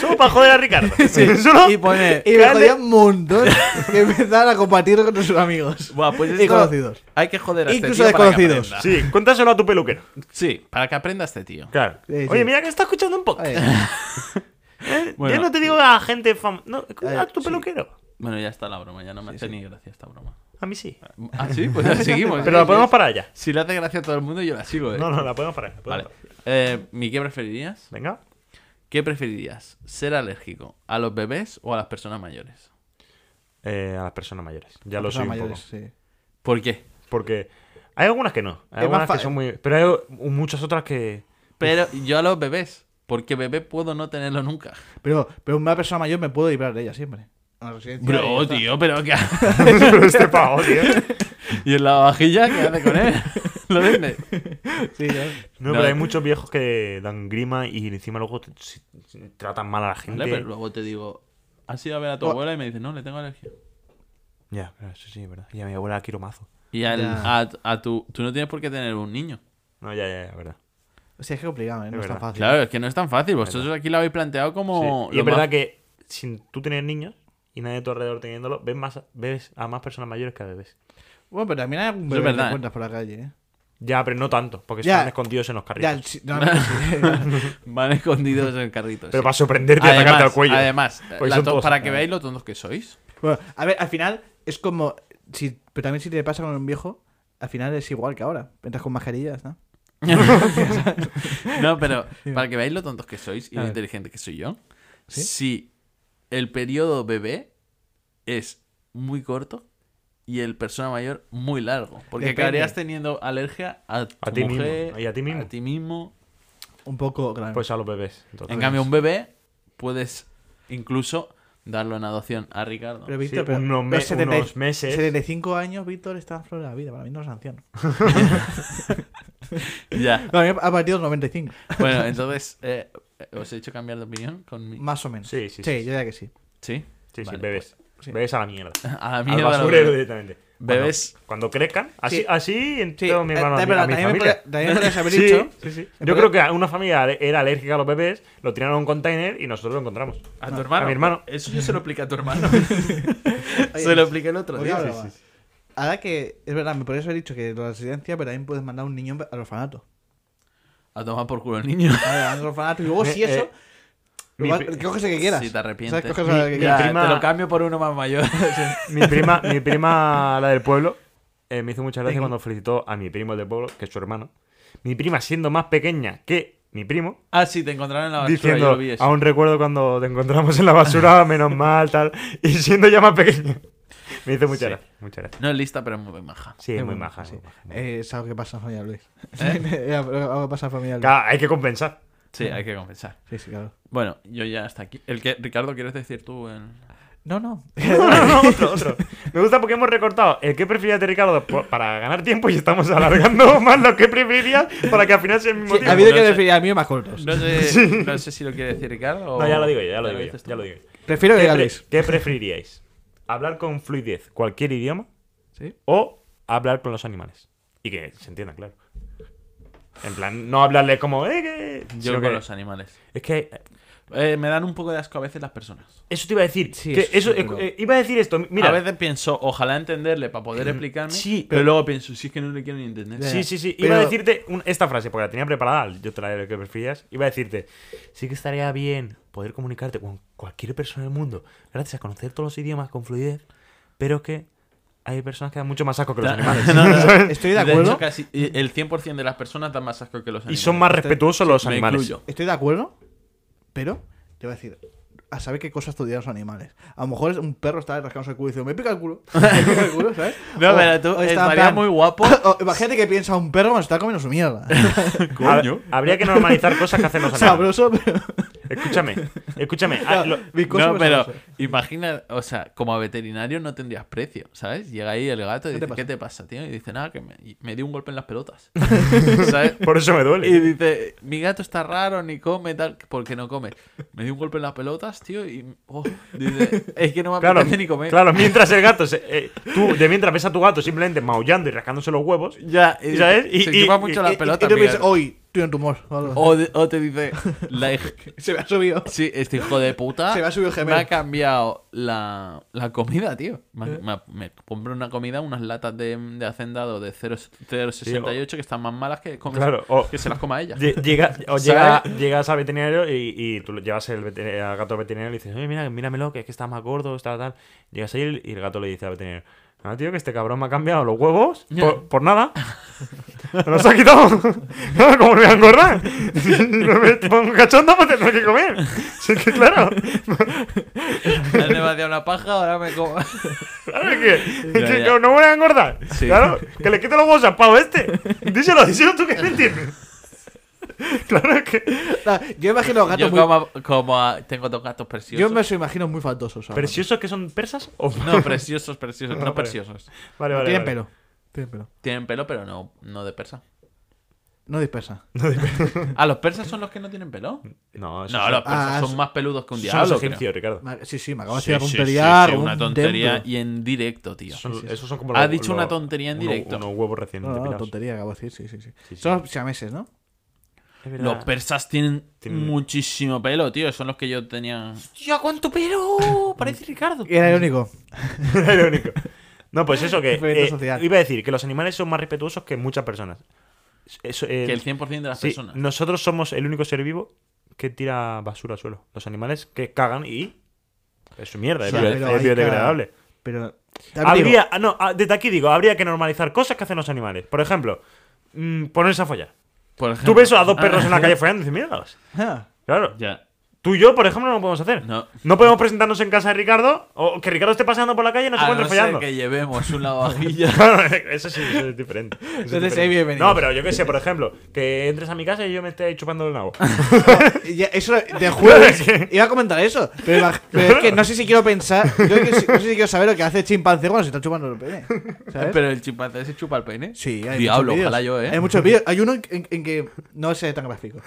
[SPEAKER 4] Solo para joder a Ricardo.
[SPEAKER 3] [laughs]
[SPEAKER 4] [laughs] Solo-
[SPEAKER 2] Y pone...
[SPEAKER 3] Y me
[SPEAKER 4] Dale.
[SPEAKER 3] jodía un montón [laughs] que empezaran a compartir con sus amigos.
[SPEAKER 2] Buah, pues
[SPEAKER 3] y
[SPEAKER 2] esto [laughs]
[SPEAKER 3] conocidos.
[SPEAKER 2] Hay que joder a
[SPEAKER 3] Incluso
[SPEAKER 2] este tío para que
[SPEAKER 3] desconocidos.
[SPEAKER 2] aprenda.
[SPEAKER 4] [laughs] Sí, cuéntaselo a tu peluquero.
[SPEAKER 2] Sí, para que aprenda este tío.
[SPEAKER 4] Claro.
[SPEAKER 3] Sí, sí.
[SPEAKER 4] Oye, mira que está escuchando un
[SPEAKER 3] A
[SPEAKER 4] podcast.
[SPEAKER 3] ver,
[SPEAKER 4] ¿eh?
[SPEAKER 2] Bueno.
[SPEAKER 4] Yo no te digo a gente famosa. No,
[SPEAKER 3] Eh,
[SPEAKER 4] a tu
[SPEAKER 3] sí.
[SPEAKER 4] peluquero.
[SPEAKER 2] Bueno, ya está la broma, ya no me hace ni gracia esta broma.
[SPEAKER 4] A mí sí.
[SPEAKER 2] Ah, sí, [laughs] pues la seguimos.
[SPEAKER 4] Pero la podemos parar ya.
[SPEAKER 2] Si le hace gracia a todo el mundo, yo la sigo, ¿eh?
[SPEAKER 4] No, no, la podemos parar. la podemos
[SPEAKER 2] Vale.
[SPEAKER 4] parar.
[SPEAKER 2] Eh, ¿Mi qué preferirías?
[SPEAKER 4] Venga.
[SPEAKER 2] ¿Qué preferirías? ¿Ser alérgico a los bebés o a las personas mayores?
[SPEAKER 4] Eh, a las personas mayores. Ya lo
[SPEAKER 3] personas
[SPEAKER 4] soy un
[SPEAKER 3] mayores,
[SPEAKER 4] poco.
[SPEAKER 3] sí.
[SPEAKER 2] ¿Por qué?
[SPEAKER 4] Porque hay algunas que no.
[SPEAKER 3] Es más
[SPEAKER 4] Hay algunas que
[SPEAKER 3] fa-
[SPEAKER 4] son muy. Pero hay muchas
[SPEAKER 3] [laughs]
[SPEAKER 4] otras que. [laughs]
[SPEAKER 2] Pero yo a los bebés, porque bebé puedo no tenerlo nunca.
[SPEAKER 3] Pero, pero una persona mayor me puedo librar de ella siempre. A la residencia y ya
[SPEAKER 2] Bro,
[SPEAKER 3] está.
[SPEAKER 2] tío, pero ¿qué
[SPEAKER 4] Pero este pavo, tío.
[SPEAKER 2] [laughs] ¿Y en la vajilla qué hace con él? [laughs] ¿Lo vende?
[SPEAKER 3] [laughs] Sí, ya.
[SPEAKER 4] No,
[SPEAKER 2] No.
[SPEAKER 4] pero hay muchos viejos que dan grima y encima luego t- si- si- tratan mal a la gente.
[SPEAKER 2] Vale, pero luego te digo, ¿has ido a ver a tu
[SPEAKER 3] O-
[SPEAKER 2] abuela? Y me dice, no, le tengo alergia.
[SPEAKER 4] Ya, claro, eso sí, es verdad. Y a mi abuela la quiero mazo.
[SPEAKER 2] Y al-
[SPEAKER 3] Ya.
[SPEAKER 2] a, a tu... Tú no tienes por qué tener un niño.
[SPEAKER 4] No, ya, ya, ya, verdad.
[SPEAKER 3] O sea, es que complicado, ¿eh? No
[SPEAKER 4] Es
[SPEAKER 3] es tan
[SPEAKER 4] verdad.
[SPEAKER 3] fácil.
[SPEAKER 2] Claro, es que no es tan fácil. Vosotros aquí lo habéis planteado como...
[SPEAKER 4] Sí. Y
[SPEAKER 2] lo
[SPEAKER 4] es verdad
[SPEAKER 2] más-
[SPEAKER 4] que sin tú tener niños y nadie de tu alrededor teniéndolo, ves, más, ves a más personas mayores que a bebés.
[SPEAKER 3] Bueno, pero también hay algún
[SPEAKER 2] Eso
[SPEAKER 3] bebé
[SPEAKER 2] es
[SPEAKER 3] que
[SPEAKER 2] verdad,
[SPEAKER 3] te encuentras por la calle, ¿eh?
[SPEAKER 4] Ya, pero no tanto, porque
[SPEAKER 3] Ya.
[SPEAKER 4] están escondidos en los carritos.
[SPEAKER 3] Ya, sí, no, no, sí.
[SPEAKER 2] [laughs]
[SPEAKER 3] [laughs]
[SPEAKER 2] Van escondidos en carritos.
[SPEAKER 4] Pero
[SPEAKER 2] sí.
[SPEAKER 4] para sorprenderte y atacarte al cuello.
[SPEAKER 2] Además,
[SPEAKER 4] Porque
[SPEAKER 2] la
[SPEAKER 4] son
[SPEAKER 2] to-
[SPEAKER 4] todos-
[SPEAKER 2] para que veáis lo tontos que sois.
[SPEAKER 3] Bueno, a ver, al final es como. Si, pero también si te pasa con un viejo, al final es igual que ahora. Entras con mascarillas, ¿no?
[SPEAKER 2] No,
[SPEAKER 4] [laughs]
[SPEAKER 2] pero para que veáis lo tontos que sois y
[SPEAKER 3] A
[SPEAKER 2] lo
[SPEAKER 3] ver.
[SPEAKER 2] inteligente que soy yo.
[SPEAKER 3] ¿Sí?
[SPEAKER 2] Si el periodo bebé es muy corto y el persona mayor muy largo. Porque
[SPEAKER 3] Depende.
[SPEAKER 2] acabarías teniendo alergia a tu
[SPEAKER 4] A ti mismo,
[SPEAKER 2] mujer,
[SPEAKER 4] y a ti mismo.
[SPEAKER 2] A ti mismo.
[SPEAKER 3] Un poco grave.
[SPEAKER 4] Pues a los bebés. entonces.
[SPEAKER 2] En cambio, un bebé puedes incluso darlo en adopción a Ricardo.
[SPEAKER 3] pero
[SPEAKER 4] sí,
[SPEAKER 3] Víctor, pero
[SPEAKER 4] unos me-
[SPEAKER 3] los
[SPEAKER 4] unos meses.
[SPEAKER 3] 75 años, Víctor está en flor de la vida. Para mí no es
[SPEAKER 4] [laughs]
[SPEAKER 3] sanción.
[SPEAKER 2] Ya.
[SPEAKER 3] Para mí a partir de los 95,
[SPEAKER 2] Bueno, entonces, eh, ¿os he hecho cambiar de opinión? Con mi...
[SPEAKER 3] más o menos.
[SPEAKER 4] Sí, sí, sí,
[SPEAKER 3] Sí,
[SPEAKER 4] sí.
[SPEAKER 3] yo diría que sí.
[SPEAKER 2] ¿Sí?
[SPEAKER 4] Sí, sí,
[SPEAKER 2] Vale,
[SPEAKER 4] bebés.
[SPEAKER 3] sí.
[SPEAKER 4] Bebés a la mierda.
[SPEAKER 2] pues, [laughs] A la
[SPEAKER 4] Al
[SPEAKER 2] mierda. lo
[SPEAKER 4] basurero
[SPEAKER 2] veo.
[SPEAKER 4] directamente.
[SPEAKER 2] Bebés.
[SPEAKER 4] Cuando, cuando crezcan, así,
[SPEAKER 3] Sí.
[SPEAKER 4] así
[SPEAKER 3] Sí,
[SPEAKER 4] entero mi
[SPEAKER 3] eh,
[SPEAKER 4] hermano a mi-
[SPEAKER 3] pero
[SPEAKER 4] a mi
[SPEAKER 3] también, me
[SPEAKER 4] familia.
[SPEAKER 3] podría- también me
[SPEAKER 4] [laughs]
[SPEAKER 3] podrías haber
[SPEAKER 4] Sí,
[SPEAKER 3] dicho.
[SPEAKER 4] sí, sí.
[SPEAKER 3] me
[SPEAKER 4] Yo
[SPEAKER 3] podría-
[SPEAKER 4] creo que a una familia ale- era alérgica a los bebés, lo tiraron a un container y nosotros lo encontramos.
[SPEAKER 2] A tu hermano.
[SPEAKER 4] A mi hermano.
[SPEAKER 2] Eso yo se lo expliqué a tu
[SPEAKER 4] [laughs]
[SPEAKER 2] hermano. [laughs] se lo expliqué el otro
[SPEAKER 3] Oye,
[SPEAKER 2] día.
[SPEAKER 3] ahora va. Ahora que es verdad, me podrías haber dicho que la residencia, pero también puedes mandar un niño al orfanato.
[SPEAKER 2] A tomar por culo el
[SPEAKER 4] [laughs]
[SPEAKER 2] niño.
[SPEAKER 3] A ver, al orfanato y luego,
[SPEAKER 4] Me-
[SPEAKER 3] si eso,
[SPEAKER 4] eh, mi
[SPEAKER 3] luego,
[SPEAKER 4] pri-
[SPEAKER 3] coges el que quieras.
[SPEAKER 2] Si te arrepientes.
[SPEAKER 3] ¿Sabes? Coges
[SPEAKER 4] Mi-
[SPEAKER 3] el que
[SPEAKER 4] mi
[SPEAKER 3] quieras.
[SPEAKER 2] Ya,
[SPEAKER 4] prima-
[SPEAKER 2] Ah, Te lo cambio por uno más mayor. [laughs]
[SPEAKER 4] Mi prima, mi prima, la del pueblo, eh, me hizo muchas gracias
[SPEAKER 3] Venga.
[SPEAKER 4] cuando felicitó a mi primo del pueblo, que es su hermano. Mi prima siendo más pequeña que mi primo,
[SPEAKER 2] ah, sí, te encontraron en la basura. yo
[SPEAKER 4] diciendo,
[SPEAKER 2] lo vi eso.
[SPEAKER 4] aún recuerdo cuando te encontramos en la basura, menos mal, tal, y siendo ya más pequeña. Me hizo muchas
[SPEAKER 2] Sí.
[SPEAKER 4] gracias, muchas gracias.
[SPEAKER 2] No es lista, pero es muy maja.
[SPEAKER 4] Sí, es muy
[SPEAKER 3] bueno,
[SPEAKER 4] maja.
[SPEAKER 3] sí.
[SPEAKER 4] muy maja.
[SPEAKER 3] Eh, es algo que pasa en familia
[SPEAKER 4] [laughs]
[SPEAKER 3] Luis. [laughs]
[SPEAKER 4] ¿Eh?
[SPEAKER 3] Es algo que pasa en familia Luis.
[SPEAKER 4] Claro, hay que compensar. [laughs]
[SPEAKER 2] Sí, hay que compensar.
[SPEAKER 3] Sí, sí, claro.
[SPEAKER 2] Bueno, yo ya hasta aquí. El que, Ricardo, ¿quieres decir tú? El...
[SPEAKER 3] No, no.
[SPEAKER 4] [laughs] No, no, no, otro, otro. Me gusta porque hemos recortado el que preferirías de Ricardo por- para ganar tiempo y estamos alargando [laughs] más lo que preferirías para que al final sea el
[SPEAKER 3] [laughs]
[SPEAKER 4] mismo
[SPEAKER 3] ha
[SPEAKER 4] tiempo.
[SPEAKER 3] habido que
[SPEAKER 2] no sé.
[SPEAKER 3] definir a mí más cortos.
[SPEAKER 2] No [laughs] sé, no sé si lo quiere decir Ricardo. o-
[SPEAKER 4] No, ya lo digo yo, ya lo
[SPEAKER 2] ¿Ya
[SPEAKER 4] digo yo,
[SPEAKER 2] dices tú?
[SPEAKER 4] ya lo digo yo.
[SPEAKER 3] Prefiero que
[SPEAKER 4] ¿Qué,
[SPEAKER 3] diga
[SPEAKER 4] pre-
[SPEAKER 3] Luis.
[SPEAKER 4] qué preferiríais? ¿Hablar con fluidez cualquier idioma
[SPEAKER 3] ¿Sí?
[SPEAKER 4] o hablar con los animales? Y que se entienda, claro. En plan, no hablarle como... "Eh, que-",
[SPEAKER 2] Yo
[SPEAKER 4] sino
[SPEAKER 2] con
[SPEAKER 4] que-
[SPEAKER 2] los animales.
[SPEAKER 4] Es que... eh,
[SPEAKER 2] Eh, me dan un poco de asco a veces las personas.
[SPEAKER 4] Eso te iba a decir.
[SPEAKER 3] Sí,
[SPEAKER 4] que
[SPEAKER 3] eso
[SPEAKER 4] eso,
[SPEAKER 3] sí, pero-
[SPEAKER 4] eh, iba a decir esto. Mira,
[SPEAKER 2] a veces pienso, ojalá entenderle para poder explicarme.
[SPEAKER 4] Sí,
[SPEAKER 2] pero luego pienso, si es que no le quiero ni entender.
[SPEAKER 3] Ya.
[SPEAKER 4] Sí, sí, sí.
[SPEAKER 3] Pero-
[SPEAKER 4] Iba a decirte un- esta frase, porque la tenía preparada, yo te la era que preferías. Iba a decirte, sí que estaría bien poder comunicarte con cualquier persona del mundo gracias a conocer todos los idiomas con fluidez, pero es que hay personas que dan mucho más asco que los
[SPEAKER 2] Da- [laughs]
[SPEAKER 4] animales.
[SPEAKER 2] No, no, no.
[SPEAKER 3] Estoy de
[SPEAKER 2] hecho,
[SPEAKER 3] acuerdo.
[SPEAKER 2] casi el 100% de las personas dan más asco que los
[SPEAKER 4] Y
[SPEAKER 2] animales.
[SPEAKER 4] son más respetuosos los
[SPEAKER 2] Me
[SPEAKER 4] animales.
[SPEAKER 2] incluyo.
[SPEAKER 3] Estoy de acuerdo, pero te voy a decir, a saber qué cosas estudian los animales. A lo mejor es un perro está rascándose el culo y dice, me pica el culo. [laughs] Me pica el culo, ¿sabes?
[SPEAKER 2] [laughs] No,
[SPEAKER 3] O-
[SPEAKER 2] pero tú
[SPEAKER 3] o está en
[SPEAKER 2] estaría
[SPEAKER 3] plan-
[SPEAKER 2] muy guapo.
[SPEAKER 3] [laughs] o imagínate que piensa un perro cuando está comiendo su
[SPEAKER 2] [laughs]
[SPEAKER 3] mierda. [laughs]
[SPEAKER 4] Hab- Habría que normalizar cosas que hacen los animales.
[SPEAKER 3] Sabroso, pero.
[SPEAKER 4] Escúchame, escúchame. Ah, lo-
[SPEAKER 3] viscoso,
[SPEAKER 2] No, pero
[SPEAKER 3] sabroso.
[SPEAKER 2] imagina, o sea, como a veterinario no tendrías precio, ¿sabes? Llega ahí el gato y dice, ¿qué te pasa, tío? Y dice, nada, que me, me dio un golpe en las pelotas. ¿Sabes?
[SPEAKER 4] por eso me
[SPEAKER 2] Y
[SPEAKER 4] duele.
[SPEAKER 2] dice, mi gato está raro, ni come, tal, porque no come. Me dio un golpe en las pelotas, tío, y oh, dice, es que no me
[SPEAKER 4] Claro,
[SPEAKER 2] apetece ni comer.
[SPEAKER 4] claro, mientras el gato, se- eh, tú, de mientras ves a tu gato simplemente maullando y rascándose los huevos,
[SPEAKER 2] Ya, y,
[SPEAKER 4] ¿Sabes? Y-
[SPEAKER 2] se
[SPEAKER 4] y-
[SPEAKER 2] chupa
[SPEAKER 4] y-
[SPEAKER 2] mucho
[SPEAKER 4] y-
[SPEAKER 2] las
[SPEAKER 3] Y-
[SPEAKER 2] pelotas.
[SPEAKER 3] Y, tú
[SPEAKER 2] mi
[SPEAKER 3] piensas,
[SPEAKER 2] gato.
[SPEAKER 3] "Oh". hoy tiene un tumor o algo.
[SPEAKER 2] o, de- o te dice, la hij-
[SPEAKER 3] [laughs] Se me ha
[SPEAKER 2] [laughs]
[SPEAKER 3] subido.
[SPEAKER 2] Sí, este hijo de puta
[SPEAKER 3] [laughs] Se me ha subido el gemelo.
[SPEAKER 2] me ha cambiado la, la comida, tío. Me,
[SPEAKER 3] ¿Eh?
[SPEAKER 2] me ha- me compré una comida, unas latas de, de hacendado de 0 0,68 que están más malas que, come-
[SPEAKER 4] Claro, oh. o-
[SPEAKER 2] que se las coma
[SPEAKER 4] [laughs]
[SPEAKER 2] ella.
[SPEAKER 4] lle- llega,
[SPEAKER 2] [laughs]
[SPEAKER 4] o
[SPEAKER 2] ¿Sabes?
[SPEAKER 4] llega- llegas al veterinario y, y tú lo llevas el vete- eh, al gato al veterinario y dices, oye, mira, míramelo, que es que está más gordo, está tal. Llegas ahí y el gato le dice al veterinario, ah, tío, que este cabrón me ha cambiado los huevos por, por nada. [laughs] Me los ha quitado. [laughs] Claro, ¿Cómo me voy a engordar? [laughs] No me pongo cachondo pues tendré que comer. [laughs] Sí, que claro. [laughs]
[SPEAKER 2] Me han demasiado una paja, ahora me
[SPEAKER 3] [laughs]
[SPEAKER 2] como.
[SPEAKER 4] Claro, es que,
[SPEAKER 2] Ya,
[SPEAKER 4] que
[SPEAKER 2] ya.
[SPEAKER 4] yo no me voy a engordar.
[SPEAKER 2] Sí.
[SPEAKER 4] Claro, que le quite los huevos al pavo este. Díselo, díselo tú que no entiendes. [laughs] Claro es que.
[SPEAKER 3] Nah, Yo imagino a los gatos
[SPEAKER 2] Yo
[SPEAKER 3] muy.
[SPEAKER 2] como, a- como a- tengo dos gatos
[SPEAKER 3] Yo
[SPEAKER 2] preciosos.
[SPEAKER 3] me los imagino muy faltosos. ¿sabes?
[SPEAKER 4] ¿Preciosos que son persas o
[SPEAKER 3] [laughs]
[SPEAKER 2] No, preciosos, preciosos,
[SPEAKER 4] Vale.
[SPEAKER 2] no preciosos.
[SPEAKER 4] Vale, vale.
[SPEAKER 3] Tienen
[SPEAKER 4] vale.
[SPEAKER 3] pelo. Tienen pelo.
[SPEAKER 2] Tienen pelo, pero no, no de persa.
[SPEAKER 3] No dispersa.
[SPEAKER 2] ¿A los persas son los que no tienen pelo?
[SPEAKER 4] No, esos
[SPEAKER 2] No,
[SPEAKER 4] son-
[SPEAKER 2] los persas
[SPEAKER 3] Ah,
[SPEAKER 2] son
[SPEAKER 3] son-
[SPEAKER 2] más peludos que un
[SPEAKER 4] son los
[SPEAKER 2] diablo. creo.
[SPEAKER 4] egipcios, Ricardo.
[SPEAKER 3] Ma- Sí, sí, me acabo de
[SPEAKER 2] Sí,
[SPEAKER 3] decir una
[SPEAKER 2] sí,
[SPEAKER 3] tontería.
[SPEAKER 2] sí, sí,
[SPEAKER 3] algo,
[SPEAKER 2] una
[SPEAKER 3] un
[SPEAKER 2] tontería
[SPEAKER 3] templo.
[SPEAKER 2] y en directo, tío.
[SPEAKER 4] Son- Esos son como
[SPEAKER 2] Ha
[SPEAKER 4] los-
[SPEAKER 2] dicho
[SPEAKER 4] los-
[SPEAKER 2] una tontería en
[SPEAKER 4] uno-
[SPEAKER 2] directo.
[SPEAKER 4] Unos huevos recién
[SPEAKER 3] No, no,
[SPEAKER 4] depilados.
[SPEAKER 3] tontería, acabo de decir, sí, sí, sí.
[SPEAKER 4] Sí, sí.
[SPEAKER 3] Son los siameses, ¿no?
[SPEAKER 4] Es verdad.
[SPEAKER 2] Los persas tienen,
[SPEAKER 4] Tienen-
[SPEAKER 2] muchísimo pelo, tío. Son los que yo tenía. ¡Ya cuánto
[SPEAKER 4] [laughs]
[SPEAKER 2] pelo! Parece Ricardo.
[SPEAKER 3] Y era irónico.
[SPEAKER 4] Era irónico. No, pues eso [laughs] que.
[SPEAKER 3] Experimento
[SPEAKER 4] eh,
[SPEAKER 3] social.
[SPEAKER 4] iba a decir que los animales son más respetuosos que muchas personas. Eso, eh,
[SPEAKER 2] Que el 100% de las
[SPEAKER 4] sí,
[SPEAKER 2] personas.
[SPEAKER 4] Nosotros somos el único ser vivo que tira basura al suelo. Los animales que cagan y. Es su mierda, es,
[SPEAKER 3] Ya,
[SPEAKER 4] bio-
[SPEAKER 3] pero
[SPEAKER 4] es
[SPEAKER 3] hay
[SPEAKER 4] biodegradable.
[SPEAKER 3] Pero. también digo,
[SPEAKER 4] Habría, ah, no, ah, desde aquí digo, habría que normalizar cosas que hacen los animales. Por ejemplo, mm, ponerse a follar.
[SPEAKER 2] Por ejemplo. Ah,
[SPEAKER 4] Tú ves a dos perros en la calle follando y dices, míralos.
[SPEAKER 3] ah, [laughs]
[SPEAKER 4] Claro.
[SPEAKER 2] [laughs] Ya.
[SPEAKER 4] Tú y yo, por ejemplo, no lo podemos hacer.
[SPEAKER 2] No.
[SPEAKER 4] podemos presentarnos en casa de Ricardo o que Ricardo esté paseando por la calle y nos
[SPEAKER 2] A
[SPEAKER 4] encuentre
[SPEAKER 2] no ser
[SPEAKER 4] follando.
[SPEAKER 2] que llevemos una vajilla.
[SPEAKER 4] [laughs] Claro, eso sí, eso es diferente. Eso es
[SPEAKER 3] Entonces,
[SPEAKER 4] diferente.
[SPEAKER 3] ahí bienvenidos.
[SPEAKER 4] No, pero yo qué sé, por ejemplo, que entres a mi casa y yo me esté ahí chupando el nabo.
[SPEAKER 3] ya, eso,
[SPEAKER 4] [laughs]
[SPEAKER 3] te juro,
[SPEAKER 4] que-
[SPEAKER 3] iba a comentar eso. Pero,
[SPEAKER 4] [laughs]
[SPEAKER 3] imag- pero es que no sé si quiero pensar. yo que si- no sé si quiero saber lo que hace el chimpancé cuando se está chupando el pene. ¿Sabes?
[SPEAKER 2] [laughs] Pero el chimpancé se chupa el pene.
[SPEAKER 3] Sí, hay
[SPEAKER 2] Diablo,
[SPEAKER 3] muchos
[SPEAKER 2] ojalá
[SPEAKER 3] vídeos.
[SPEAKER 2] yo, eh.
[SPEAKER 3] Hay muchos vídeos. Hay uno en, en- en que. No sé tan
[SPEAKER 4] [laughs]
[SPEAKER 3] gráfico.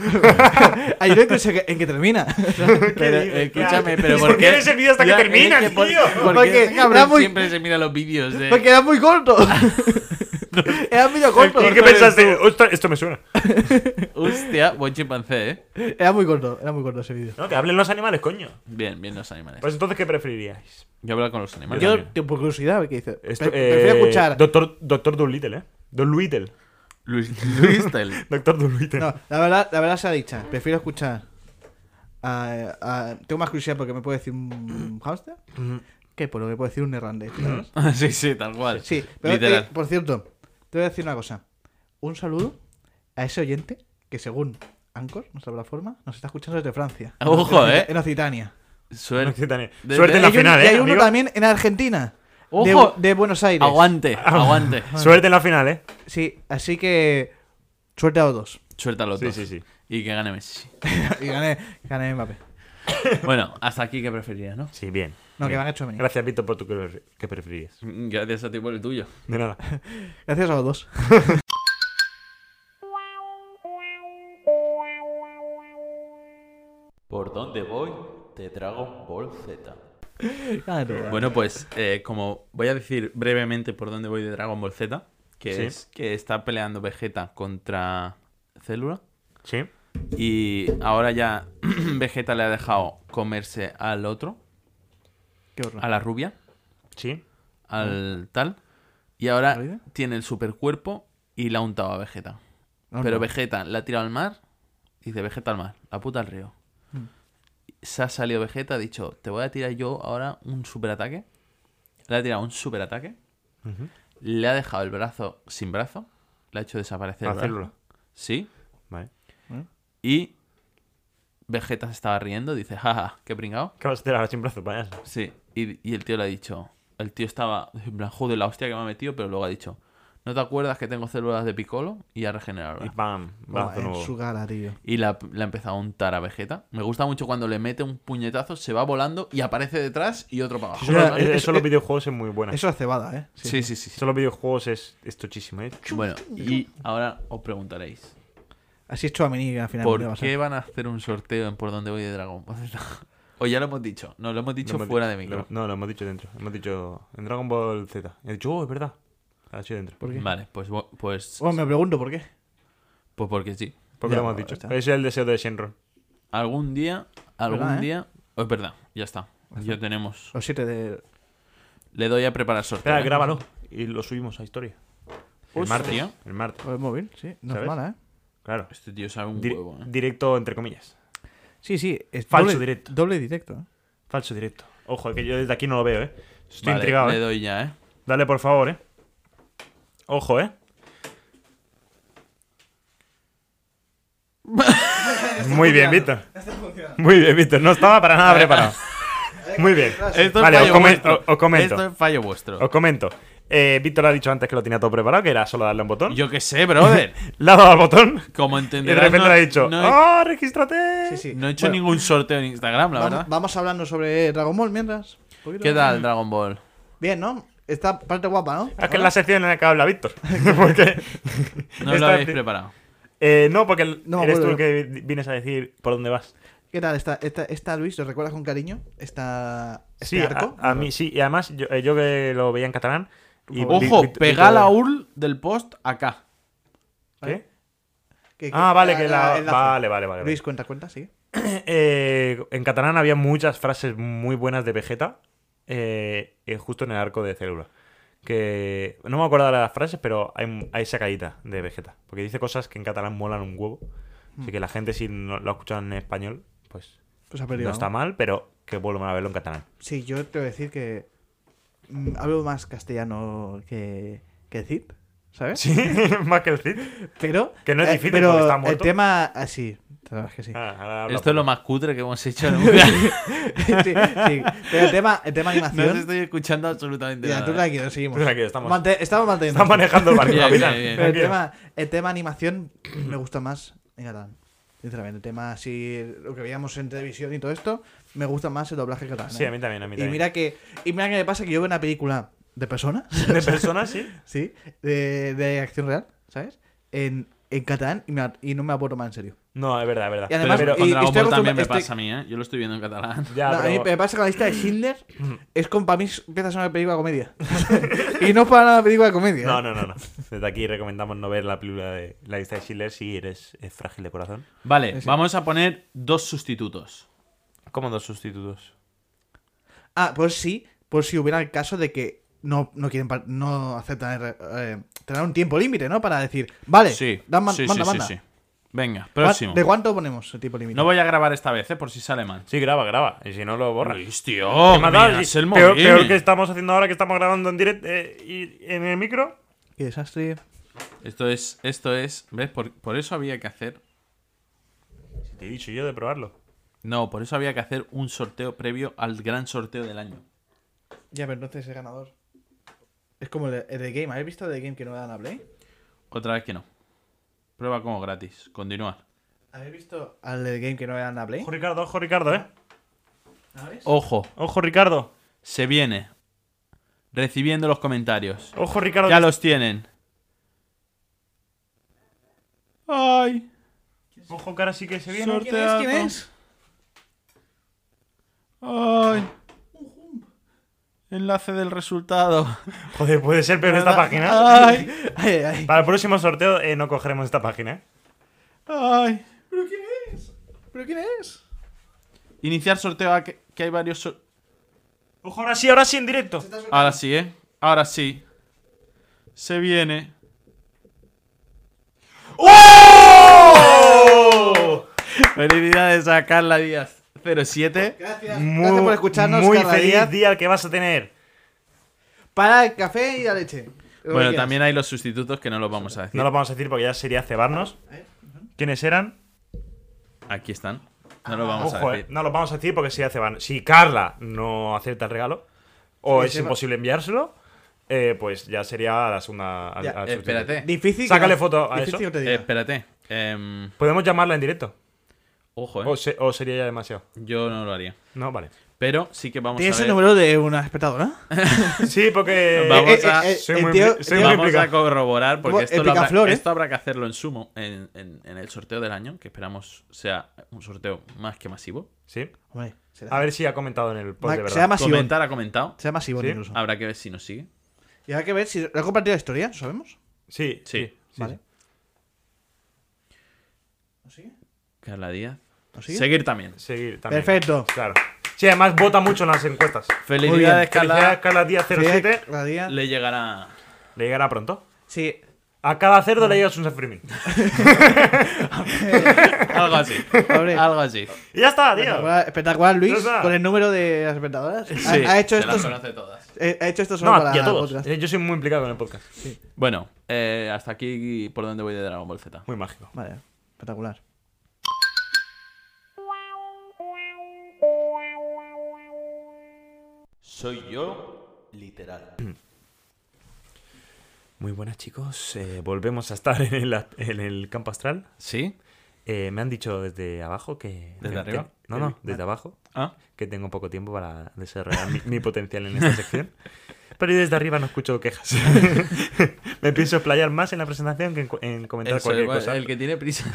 [SPEAKER 3] hay uno en que, se- en que termina.
[SPEAKER 2] Pero, eh,
[SPEAKER 4] dices?
[SPEAKER 2] escúchame,
[SPEAKER 4] Claro.
[SPEAKER 2] pero
[SPEAKER 4] ¿Y
[SPEAKER 2] ¿por
[SPEAKER 4] por qué
[SPEAKER 2] qué
[SPEAKER 4] ves el vídeo hasta que termina,
[SPEAKER 2] es por-
[SPEAKER 4] tío?
[SPEAKER 2] ¿por qué
[SPEAKER 3] Porque
[SPEAKER 2] ese cabrón
[SPEAKER 3] era muy-
[SPEAKER 2] siempre se mira los vídeos de...
[SPEAKER 3] Porque era muy
[SPEAKER 4] [laughs]
[SPEAKER 3] corto. era muy corto.
[SPEAKER 4] ¿Y qué pensaste? Ostras, esto me suena.
[SPEAKER 2] Hostia, buen chimpancé, ¿eh?
[SPEAKER 3] Era muy corto. Era muy corto ese vídeo.
[SPEAKER 4] No, que hablen los animales, coño.
[SPEAKER 2] Bien, bien los animales.
[SPEAKER 4] Pues entonces, ¿qué preferiríais?
[SPEAKER 2] Yo hablo con los animales.
[SPEAKER 3] Yo,
[SPEAKER 4] también.
[SPEAKER 3] tío, por curiosidad, a ver qué dice.
[SPEAKER 4] Esto,
[SPEAKER 3] Pre-
[SPEAKER 4] eh,
[SPEAKER 3] prefiero escuchar.
[SPEAKER 4] Doctor, doctor Dolittle, ¿eh? Don Luitel.
[SPEAKER 2] Luis, Luis Tel.
[SPEAKER 4] Doctor Dolittle.
[SPEAKER 3] No, la verdad, la verdad sea dicha. Prefiero escuchar. a- a- tengo más curiosidad porque me puede decir un hamster. Que por lo que puede decir un neerlandés.
[SPEAKER 2] [laughs]
[SPEAKER 3] ¿sabes?
[SPEAKER 2] sí, sí, tal cual.
[SPEAKER 3] Sí, pero
[SPEAKER 2] Literal.
[SPEAKER 3] eh, por cierto, te voy a decir una cosa. Un saludo a ese oyente que según Anchor, nuestra plataforma, nos está escuchando desde Francia.
[SPEAKER 2] Ojo,
[SPEAKER 3] En-
[SPEAKER 2] eh.
[SPEAKER 3] En Occitania.
[SPEAKER 4] No,
[SPEAKER 2] Suel-
[SPEAKER 4] sí, Tania.
[SPEAKER 2] De-
[SPEAKER 4] Suerte
[SPEAKER 2] de-
[SPEAKER 4] en la
[SPEAKER 3] Y hay un-
[SPEAKER 4] final,
[SPEAKER 3] y
[SPEAKER 4] ¿eh?
[SPEAKER 3] hay uno
[SPEAKER 4] amigo?
[SPEAKER 3] también en Argentina. de-
[SPEAKER 2] Ojo.
[SPEAKER 3] De, Buenos Aires.
[SPEAKER 2] Aguante, aguante.
[SPEAKER 4] Suerte en la final, ¿eh?
[SPEAKER 3] Sí, así que suerte a los dos. [laughs]
[SPEAKER 2] Suelta los
[SPEAKER 4] Sí,
[SPEAKER 2] dos.
[SPEAKER 4] sí, sí.
[SPEAKER 2] Y que gane Messi. [laughs]
[SPEAKER 3] y gané, gané Mbappé.
[SPEAKER 2] Bueno, hasta aquí que preferirías, ¿no?
[SPEAKER 4] Sí, bien.
[SPEAKER 3] No, que
[SPEAKER 4] Bien.
[SPEAKER 3] van a hecho venir.
[SPEAKER 4] Gracias, Víctor, por tu que que preferirías.
[SPEAKER 2] Gracias a ti por el tuyo.
[SPEAKER 4] De
[SPEAKER 3] [laughs]
[SPEAKER 4] nada.
[SPEAKER 3] Gracias a los dos.
[SPEAKER 1] ¿Por dónde voy? De Dragon Ball Z.
[SPEAKER 3] Gané tú.
[SPEAKER 2] Bueno, pues eh, como voy a decir brevemente por dónde voy de Dragon Ball Z, que
[SPEAKER 4] Sí.
[SPEAKER 2] es que está peleando Vegeta contra Célula.
[SPEAKER 4] Sí.
[SPEAKER 2] Y ahora ya [clears throat] Vegeta le ha dejado comerse al otro,
[SPEAKER 3] Qué horror.
[SPEAKER 2] a la rubia,
[SPEAKER 4] Sí.
[SPEAKER 2] al tal. Y ahora
[SPEAKER 3] ¿Rubia?
[SPEAKER 2] tiene el supercuerpo y la ha untado a Vegeta.
[SPEAKER 3] No,
[SPEAKER 2] Pero
[SPEAKER 3] no.
[SPEAKER 2] Vegeta la ha tirado al mar. Dice, Vegeta al mar, la puta al río. Se ha salido Vegeta, ha dicho, te voy a tirar yo ahora un superataque. Le ha tirado un superataque. Le ha dejado el brazo sin brazo. Le ha hecho desaparecer
[SPEAKER 4] La
[SPEAKER 2] el brazo.
[SPEAKER 4] célula.
[SPEAKER 2] Sí.
[SPEAKER 4] Vale.
[SPEAKER 2] Y Vegeta se estaba riendo, dice, jaja, qué pringao.
[SPEAKER 4] ¿Qué vas a hacer ahora sin brazo, payaso?
[SPEAKER 2] Sí, y, y el tío le ha dicho, el tío estaba en plan, joder, la hostia que me ha metido, pero luego ha dicho, ¿no te acuerdas que tengo células de picolo? Y ha regenerado.
[SPEAKER 4] Y pam,
[SPEAKER 3] Buah,
[SPEAKER 4] brazo
[SPEAKER 3] en
[SPEAKER 4] nuevo.
[SPEAKER 3] su cara, tío.
[SPEAKER 2] Y la, la ha empezado a untar a Vegeta. Me gusta mucho cuando le mete un puñetazo, se va volando y aparece detrás y otro para abajo.
[SPEAKER 4] Eso,
[SPEAKER 3] Ya,
[SPEAKER 4] eso,
[SPEAKER 3] eh,
[SPEAKER 4] en
[SPEAKER 3] eh,
[SPEAKER 4] los videojuegos es muy buena. Eso,
[SPEAKER 3] Eso es cebada, ¿eh?
[SPEAKER 2] Sí, sí, sí. sí.
[SPEAKER 4] en los videojuegos es, es tochísimo, ¿eh?
[SPEAKER 2] Bueno, y ahora os preguntaréis,
[SPEAKER 3] Así es Chuamini al final.
[SPEAKER 2] ¿por
[SPEAKER 3] va a ser.
[SPEAKER 2] qué van a hacer un sorteo en Por dónde voy de Dragon Ball? [laughs] O ya lo hemos dicho, no, lo hemos dicho
[SPEAKER 4] Lo hemos
[SPEAKER 2] fuera
[SPEAKER 4] di-
[SPEAKER 2] de micro.
[SPEAKER 4] lo- no, lo hemos dicho dentro. Hemos dicho en Dragon Ball Z. He dicho, oh, es verdad. Ha sido dentro.
[SPEAKER 3] ¿Por qué?
[SPEAKER 2] Vale, pues, bo- pues,
[SPEAKER 3] Bueno, me pregunto por qué.
[SPEAKER 2] pues porque sí.
[SPEAKER 4] ¿Por qué
[SPEAKER 3] Ya,
[SPEAKER 4] lo hemos
[SPEAKER 3] ya
[SPEAKER 4] dicho?
[SPEAKER 3] está.
[SPEAKER 4] Ese es el deseo de Shenron.
[SPEAKER 2] Algún día, algún
[SPEAKER 3] ¿Verdad, eh?
[SPEAKER 2] día... oh, es verdad, ya está. Ya tenemos.
[SPEAKER 3] Los siete de.
[SPEAKER 2] Le doy a preparar sorteo.
[SPEAKER 4] Espera,
[SPEAKER 2] ¿eh?
[SPEAKER 4] grábalo y lo subimos a historia. El
[SPEAKER 2] Hostia.
[SPEAKER 4] martes. El martes,
[SPEAKER 3] por el móvil, sí. No
[SPEAKER 4] ¿Sabes?
[SPEAKER 3] es mala, ¿eh?
[SPEAKER 4] claro.
[SPEAKER 2] Este tío sabe un
[SPEAKER 4] Di-
[SPEAKER 2] huevo, ¿eh?
[SPEAKER 4] Directo, entre comillas.
[SPEAKER 3] Sí, sí. Es
[SPEAKER 4] Falso
[SPEAKER 3] doble-
[SPEAKER 4] directo.
[SPEAKER 3] Doble directo. ¿eh?
[SPEAKER 4] Falso directo. Ojo, que yo desde aquí no lo veo, ¿eh? Estoy
[SPEAKER 2] Vale,
[SPEAKER 4] intrigado,
[SPEAKER 2] Le
[SPEAKER 4] ¿eh?
[SPEAKER 2] doy ya, ¿eh?
[SPEAKER 4] Dale, por favor, ¿eh? Ojo, ¿eh? Muy bien, Víctor. Muy bien, Víctor. No estaba para nada preparado. Muy bien.
[SPEAKER 2] [laughs] Esto
[SPEAKER 4] Vale,
[SPEAKER 2] es
[SPEAKER 4] os
[SPEAKER 2] fallo
[SPEAKER 4] comen-
[SPEAKER 2] vuestro.
[SPEAKER 4] os- os comento.
[SPEAKER 2] Esto es fallo vuestro.
[SPEAKER 4] Os comento. Eh, Víctor ha dicho antes que lo tenía todo preparado, que era solo darle a un botón.
[SPEAKER 2] Yo qué sé,
[SPEAKER 4] [laughs]
[SPEAKER 2] brother.
[SPEAKER 4] Le ha dado al botón.
[SPEAKER 2] Como
[SPEAKER 4] Y de
[SPEAKER 2] entenderás,
[SPEAKER 4] repente
[SPEAKER 2] no-
[SPEAKER 4] le ha dicho,
[SPEAKER 2] no he,
[SPEAKER 4] ¡Ah, regístrate!
[SPEAKER 3] Sí, sí.
[SPEAKER 2] no he hecho
[SPEAKER 3] Bueno,
[SPEAKER 2] ningún sorteo en Instagram, la
[SPEAKER 3] vamos-
[SPEAKER 2] verdad.
[SPEAKER 3] Vamos hablando sobre Dragon Ball mientras. Un poquito.
[SPEAKER 2] ¿Qué tal Dragon Ball?
[SPEAKER 3] Bien, ¿no? Esta parte guapa, ¿no?
[SPEAKER 4] Es que es la sección en la que habla Víctor. [laughs] porque
[SPEAKER 2] No os lo
[SPEAKER 4] Esta- [laughs]
[SPEAKER 2] habéis preparado.
[SPEAKER 4] Eh, no, porque el-
[SPEAKER 3] No,
[SPEAKER 4] eres tú
[SPEAKER 3] bueno,
[SPEAKER 4] el que vi- vienes a decir por dónde vas.
[SPEAKER 3] ¿Qué tal esta, esta, esta Luis? ¿Lo recuerdas con cariño? Esta, este
[SPEAKER 4] Sí, a,
[SPEAKER 3] arco.
[SPEAKER 4] a mí sí. Y además, yo, eh, yo que lo veía en catalán. Y vi- vi-
[SPEAKER 2] Ojo,
[SPEAKER 4] vi-
[SPEAKER 2] pega la
[SPEAKER 4] vi-
[SPEAKER 2] URL del post acá.
[SPEAKER 4] ¿Qué?
[SPEAKER 3] Que-
[SPEAKER 4] Ah, vale, que la-
[SPEAKER 3] enlace.
[SPEAKER 4] vale, vale, vale,
[SPEAKER 3] Luis, cuenta, cuenta, sigue.
[SPEAKER 4] [clears throat] Eh, en catalán había muchas frases muy buenas de Vegeta eh, eh, justo en el arco de Célula. Que no me acuerdo de las frases, pero hay, hay sacadita de Vegeta. Porque dice cosas que en catalán molan un huevo.
[SPEAKER 3] Mm.
[SPEAKER 4] Así que la gente, si no lo ha escuchado en español, pues
[SPEAKER 3] Pues ha
[SPEAKER 4] no
[SPEAKER 3] perdido. ¿no?
[SPEAKER 4] está mal, pero que vuelvan a verlo en catalán.
[SPEAKER 3] Sí, yo te voy a decir que mm, hablo más castellano que, que Cid, ¿sabes?
[SPEAKER 4] Sí, [laughs] más que el Cid.
[SPEAKER 3] Pero,
[SPEAKER 4] Que no es
[SPEAKER 3] eh,
[SPEAKER 4] difícil
[SPEAKER 3] pero
[SPEAKER 4] porque está muerto.
[SPEAKER 3] el tema, así, la verdad es que sí.
[SPEAKER 4] Ah, ahora habla
[SPEAKER 2] Esto es lo
[SPEAKER 4] Pablo.
[SPEAKER 2] más cutre que hemos
[SPEAKER 4] [laughs]
[SPEAKER 2] hecho nunca.
[SPEAKER 3] [laughs] sí, sí. Pero el tema, el tema
[SPEAKER 2] no os
[SPEAKER 3] animación,
[SPEAKER 4] este
[SPEAKER 2] estoy escuchando absolutamente
[SPEAKER 3] ya, tú
[SPEAKER 2] nada. ¿eh?
[SPEAKER 3] tranquilo, seguimos.
[SPEAKER 4] Pues [laughs] aquí estamos.
[SPEAKER 3] Mante- estamos manteniendo.
[SPEAKER 4] Está manejando el barco,
[SPEAKER 2] Bien,
[SPEAKER 4] capitán.
[SPEAKER 2] bien, bien.
[SPEAKER 3] [laughs] Pero el
[SPEAKER 4] Tranquilo.
[SPEAKER 3] tema, el tema animación me gusta más en catalán. Sinceramente, el tema así, lo que veíamos en televisión y todo esto, me gusta más el doblaje catalán.
[SPEAKER 4] Sí,
[SPEAKER 3] ¿eh?
[SPEAKER 4] a mí también, a mí
[SPEAKER 3] Y
[SPEAKER 4] también.
[SPEAKER 3] mira que, y mira que me pasa que yo veo una película de personas, [laughs]
[SPEAKER 4] De personas, sí.
[SPEAKER 3] ¿sí? De, de acción real, ¿sabes? En, en catalán y, me la- y no me la puedo tomar en serio.
[SPEAKER 4] No, es verdad, es verdad.
[SPEAKER 3] Y además-
[SPEAKER 2] Pero con
[SPEAKER 3] y- y
[SPEAKER 2] Dragon
[SPEAKER 3] estoy
[SPEAKER 2] Ball también
[SPEAKER 3] acostumbrado-
[SPEAKER 2] me
[SPEAKER 3] estoy-
[SPEAKER 2] pasa a mí, ¿eh? Yo lo estoy viendo en
[SPEAKER 3] [laughs]
[SPEAKER 2] catalán.
[SPEAKER 4] Ya,
[SPEAKER 3] No, a
[SPEAKER 4] pero-
[SPEAKER 3] mí me pasa que la lista
[SPEAKER 2] [clears throat]
[SPEAKER 3] de Schindler es como para mí empieza a ser una película de comedia. [laughs] y no es para nada película de comedia.
[SPEAKER 4] No,
[SPEAKER 3] ¿eh?
[SPEAKER 4] no, no, no. Desde aquí recomendamos no ver la película de la lista de Schiller si eres eh, frágil de corazón.
[SPEAKER 2] Vale,
[SPEAKER 3] Sí, sí.
[SPEAKER 2] vamos a poner dos sustitutos.
[SPEAKER 4] Como dos sustitutos.
[SPEAKER 3] Ah, pues sí, por si hubiera el caso de que no, no quieren par- no aceptan el re- eh, tener un tiempo límite, ¿no? Para decir, vale,
[SPEAKER 2] Sí,
[SPEAKER 3] dan man-
[SPEAKER 2] sí, sí,
[SPEAKER 3] Eh, manda,
[SPEAKER 2] sí,
[SPEAKER 3] manda.
[SPEAKER 2] sí. Venga,
[SPEAKER 3] Va-
[SPEAKER 2] próximo.
[SPEAKER 3] ¿De cuánto ponemos el tiempo límite?
[SPEAKER 2] No voy a grabar esta vez, ¿eh? Por si sale mal.
[SPEAKER 4] Sí, graba, graba. Y si no, lo borra.
[SPEAKER 2] Luis, tío,
[SPEAKER 4] ¿Qué más da?
[SPEAKER 2] miras
[SPEAKER 4] Y-
[SPEAKER 2] el
[SPEAKER 4] peor,
[SPEAKER 2] móvil.
[SPEAKER 4] peor que estamos haciendo ahora que estamos grabando en directo eh, y en el micro.
[SPEAKER 3] Qué desastre.
[SPEAKER 2] Esto es, esto es, ¿ves? Por, por eso había que hacer,
[SPEAKER 4] Si Te he dicho yo de probarlo.
[SPEAKER 2] no, por eso había que hacer un sorteo previo al gran sorteo del año.
[SPEAKER 3] Ya, pero entonces es ganador. Es como el, el de Game. ¿Habéis visto de Game que no dan a Play?
[SPEAKER 2] Otra vez que no. Prueba como gratis. Continuar.
[SPEAKER 3] ¿Habéis visto al de Game que no dan a Play?
[SPEAKER 4] Ojo, Ricardo, ojo, Ricardo, eh.
[SPEAKER 2] Ojo,
[SPEAKER 4] Ojo, Ricardo.
[SPEAKER 2] se viene. Recibiendo los comentarios.
[SPEAKER 4] Ojo, Ricardo.
[SPEAKER 2] Ya los tienen. Ay,
[SPEAKER 4] Ojo, cara, sí que se viene.
[SPEAKER 2] Sorte- Sorteado. ay. Enlace del resultado.
[SPEAKER 4] Joder, puede ser peor esta
[SPEAKER 3] Ah,
[SPEAKER 4] página.
[SPEAKER 2] Ay,
[SPEAKER 3] Ay, ay, ay.
[SPEAKER 4] Para el próximo sorteo eh, no cogeremos esta página, eh.
[SPEAKER 2] ay.
[SPEAKER 3] ¿Pero quién es? ¿Pero quién es?
[SPEAKER 2] Iniciar sorteo, ah, que, que hay varios... sor-
[SPEAKER 4] Ojo, ahora sí, ahora sí, en directo.
[SPEAKER 2] Ahora sí, ¿eh? Ahora sí. Se viene.
[SPEAKER 4] ¡Oh!
[SPEAKER 2] Felicidades a Carla Díaz 07.
[SPEAKER 3] Gracias.
[SPEAKER 4] Muy,
[SPEAKER 3] Gracias por escucharnos
[SPEAKER 4] muy
[SPEAKER 3] cada
[SPEAKER 4] feliz
[SPEAKER 3] día.
[SPEAKER 4] día el que vas a tener.
[SPEAKER 3] Para el café y la leche. Lo que
[SPEAKER 2] Bueno,
[SPEAKER 3] quieras.
[SPEAKER 2] también hay los sustitutos que no los vamos a decir.
[SPEAKER 4] No lo vamos a decir porque ya sería cebarnos. ¿Quiénes eran?
[SPEAKER 2] Aquí están.
[SPEAKER 3] Ah,
[SPEAKER 2] No lo vamos
[SPEAKER 4] Ojo,
[SPEAKER 2] a
[SPEAKER 4] eh,
[SPEAKER 2] decir.
[SPEAKER 4] no lo vamos a decir porque si hace van. Si Carla no acepta el regalo, o
[SPEAKER 3] Sí,
[SPEAKER 4] es
[SPEAKER 3] se va.
[SPEAKER 4] imposible enviárselo, eh, pues ya sería la segunda. al-
[SPEAKER 3] Ya,
[SPEAKER 4] al sustituto.
[SPEAKER 2] eh, Espérate,
[SPEAKER 3] Difícil. que
[SPEAKER 4] Sácale
[SPEAKER 3] no-
[SPEAKER 4] foto a
[SPEAKER 3] difícil
[SPEAKER 4] eso.
[SPEAKER 3] que te diga.
[SPEAKER 2] espérate. Em,
[SPEAKER 4] Podemos llamarla en directo.
[SPEAKER 2] ojo, eh.
[SPEAKER 4] O, se- o sería ya demasiado.
[SPEAKER 2] Yo no lo haría.
[SPEAKER 4] No, vale.
[SPEAKER 2] Pero sí que vamos a
[SPEAKER 3] ¿Tienes
[SPEAKER 2] ver.
[SPEAKER 3] el número de una espectadora?
[SPEAKER 4] Sí,
[SPEAKER 2] [laughs]
[SPEAKER 4] porque.
[SPEAKER 2] Vamos
[SPEAKER 4] Eh, eh,
[SPEAKER 2] a-
[SPEAKER 4] eh, soy
[SPEAKER 3] el
[SPEAKER 4] muy
[SPEAKER 3] tío-
[SPEAKER 4] impli- soy
[SPEAKER 3] el
[SPEAKER 4] muy
[SPEAKER 2] Vamos a
[SPEAKER 4] implicado.
[SPEAKER 2] corroborar
[SPEAKER 3] Como
[SPEAKER 2] porque esto,
[SPEAKER 3] el
[SPEAKER 2] lo habrá,
[SPEAKER 3] picaflor, ¿eh?
[SPEAKER 2] esto habrá que hacerlo en sumo en, en- en el sorteo del año, que esperamos sea un sorteo más que masivo.
[SPEAKER 4] Sí.
[SPEAKER 3] Hombre, será,
[SPEAKER 4] A ver si ha comentado en el post
[SPEAKER 3] ma-
[SPEAKER 4] de
[SPEAKER 3] será
[SPEAKER 4] verdad.
[SPEAKER 3] masivo.
[SPEAKER 2] Comentar ha comentado.
[SPEAKER 3] Será masivo
[SPEAKER 4] Sí.
[SPEAKER 3] incluso.
[SPEAKER 2] Habrá que ver si nos sigue.
[SPEAKER 3] Y habrá que ver si lo ha compartido la historia, ¿sabemos?
[SPEAKER 4] Sí, sí.
[SPEAKER 2] Sí.
[SPEAKER 4] sí,
[SPEAKER 3] Vale.
[SPEAKER 4] sí.
[SPEAKER 3] ¿Nos sigue?
[SPEAKER 2] Carla Díaz.
[SPEAKER 3] ¿Nos sigue?
[SPEAKER 2] Seguir también.
[SPEAKER 4] Seguir también.
[SPEAKER 3] Perfecto.
[SPEAKER 4] Claro. Sí, además vota mucho en las encuestas.
[SPEAKER 2] Felicidades,
[SPEAKER 4] Felicidades,
[SPEAKER 2] Carla.
[SPEAKER 4] Carla Díaz 07.
[SPEAKER 3] Sí, Radía.
[SPEAKER 2] Le llegará.
[SPEAKER 4] Le llegará pronto.
[SPEAKER 3] Sí.
[SPEAKER 4] A cada cerdo le llegas un San Fermín.
[SPEAKER 2] Algo así.
[SPEAKER 3] [laughs] Hombre.
[SPEAKER 2] Algo así.
[SPEAKER 4] [laughs] Y ya está, tío.
[SPEAKER 3] Espectacular, espectacular, Luis,
[SPEAKER 4] Ya está.
[SPEAKER 3] con el número de las espectadoras. Ha-
[SPEAKER 2] Sí,
[SPEAKER 3] ha, hecho
[SPEAKER 2] se las
[SPEAKER 3] esto,
[SPEAKER 2] conoce todas.
[SPEAKER 3] eh, ha hecho esto solo
[SPEAKER 4] No,
[SPEAKER 3] para
[SPEAKER 4] y a todos.
[SPEAKER 3] podcast.
[SPEAKER 4] Eh, Yo soy muy implicado en el podcast.
[SPEAKER 2] Bueno, eh, hasta aquí por donde voy de Dragon Ball Z.
[SPEAKER 4] Muy mágico.
[SPEAKER 3] Vale,
[SPEAKER 4] [laughs]
[SPEAKER 3] espectacular.
[SPEAKER 1] Soy yo, literal.
[SPEAKER 4] Muy buenas, chicos. Eh, volvemos a estar en el, en el campo astral.
[SPEAKER 2] ¿Sí?
[SPEAKER 4] Eh, me han dicho desde abajo que.
[SPEAKER 2] ¿Desde
[SPEAKER 4] que-
[SPEAKER 2] arriba?
[SPEAKER 4] que- no, no, desde abajo.
[SPEAKER 2] Ah.
[SPEAKER 4] Que tengo poco tiempo para desarrollar mi, mi potencial en esta sección. Pero yo desde arriba no escucho quejas. [laughs] me pienso explayar más en la presentación que en, cu- en comentar
[SPEAKER 2] El,
[SPEAKER 4] cualquier
[SPEAKER 2] sol-
[SPEAKER 4] cosa.
[SPEAKER 2] el que tiene prisa.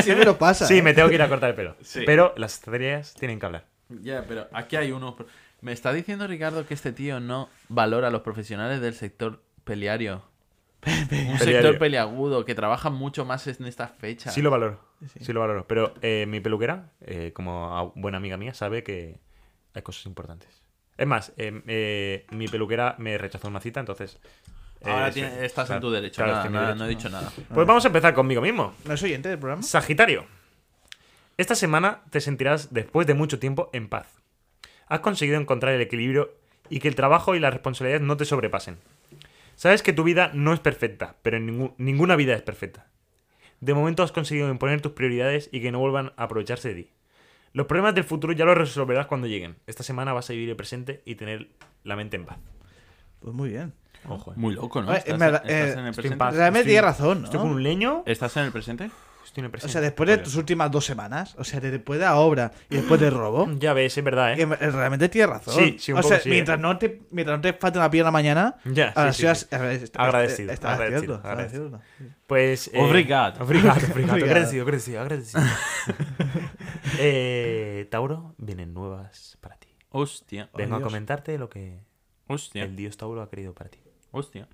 [SPEAKER 4] [laughs]
[SPEAKER 3] Siempre nos pasa.
[SPEAKER 4] Sí,
[SPEAKER 3] ¿eh?
[SPEAKER 4] me tengo que ir a cortar el pelo.
[SPEAKER 2] [laughs] Sí.
[SPEAKER 4] Pero las estrellas tienen que hablar.
[SPEAKER 2] Ya, pero aquí hay uno. Me está diciendo Ricardo que este tío no valora a los profesionales del sector peleario.
[SPEAKER 4] [laughs]
[SPEAKER 2] Un sector
[SPEAKER 4] Peleario.
[SPEAKER 2] peliagudo que trabajan mucho más en estas fechas.
[SPEAKER 4] Sí lo valoro. Sí lo valoro. Pero eh, mi peluquera, eh, como a- buena amiga mía, sabe que hay cosas importantes. Es más, eh, eh, mi peluquera me rechazó una cita, entonces... eh,
[SPEAKER 2] Ahora
[SPEAKER 4] sí,
[SPEAKER 2] tiene- estás
[SPEAKER 4] claro,
[SPEAKER 2] en tu derecho.
[SPEAKER 4] claro,
[SPEAKER 2] Nada,
[SPEAKER 4] estoy en mi
[SPEAKER 2] nada,
[SPEAKER 4] derecho.
[SPEAKER 2] no he dicho nada.
[SPEAKER 4] Pues vamos a empezar conmigo mismo.
[SPEAKER 3] ¿No es oyente del programa?
[SPEAKER 4] Sagitario. Esta semana te sentirás, después de mucho tiempo, en paz. Has conseguido encontrar el equilibrio y que el trabajo y las responsabilidades no te sobrepasen. Sabes que tu vida no es perfecta, pero en ningú- ninguna vida es perfecta. De momento has conseguido imponer tus prioridades y que no vuelvan a aprovecharse de ti. Los problemas del futuro ya los resolverás cuando lleguen. Esta semana vas a vivir el presente y tener la mente en paz.
[SPEAKER 3] Pues muy bien.
[SPEAKER 4] Ojo, eh.
[SPEAKER 2] Muy loco, ¿no?
[SPEAKER 3] Oye,
[SPEAKER 2] ¿Estás,
[SPEAKER 3] en verdad,
[SPEAKER 2] estás
[SPEAKER 3] eh,
[SPEAKER 2] en el
[SPEAKER 4] Estoy en
[SPEAKER 2] presente?
[SPEAKER 4] paz.
[SPEAKER 3] Realmente
[SPEAKER 4] Estoy-
[SPEAKER 3] tienes razón, ¿no?
[SPEAKER 4] Ah, Estoy con un leño.
[SPEAKER 2] ¿Estás en el presente?
[SPEAKER 4] Estoy en el
[SPEAKER 3] Eh, O
[SPEAKER 4] presente.
[SPEAKER 3] sea, después de
[SPEAKER 4] Vale.
[SPEAKER 3] tus últimas dos semanas, o sea, de- después de la obra y después del robo,
[SPEAKER 4] Ya ves, es verdad, ¿eh?
[SPEAKER 3] que me- realmente tienes razón.
[SPEAKER 4] Sí, sí, un
[SPEAKER 3] o
[SPEAKER 4] poco
[SPEAKER 3] sea,
[SPEAKER 4] sí,
[SPEAKER 3] mientras,
[SPEAKER 4] eh.
[SPEAKER 3] no te, mientras no te falte una pierna mañana,
[SPEAKER 4] Ya, sí,
[SPEAKER 3] ahora
[SPEAKER 4] sí,
[SPEAKER 3] sí vas-
[SPEAKER 4] sí.
[SPEAKER 3] a ver, est- est-
[SPEAKER 4] Agradecido,
[SPEAKER 3] Estás
[SPEAKER 4] agradecido,
[SPEAKER 3] haciendo, estás
[SPEAKER 4] agradecido.
[SPEAKER 3] haciendo.
[SPEAKER 4] Pues. eh,
[SPEAKER 2] Obrigado.
[SPEAKER 4] Obrigado, obrigado.
[SPEAKER 3] Obrigado.
[SPEAKER 4] Agradecido, agradecido, agradecido. [laughs] Eh, Tauro, vienen nuevas para ti.
[SPEAKER 2] Hostia.
[SPEAKER 4] Vengo a
[SPEAKER 3] Dios.
[SPEAKER 4] comentarte lo que
[SPEAKER 2] Hostia.
[SPEAKER 4] el dios Tauro ha querido para ti.
[SPEAKER 2] Hostia.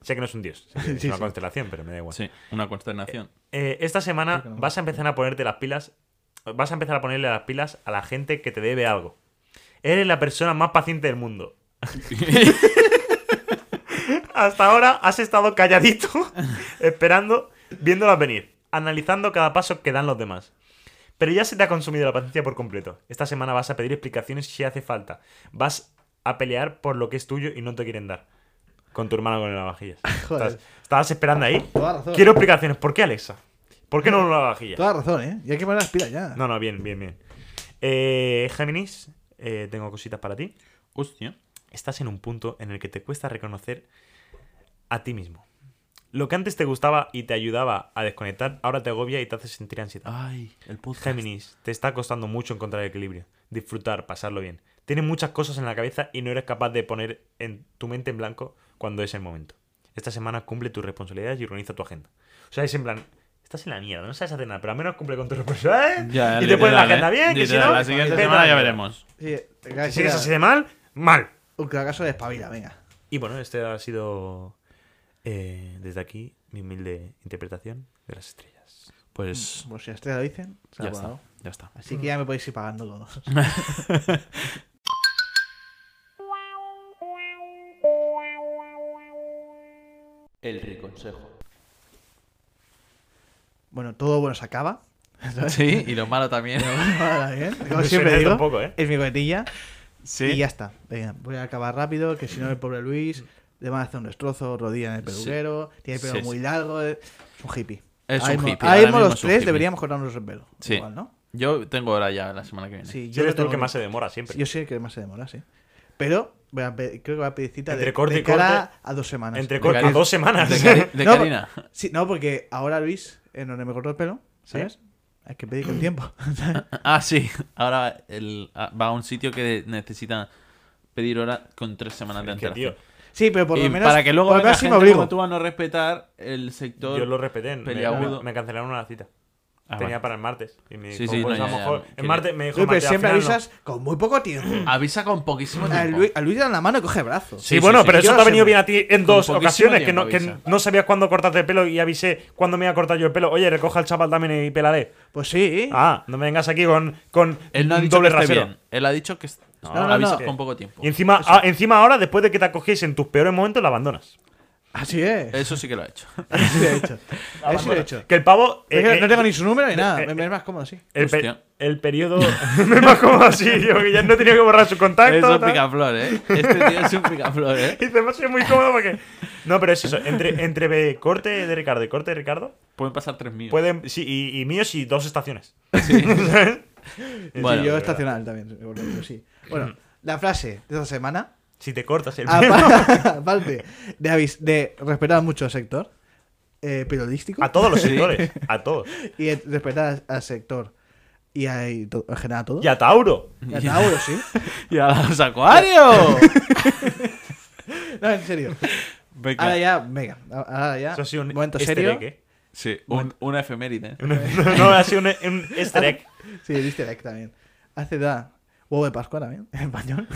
[SPEAKER 4] Sé que no es un dios,
[SPEAKER 3] [laughs]
[SPEAKER 4] sé que es
[SPEAKER 3] Sí,
[SPEAKER 4] una
[SPEAKER 3] sí.
[SPEAKER 4] constelación, pero me da igual.
[SPEAKER 2] Sí, una consternación.
[SPEAKER 4] Eh, esta semana
[SPEAKER 3] Creo que no.
[SPEAKER 4] vas a empezar a ponerte las pilas. Vas a empezar a ponerle las pilas a la gente que te debe algo. Eres la persona más paciente del mundo. Eh. Hasta ahora has estado calladito, [laughs] esperando, viéndolas venir, analizando cada paso que dan los demás. Pero ya se te ha consumido la paciencia por completo. Esta semana vas a pedir explicaciones si hace falta. Vas a pelear por lo que es tuyo y no te quieren dar. Con tu hermano con el lavavajillas.
[SPEAKER 3] Joder.
[SPEAKER 4] Estás- Estabas esperando ahí.
[SPEAKER 3] Toda razón.
[SPEAKER 4] Quiero explicaciones. ¿Por qué Alexa? ¿Por qué no un lavavajillas?
[SPEAKER 3] Toda razón, ¿eh? Y hay que poner las pilas ya.
[SPEAKER 4] No, no, bien, bien, bien. Eh, Géminis, eh, tengo cositas para ti.
[SPEAKER 2] [laughs] Hostia.
[SPEAKER 4] Estás en un punto en el que te cuesta reconocer a ti mismo. Lo que antes te gustaba y te ayudaba a desconectar, ahora te agobia y te hace sentir ansiedad.
[SPEAKER 2] Ay, el podcast.
[SPEAKER 4] Géminis, te está costando mucho encontrar equilibrio, disfrutar, pasarlo bien. Tienes muchas cosas en la cabeza y no eres capaz de poner en tu mente en blanco cuando es el momento. Esta semana cumple tus responsabilidades y organiza tu agenda. O sea, es en plan, estás en la mierda, no sabes hacer nada, pero al menos cumple con tus responsabilidades
[SPEAKER 2] Ya,
[SPEAKER 4] y te pones la
[SPEAKER 2] literal,
[SPEAKER 4] agenda
[SPEAKER 2] ¿eh?
[SPEAKER 4] bien. Que si
[SPEAKER 2] Literal,
[SPEAKER 4] no,
[SPEAKER 2] la siguiente
[SPEAKER 4] vete a
[SPEAKER 2] semana ya
[SPEAKER 4] mierda.
[SPEAKER 2] veremos.
[SPEAKER 3] Sí,
[SPEAKER 4] Si sigues así de mal, mal.
[SPEAKER 3] Un caso de espabila, venga.
[SPEAKER 4] Y bueno, este ha sido eh, desde aquí mi humilde interpretación de las estrellas.
[SPEAKER 2] Pues
[SPEAKER 3] Pues si ustedes lo dicen, se
[SPEAKER 2] ya
[SPEAKER 3] ha
[SPEAKER 2] está.
[SPEAKER 3] pagado.
[SPEAKER 2] Ya está.
[SPEAKER 3] Así
[SPEAKER 4] Mm.
[SPEAKER 3] que ya me podéis ir pagando todos.
[SPEAKER 1] El riconsejo.
[SPEAKER 3] Bueno, todo bueno se acaba.
[SPEAKER 2] Sí, y lo malo también.
[SPEAKER 3] Ahora bien, Como
[SPEAKER 4] Me
[SPEAKER 3] siempre
[SPEAKER 4] suena
[SPEAKER 3] digo,
[SPEAKER 4] un poco, ¿eh?
[SPEAKER 3] es mi coletilla.
[SPEAKER 2] Sí.
[SPEAKER 3] Y ya está. Venga, voy a acabar rápido, que si no el pobre Luis
[SPEAKER 4] Mm.
[SPEAKER 3] le van a hacer un destrozo, rodilla en el
[SPEAKER 2] Sí.
[SPEAKER 3] peluquero, tiene el pelo
[SPEAKER 2] Sí, sí.
[SPEAKER 3] muy largo. eh, Es un hippie.
[SPEAKER 2] Es
[SPEAKER 3] ahora
[SPEAKER 2] un
[SPEAKER 3] mismo-
[SPEAKER 2] hippie,
[SPEAKER 3] Ahora
[SPEAKER 2] ahora
[SPEAKER 3] mismo
[SPEAKER 2] mismo
[SPEAKER 3] los
[SPEAKER 2] es un
[SPEAKER 3] tres
[SPEAKER 2] hippie.
[SPEAKER 3] deberíamos cortarnos el pelo.
[SPEAKER 2] Sí.
[SPEAKER 3] Igual, ¿no?
[SPEAKER 2] Yo tengo hora ya la semana que viene.
[SPEAKER 3] Sí,
[SPEAKER 4] Yo
[SPEAKER 3] lo
[SPEAKER 4] eres tú el
[SPEAKER 3] tengo
[SPEAKER 4] que
[SPEAKER 3] en-
[SPEAKER 4] más se demora siempre.
[SPEAKER 3] Yo soy el que más se demora, sí. Pero voy a pe- creo que va a pedir cita de,
[SPEAKER 4] Entre corte
[SPEAKER 3] de
[SPEAKER 4] y
[SPEAKER 3] cara
[SPEAKER 4] corte.
[SPEAKER 3] a dos semanas.
[SPEAKER 4] Entre
[SPEAKER 2] De
[SPEAKER 4] corte
[SPEAKER 2] Cari-
[SPEAKER 4] dos semanas.
[SPEAKER 2] De,
[SPEAKER 4] [laughs]
[SPEAKER 2] Cari- de
[SPEAKER 3] No,
[SPEAKER 2] Karina.
[SPEAKER 3] Sí, no, porque ahora Luis, en donde me cortó el pelo, ¿sabes? Hay que pedir con tiempo. [laughs] ¿sabes?
[SPEAKER 2] [laughs] Ah, sí. Ahora el- ah, va a un sitio que necesita pedir hora con tres semanas de
[SPEAKER 4] Es que,
[SPEAKER 2] antelación.
[SPEAKER 4] tío,
[SPEAKER 3] sí, pero por
[SPEAKER 2] Y
[SPEAKER 3] lo menos.
[SPEAKER 2] para que luego
[SPEAKER 3] por lo
[SPEAKER 2] venga
[SPEAKER 3] menos sí me
[SPEAKER 2] gente
[SPEAKER 3] obligo.
[SPEAKER 2] como tú a no respetar el sector.
[SPEAKER 4] yo lo respeté. me-
[SPEAKER 2] Peliagudo.
[SPEAKER 4] Me, cancelaron una cita.
[SPEAKER 2] Ah,
[SPEAKER 4] Tenía
[SPEAKER 2] vale.
[SPEAKER 4] para el martes. Y me dijo,
[SPEAKER 2] Sí, sí,
[SPEAKER 4] pues
[SPEAKER 2] no,
[SPEAKER 4] a lo
[SPEAKER 2] ya, ya,
[SPEAKER 4] mejor.
[SPEAKER 2] quería-
[SPEAKER 4] el martes me dijo,
[SPEAKER 3] Uy, pero
[SPEAKER 4] martes, al
[SPEAKER 3] siempre
[SPEAKER 4] final no.
[SPEAKER 3] avisas con muy poco tiempo.
[SPEAKER 2] Avisa con poquísimo
[SPEAKER 3] A
[SPEAKER 2] tiempo.
[SPEAKER 3] Ah, Luis, a Luis le dan la mano y coge brazo.
[SPEAKER 4] Mm. Sí,
[SPEAKER 2] Sí,
[SPEAKER 4] bueno,
[SPEAKER 2] sí, sí.
[SPEAKER 4] pero eso
[SPEAKER 3] Yo
[SPEAKER 4] te ha
[SPEAKER 3] sé-
[SPEAKER 4] venido bien a ti en
[SPEAKER 2] Con
[SPEAKER 4] dos
[SPEAKER 2] poquísimo
[SPEAKER 4] ocasiones, que no, que
[SPEAKER 2] tiempo, avisa.
[SPEAKER 4] no sabías cuándo cortarte el pelo y avisé cuándo me iba a cortar yo el pelo. Oye, recoja el chaval también y pelaré.
[SPEAKER 3] Pues sí.
[SPEAKER 4] Ah, no me vengas aquí con, con
[SPEAKER 2] Él no ha
[SPEAKER 4] un
[SPEAKER 2] dicho que
[SPEAKER 4] doble
[SPEAKER 2] esté
[SPEAKER 4] rasero.
[SPEAKER 2] bien. Él ha dicho que est-
[SPEAKER 4] No,
[SPEAKER 3] no, no,
[SPEAKER 2] avisa
[SPEAKER 3] no.
[SPEAKER 2] con poco tiempo.
[SPEAKER 4] Y encima, ah, encima ahora, después de que te acogéis en tus peores momentos, la abandonas.
[SPEAKER 3] Así es.
[SPEAKER 2] Eso sí que lo ha
[SPEAKER 3] [laughs]
[SPEAKER 2] hecho.
[SPEAKER 3] Así lo he
[SPEAKER 4] [laughs]
[SPEAKER 3] hecho. Así lo he hecho.
[SPEAKER 4] Que el pavo.
[SPEAKER 3] Es
[SPEAKER 4] eh,
[SPEAKER 3] que
[SPEAKER 4] eh,
[SPEAKER 3] no tengo ni su número ni
[SPEAKER 4] eh,
[SPEAKER 3] nada.
[SPEAKER 4] eh,
[SPEAKER 3] Me es más cómodo así.
[SPEAKER 4] El, pe-
[SPEAKER 2] Hostia.
[SPEAKER 4] el periodo. [laughs] me más como así, tío, que ya no he tenido que borrar su contacto.
[SPEAKER 2] es un
[SPEAKER 4] tal.
[SPEAKER 2] picaflor, ¿eh? Este tío es un picaflor, ¿eh?
[SPEAKER 4] [laughs] Y dice, me ha sido muy cómodo porque. No, pero es eso. Entre, entre corte de Ricardo y corte de Ricardo,
[SPEAKER 2] Pueden pasar tres mil.
[SPEAKER 4] pueden. Sí, y, y míos y dos estaciones. [laughs]
[SPEAKER 2] Bueno,
[SPEAKER 3] sí, yo
[SPEAKER 4] pero-
[SPEAKER 3] estacional también. por ejemplo, sí.
[SPEAKER 4] Mm.
[SPEAKER 3] Bueno, la frase de esta
[SPEAKER 4] [laughs]
[SPEAKER 3] semana.
[SPEAKER 4] Si te cortas
[SPEAKER 3] Ah,
[SPEAKER 4] el pelo.
[SPEAKER 3] Apa- [laughs] Aparte de, avis- de respetar mucho al sector eh, periodístico
[SPEAKER 4] [laughs] A todos los sectores. A todos.
[SPEAKER 3] y de respetar al sector y a, y to- en general a todo.
[SPEAKER 4] Y a Tauro.
[SPEAKER 3] Y a Tauro,
[SPEAKER 4] [laughs]
[SPEAKER 3] sí.
[SPEAKER 2] ¡Y a los acuarios!
[SPEAKER 3] [laughs] No, en serio.
[SPEAKER 4] [laughs]
[SPEAKER 2] Venga.
[SPEAKER 3] Ahora Ah, ya, venga. Ahora ya.
[SPEAKER 4] Eso ha sido un
[SPEAKER 3] momento
[SPEAKER 4] easter
[SPEAKER 3] serio.
[SPEAKER 4] egg, ¿eh? [laughs]
[SPEAKER 2] Sí, un- una efeméride.
[SPEAKER 4] No, no, ha sido un, un easter egg.
[SPEAKER 3] Sí, el easter egg también. Hace da huevo de Pascua también, en español.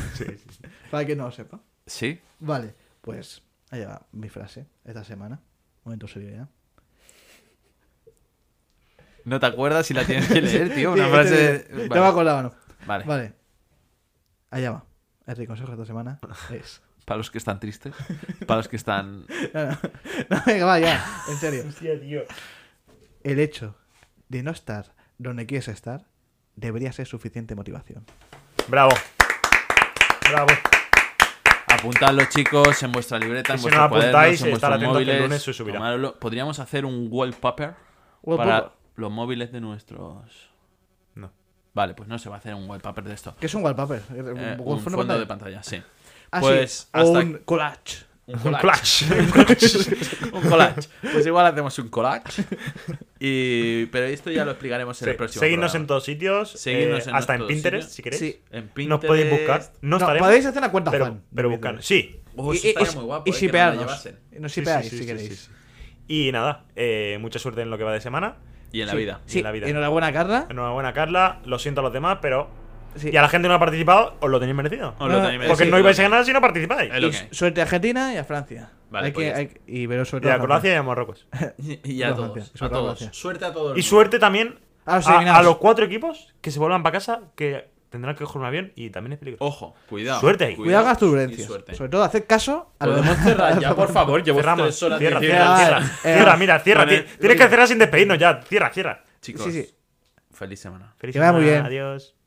[SPEAKER 3] [laughs] Para que no lo sepa.
[SPEAKER 2] Sí.
[SPEAKER 3] Vale, pues allá va mi frase esta semana. Momento serio ya.
[SPEAKER 2] No te acuerdas si la tienes que leer, [laughs] tío. Una
[SPEAKER 3] Sí,
[SPEAKER 2] frase.
[SPEAKER 3] este- No
[SPEAKER 2] Vale,
[SPEAKER 3] me acordaba, no.
[SPEAKER 2] vale.
[SPEAKER 3] Vale. Allá va. El consejo de esta semana es. [laughs]
[SPEAKER 2] Para los que están tristes. Para los que están.
[SPEAKER 3] No, no. No, venga, va, ya. En serio.
[SPEAKER 4] Hostia, tío.
[SPEAKER 3] El hecho de no estar donde quieres estar debería ser suficiente motivación.
[SPEAKER 4] Bravo. Bravo.
[SPEAKER 2] Apuntadlo, chicos, en vuestra libreta, en
[SPEAKER 4] Si
[SPEAKER 2] vuestros
[SPEAKER 4] no apuntáis,
[SPEAKER 2] cuadernos, en vuestros
[SPEAKER 4] estar atentos que el
[SPEAKER 2] móviles.
[SPEAKER 4] lunes se subirá.
[SPEAKER 2] tomadlo. Podríamos hacer un wallpaper para
[SPEAKER 3] Wallpaper.
[SPEAKER 2] los móviles de nuestros.
[SPEAKER 4] No.
[SPEAKER 2] Vale, pues no se va a hacer un wallpaper de esto.
[SPEAKER 3] Que es un wallpaper. Un
[SPEAKER 2] Eh,
[SPEAKER 3] fondo
[SPEAKER 2] un
[SPEAKER 3] de
[SPEAKER 2] fondo
[SPEAKER 3] pantalla.
[SPEAKER 2] de pantalla, sí.
[SPEAKER 3] Ah, sí,
[SPEAKER 2] pues
[SPEAKER 3] o
[SPEAKER 2] hasta
[SPEAKER 3] un collage.
[SPEAKER 2] un
[SPEAKER 4] [laughs] Un
[SPEAKER 2] collage.
[SPEAKER 3] [laughs]
[SPEAKER 4] clash. Un clash.
[SPEAKER 2] [laughs] un collage. Pues igual hacemos un collage. Y... Pero esto ya lo explicaremos en el próximo.
[SPEAKER 4] Seguidnos
[SPEAKER 2] programa.
[SPEAKER 4] en todos sitios.
[SPEAKER 2] Seguidnos
[SPEAKER 4] eh,
[SPEAKER 2] en
[SPEAKER 4] hasta en
[SPEAKER 2] todos
[SPEAKER 4] Pinterest,
[SPEAKER 2] sitios.
[SPEAKER 4] si queréis.
[SPEAKER 3] Sí.
[SPEAKER 2] en
[SPEAKER 4] Nos podéis buscar.
[SPEAKER 2] Pinterest.
[SPEAKER 4] No,
[SPEAKER 3] No,
[SPEAKER 4] estaremos.
[SPEAKER 3] podéis hacer una cuenta
[SPEAKER 4] pero,
[SPEAKER 3] fan.
[SPEAKER 4] pero
[SPEAKER 3] de
[SPEAKER 4] buscar.
[SPEAKER 3] Pinterest.
[SPEAKER 4] Sí.
[SPEAKER 2] Oh,
[SPEAKER 3] Y-
[SPEAKER 2] eso
[SPEAKER 3] y-
[SPEAKER 2] estaría
[SPEAKER 3] y-
[SPEAKER 2] muy guapo,
[SPEAKER 3] y
[SPEAKER 2] eh, que nos la
[SPEAKER 3] shipearnos.
[SPEAKER 2] llevasen.
[SPEAKER 3] Y nos
[SPEAKER 4] Sí, sí,
[SPEAKER 3] shipeáis,
[SPEAKER 4] sí,
[SPEAKER 3] si
[SPEAKER 4] sí,
[SPEAKER 3] queréis.
[SPEAKER 4] sí, sí. Y nada, eh, mucha suerte en lo que va de semana.
[SPEAKER 2] Y en la
[SPEAKER 3] Sí,
[SPEAKER 2] vida.
[SPEAKER 3] sí,
[SPEAKER 4] en la vida.
[SPEAKER 3] Enhorabuena, Carla.
[SPEAKER 4] Enhorabuena, Carla. Lo siento a los demás, pero.
[SPEAKER 3] Sí.
[SPEAKER 4] Y a la gente que no ha participado, os lo tenéis merecido.
[SPEAKER 2] Os lo
[SPEAKER 3] No,
[SPEAKER 2] tenéis
[SPEAKER 3] eh,
[SPEAKER 4] Ah, Porque
[SPEAKER 2] merecido.
[SPEAKER 4] no ibais a ganar si no participáis.
[SPEAKER 2] Es
[SPEAKER 4] Y-
[SPEAKER 2] lo que hay.
[SPEAKER 3] Suerte a Argentina y a Francia.
[SPEAKER 2] Vale,
[SPEAKER 3] Hay
[SPEAKER 2] pues
[SPEAKER 3] que,
[SPEAKER 2] ya
[SPEAKER 3] hay que- y pero sobre
[SPEAKER 4] Y
[SPEAKER 3] todo
[SPEAKER 4] a Croacia y a Marruecos.
[SPEAKER 2] Y, y a
[SPEAKER 3] Gracias,
[SPEAKER 2] todos.
[SPEAKER 3] gracias.
[SPEAKER 2] A todos.
[SPEAKER 3] Gracias.
[SPEAKER 2] Suerte a todos.
[SPEAKER 4] Y suerte también
[SPEAKER 3] A los
[SPEAKER 4] a,
[SPEAKER 3] eliminados.
[SPEAKER 4] a los cuatro equipos que se vuelvan para casa, que tendrán que coger un avión y también es peligroso.
[SPEAKER 2] Ojo, cuidado.
[SPEAKER 4] Suerte ahí.
[SPEAKER 3] Cuidado con
[SPEAKER 2] y
[SPEAKER 3] las turbulencias.
[SPEAKER 2] suerte. Pues
[SPEAKER 3] Sobre todo, haced caso a lo
[SPEAKER 2] [laughs] Podemos
[SPEAKER 3] demás.
[SPEAKER 2] cerrar ya, por favor. Llevo
[SPEAKER 4] Cerramos.
[SPEAKER 2] tres horas
[SPEAKER 4] Cierra,
[SPEAKER 2] diciendo-
[SPEAKER 4] cierra,
[SPEAKER 3] Ah,
[SPEAKER 4] cierra.
[SPEAKER 3] eh,
[SPEAKER 4] Cierra, mira, cierra.
[SPEAKER 2] Bueno,
[SPEAKER 4] ti- Tienes que cerrar sin despedirnos ya. Cierra, cierra.
[SPEAKER 2] Chicos,
[SPEAKER 3] Sí, sí.
[SPEAKER 2] feliz semana.
[SPEAKER 4] Feliz
[SPEAKER 3] Que vaya muy
[SPEAKER 4] semana,
[SPEAKER 3] bien.
[SPEAKER 4] Adiós.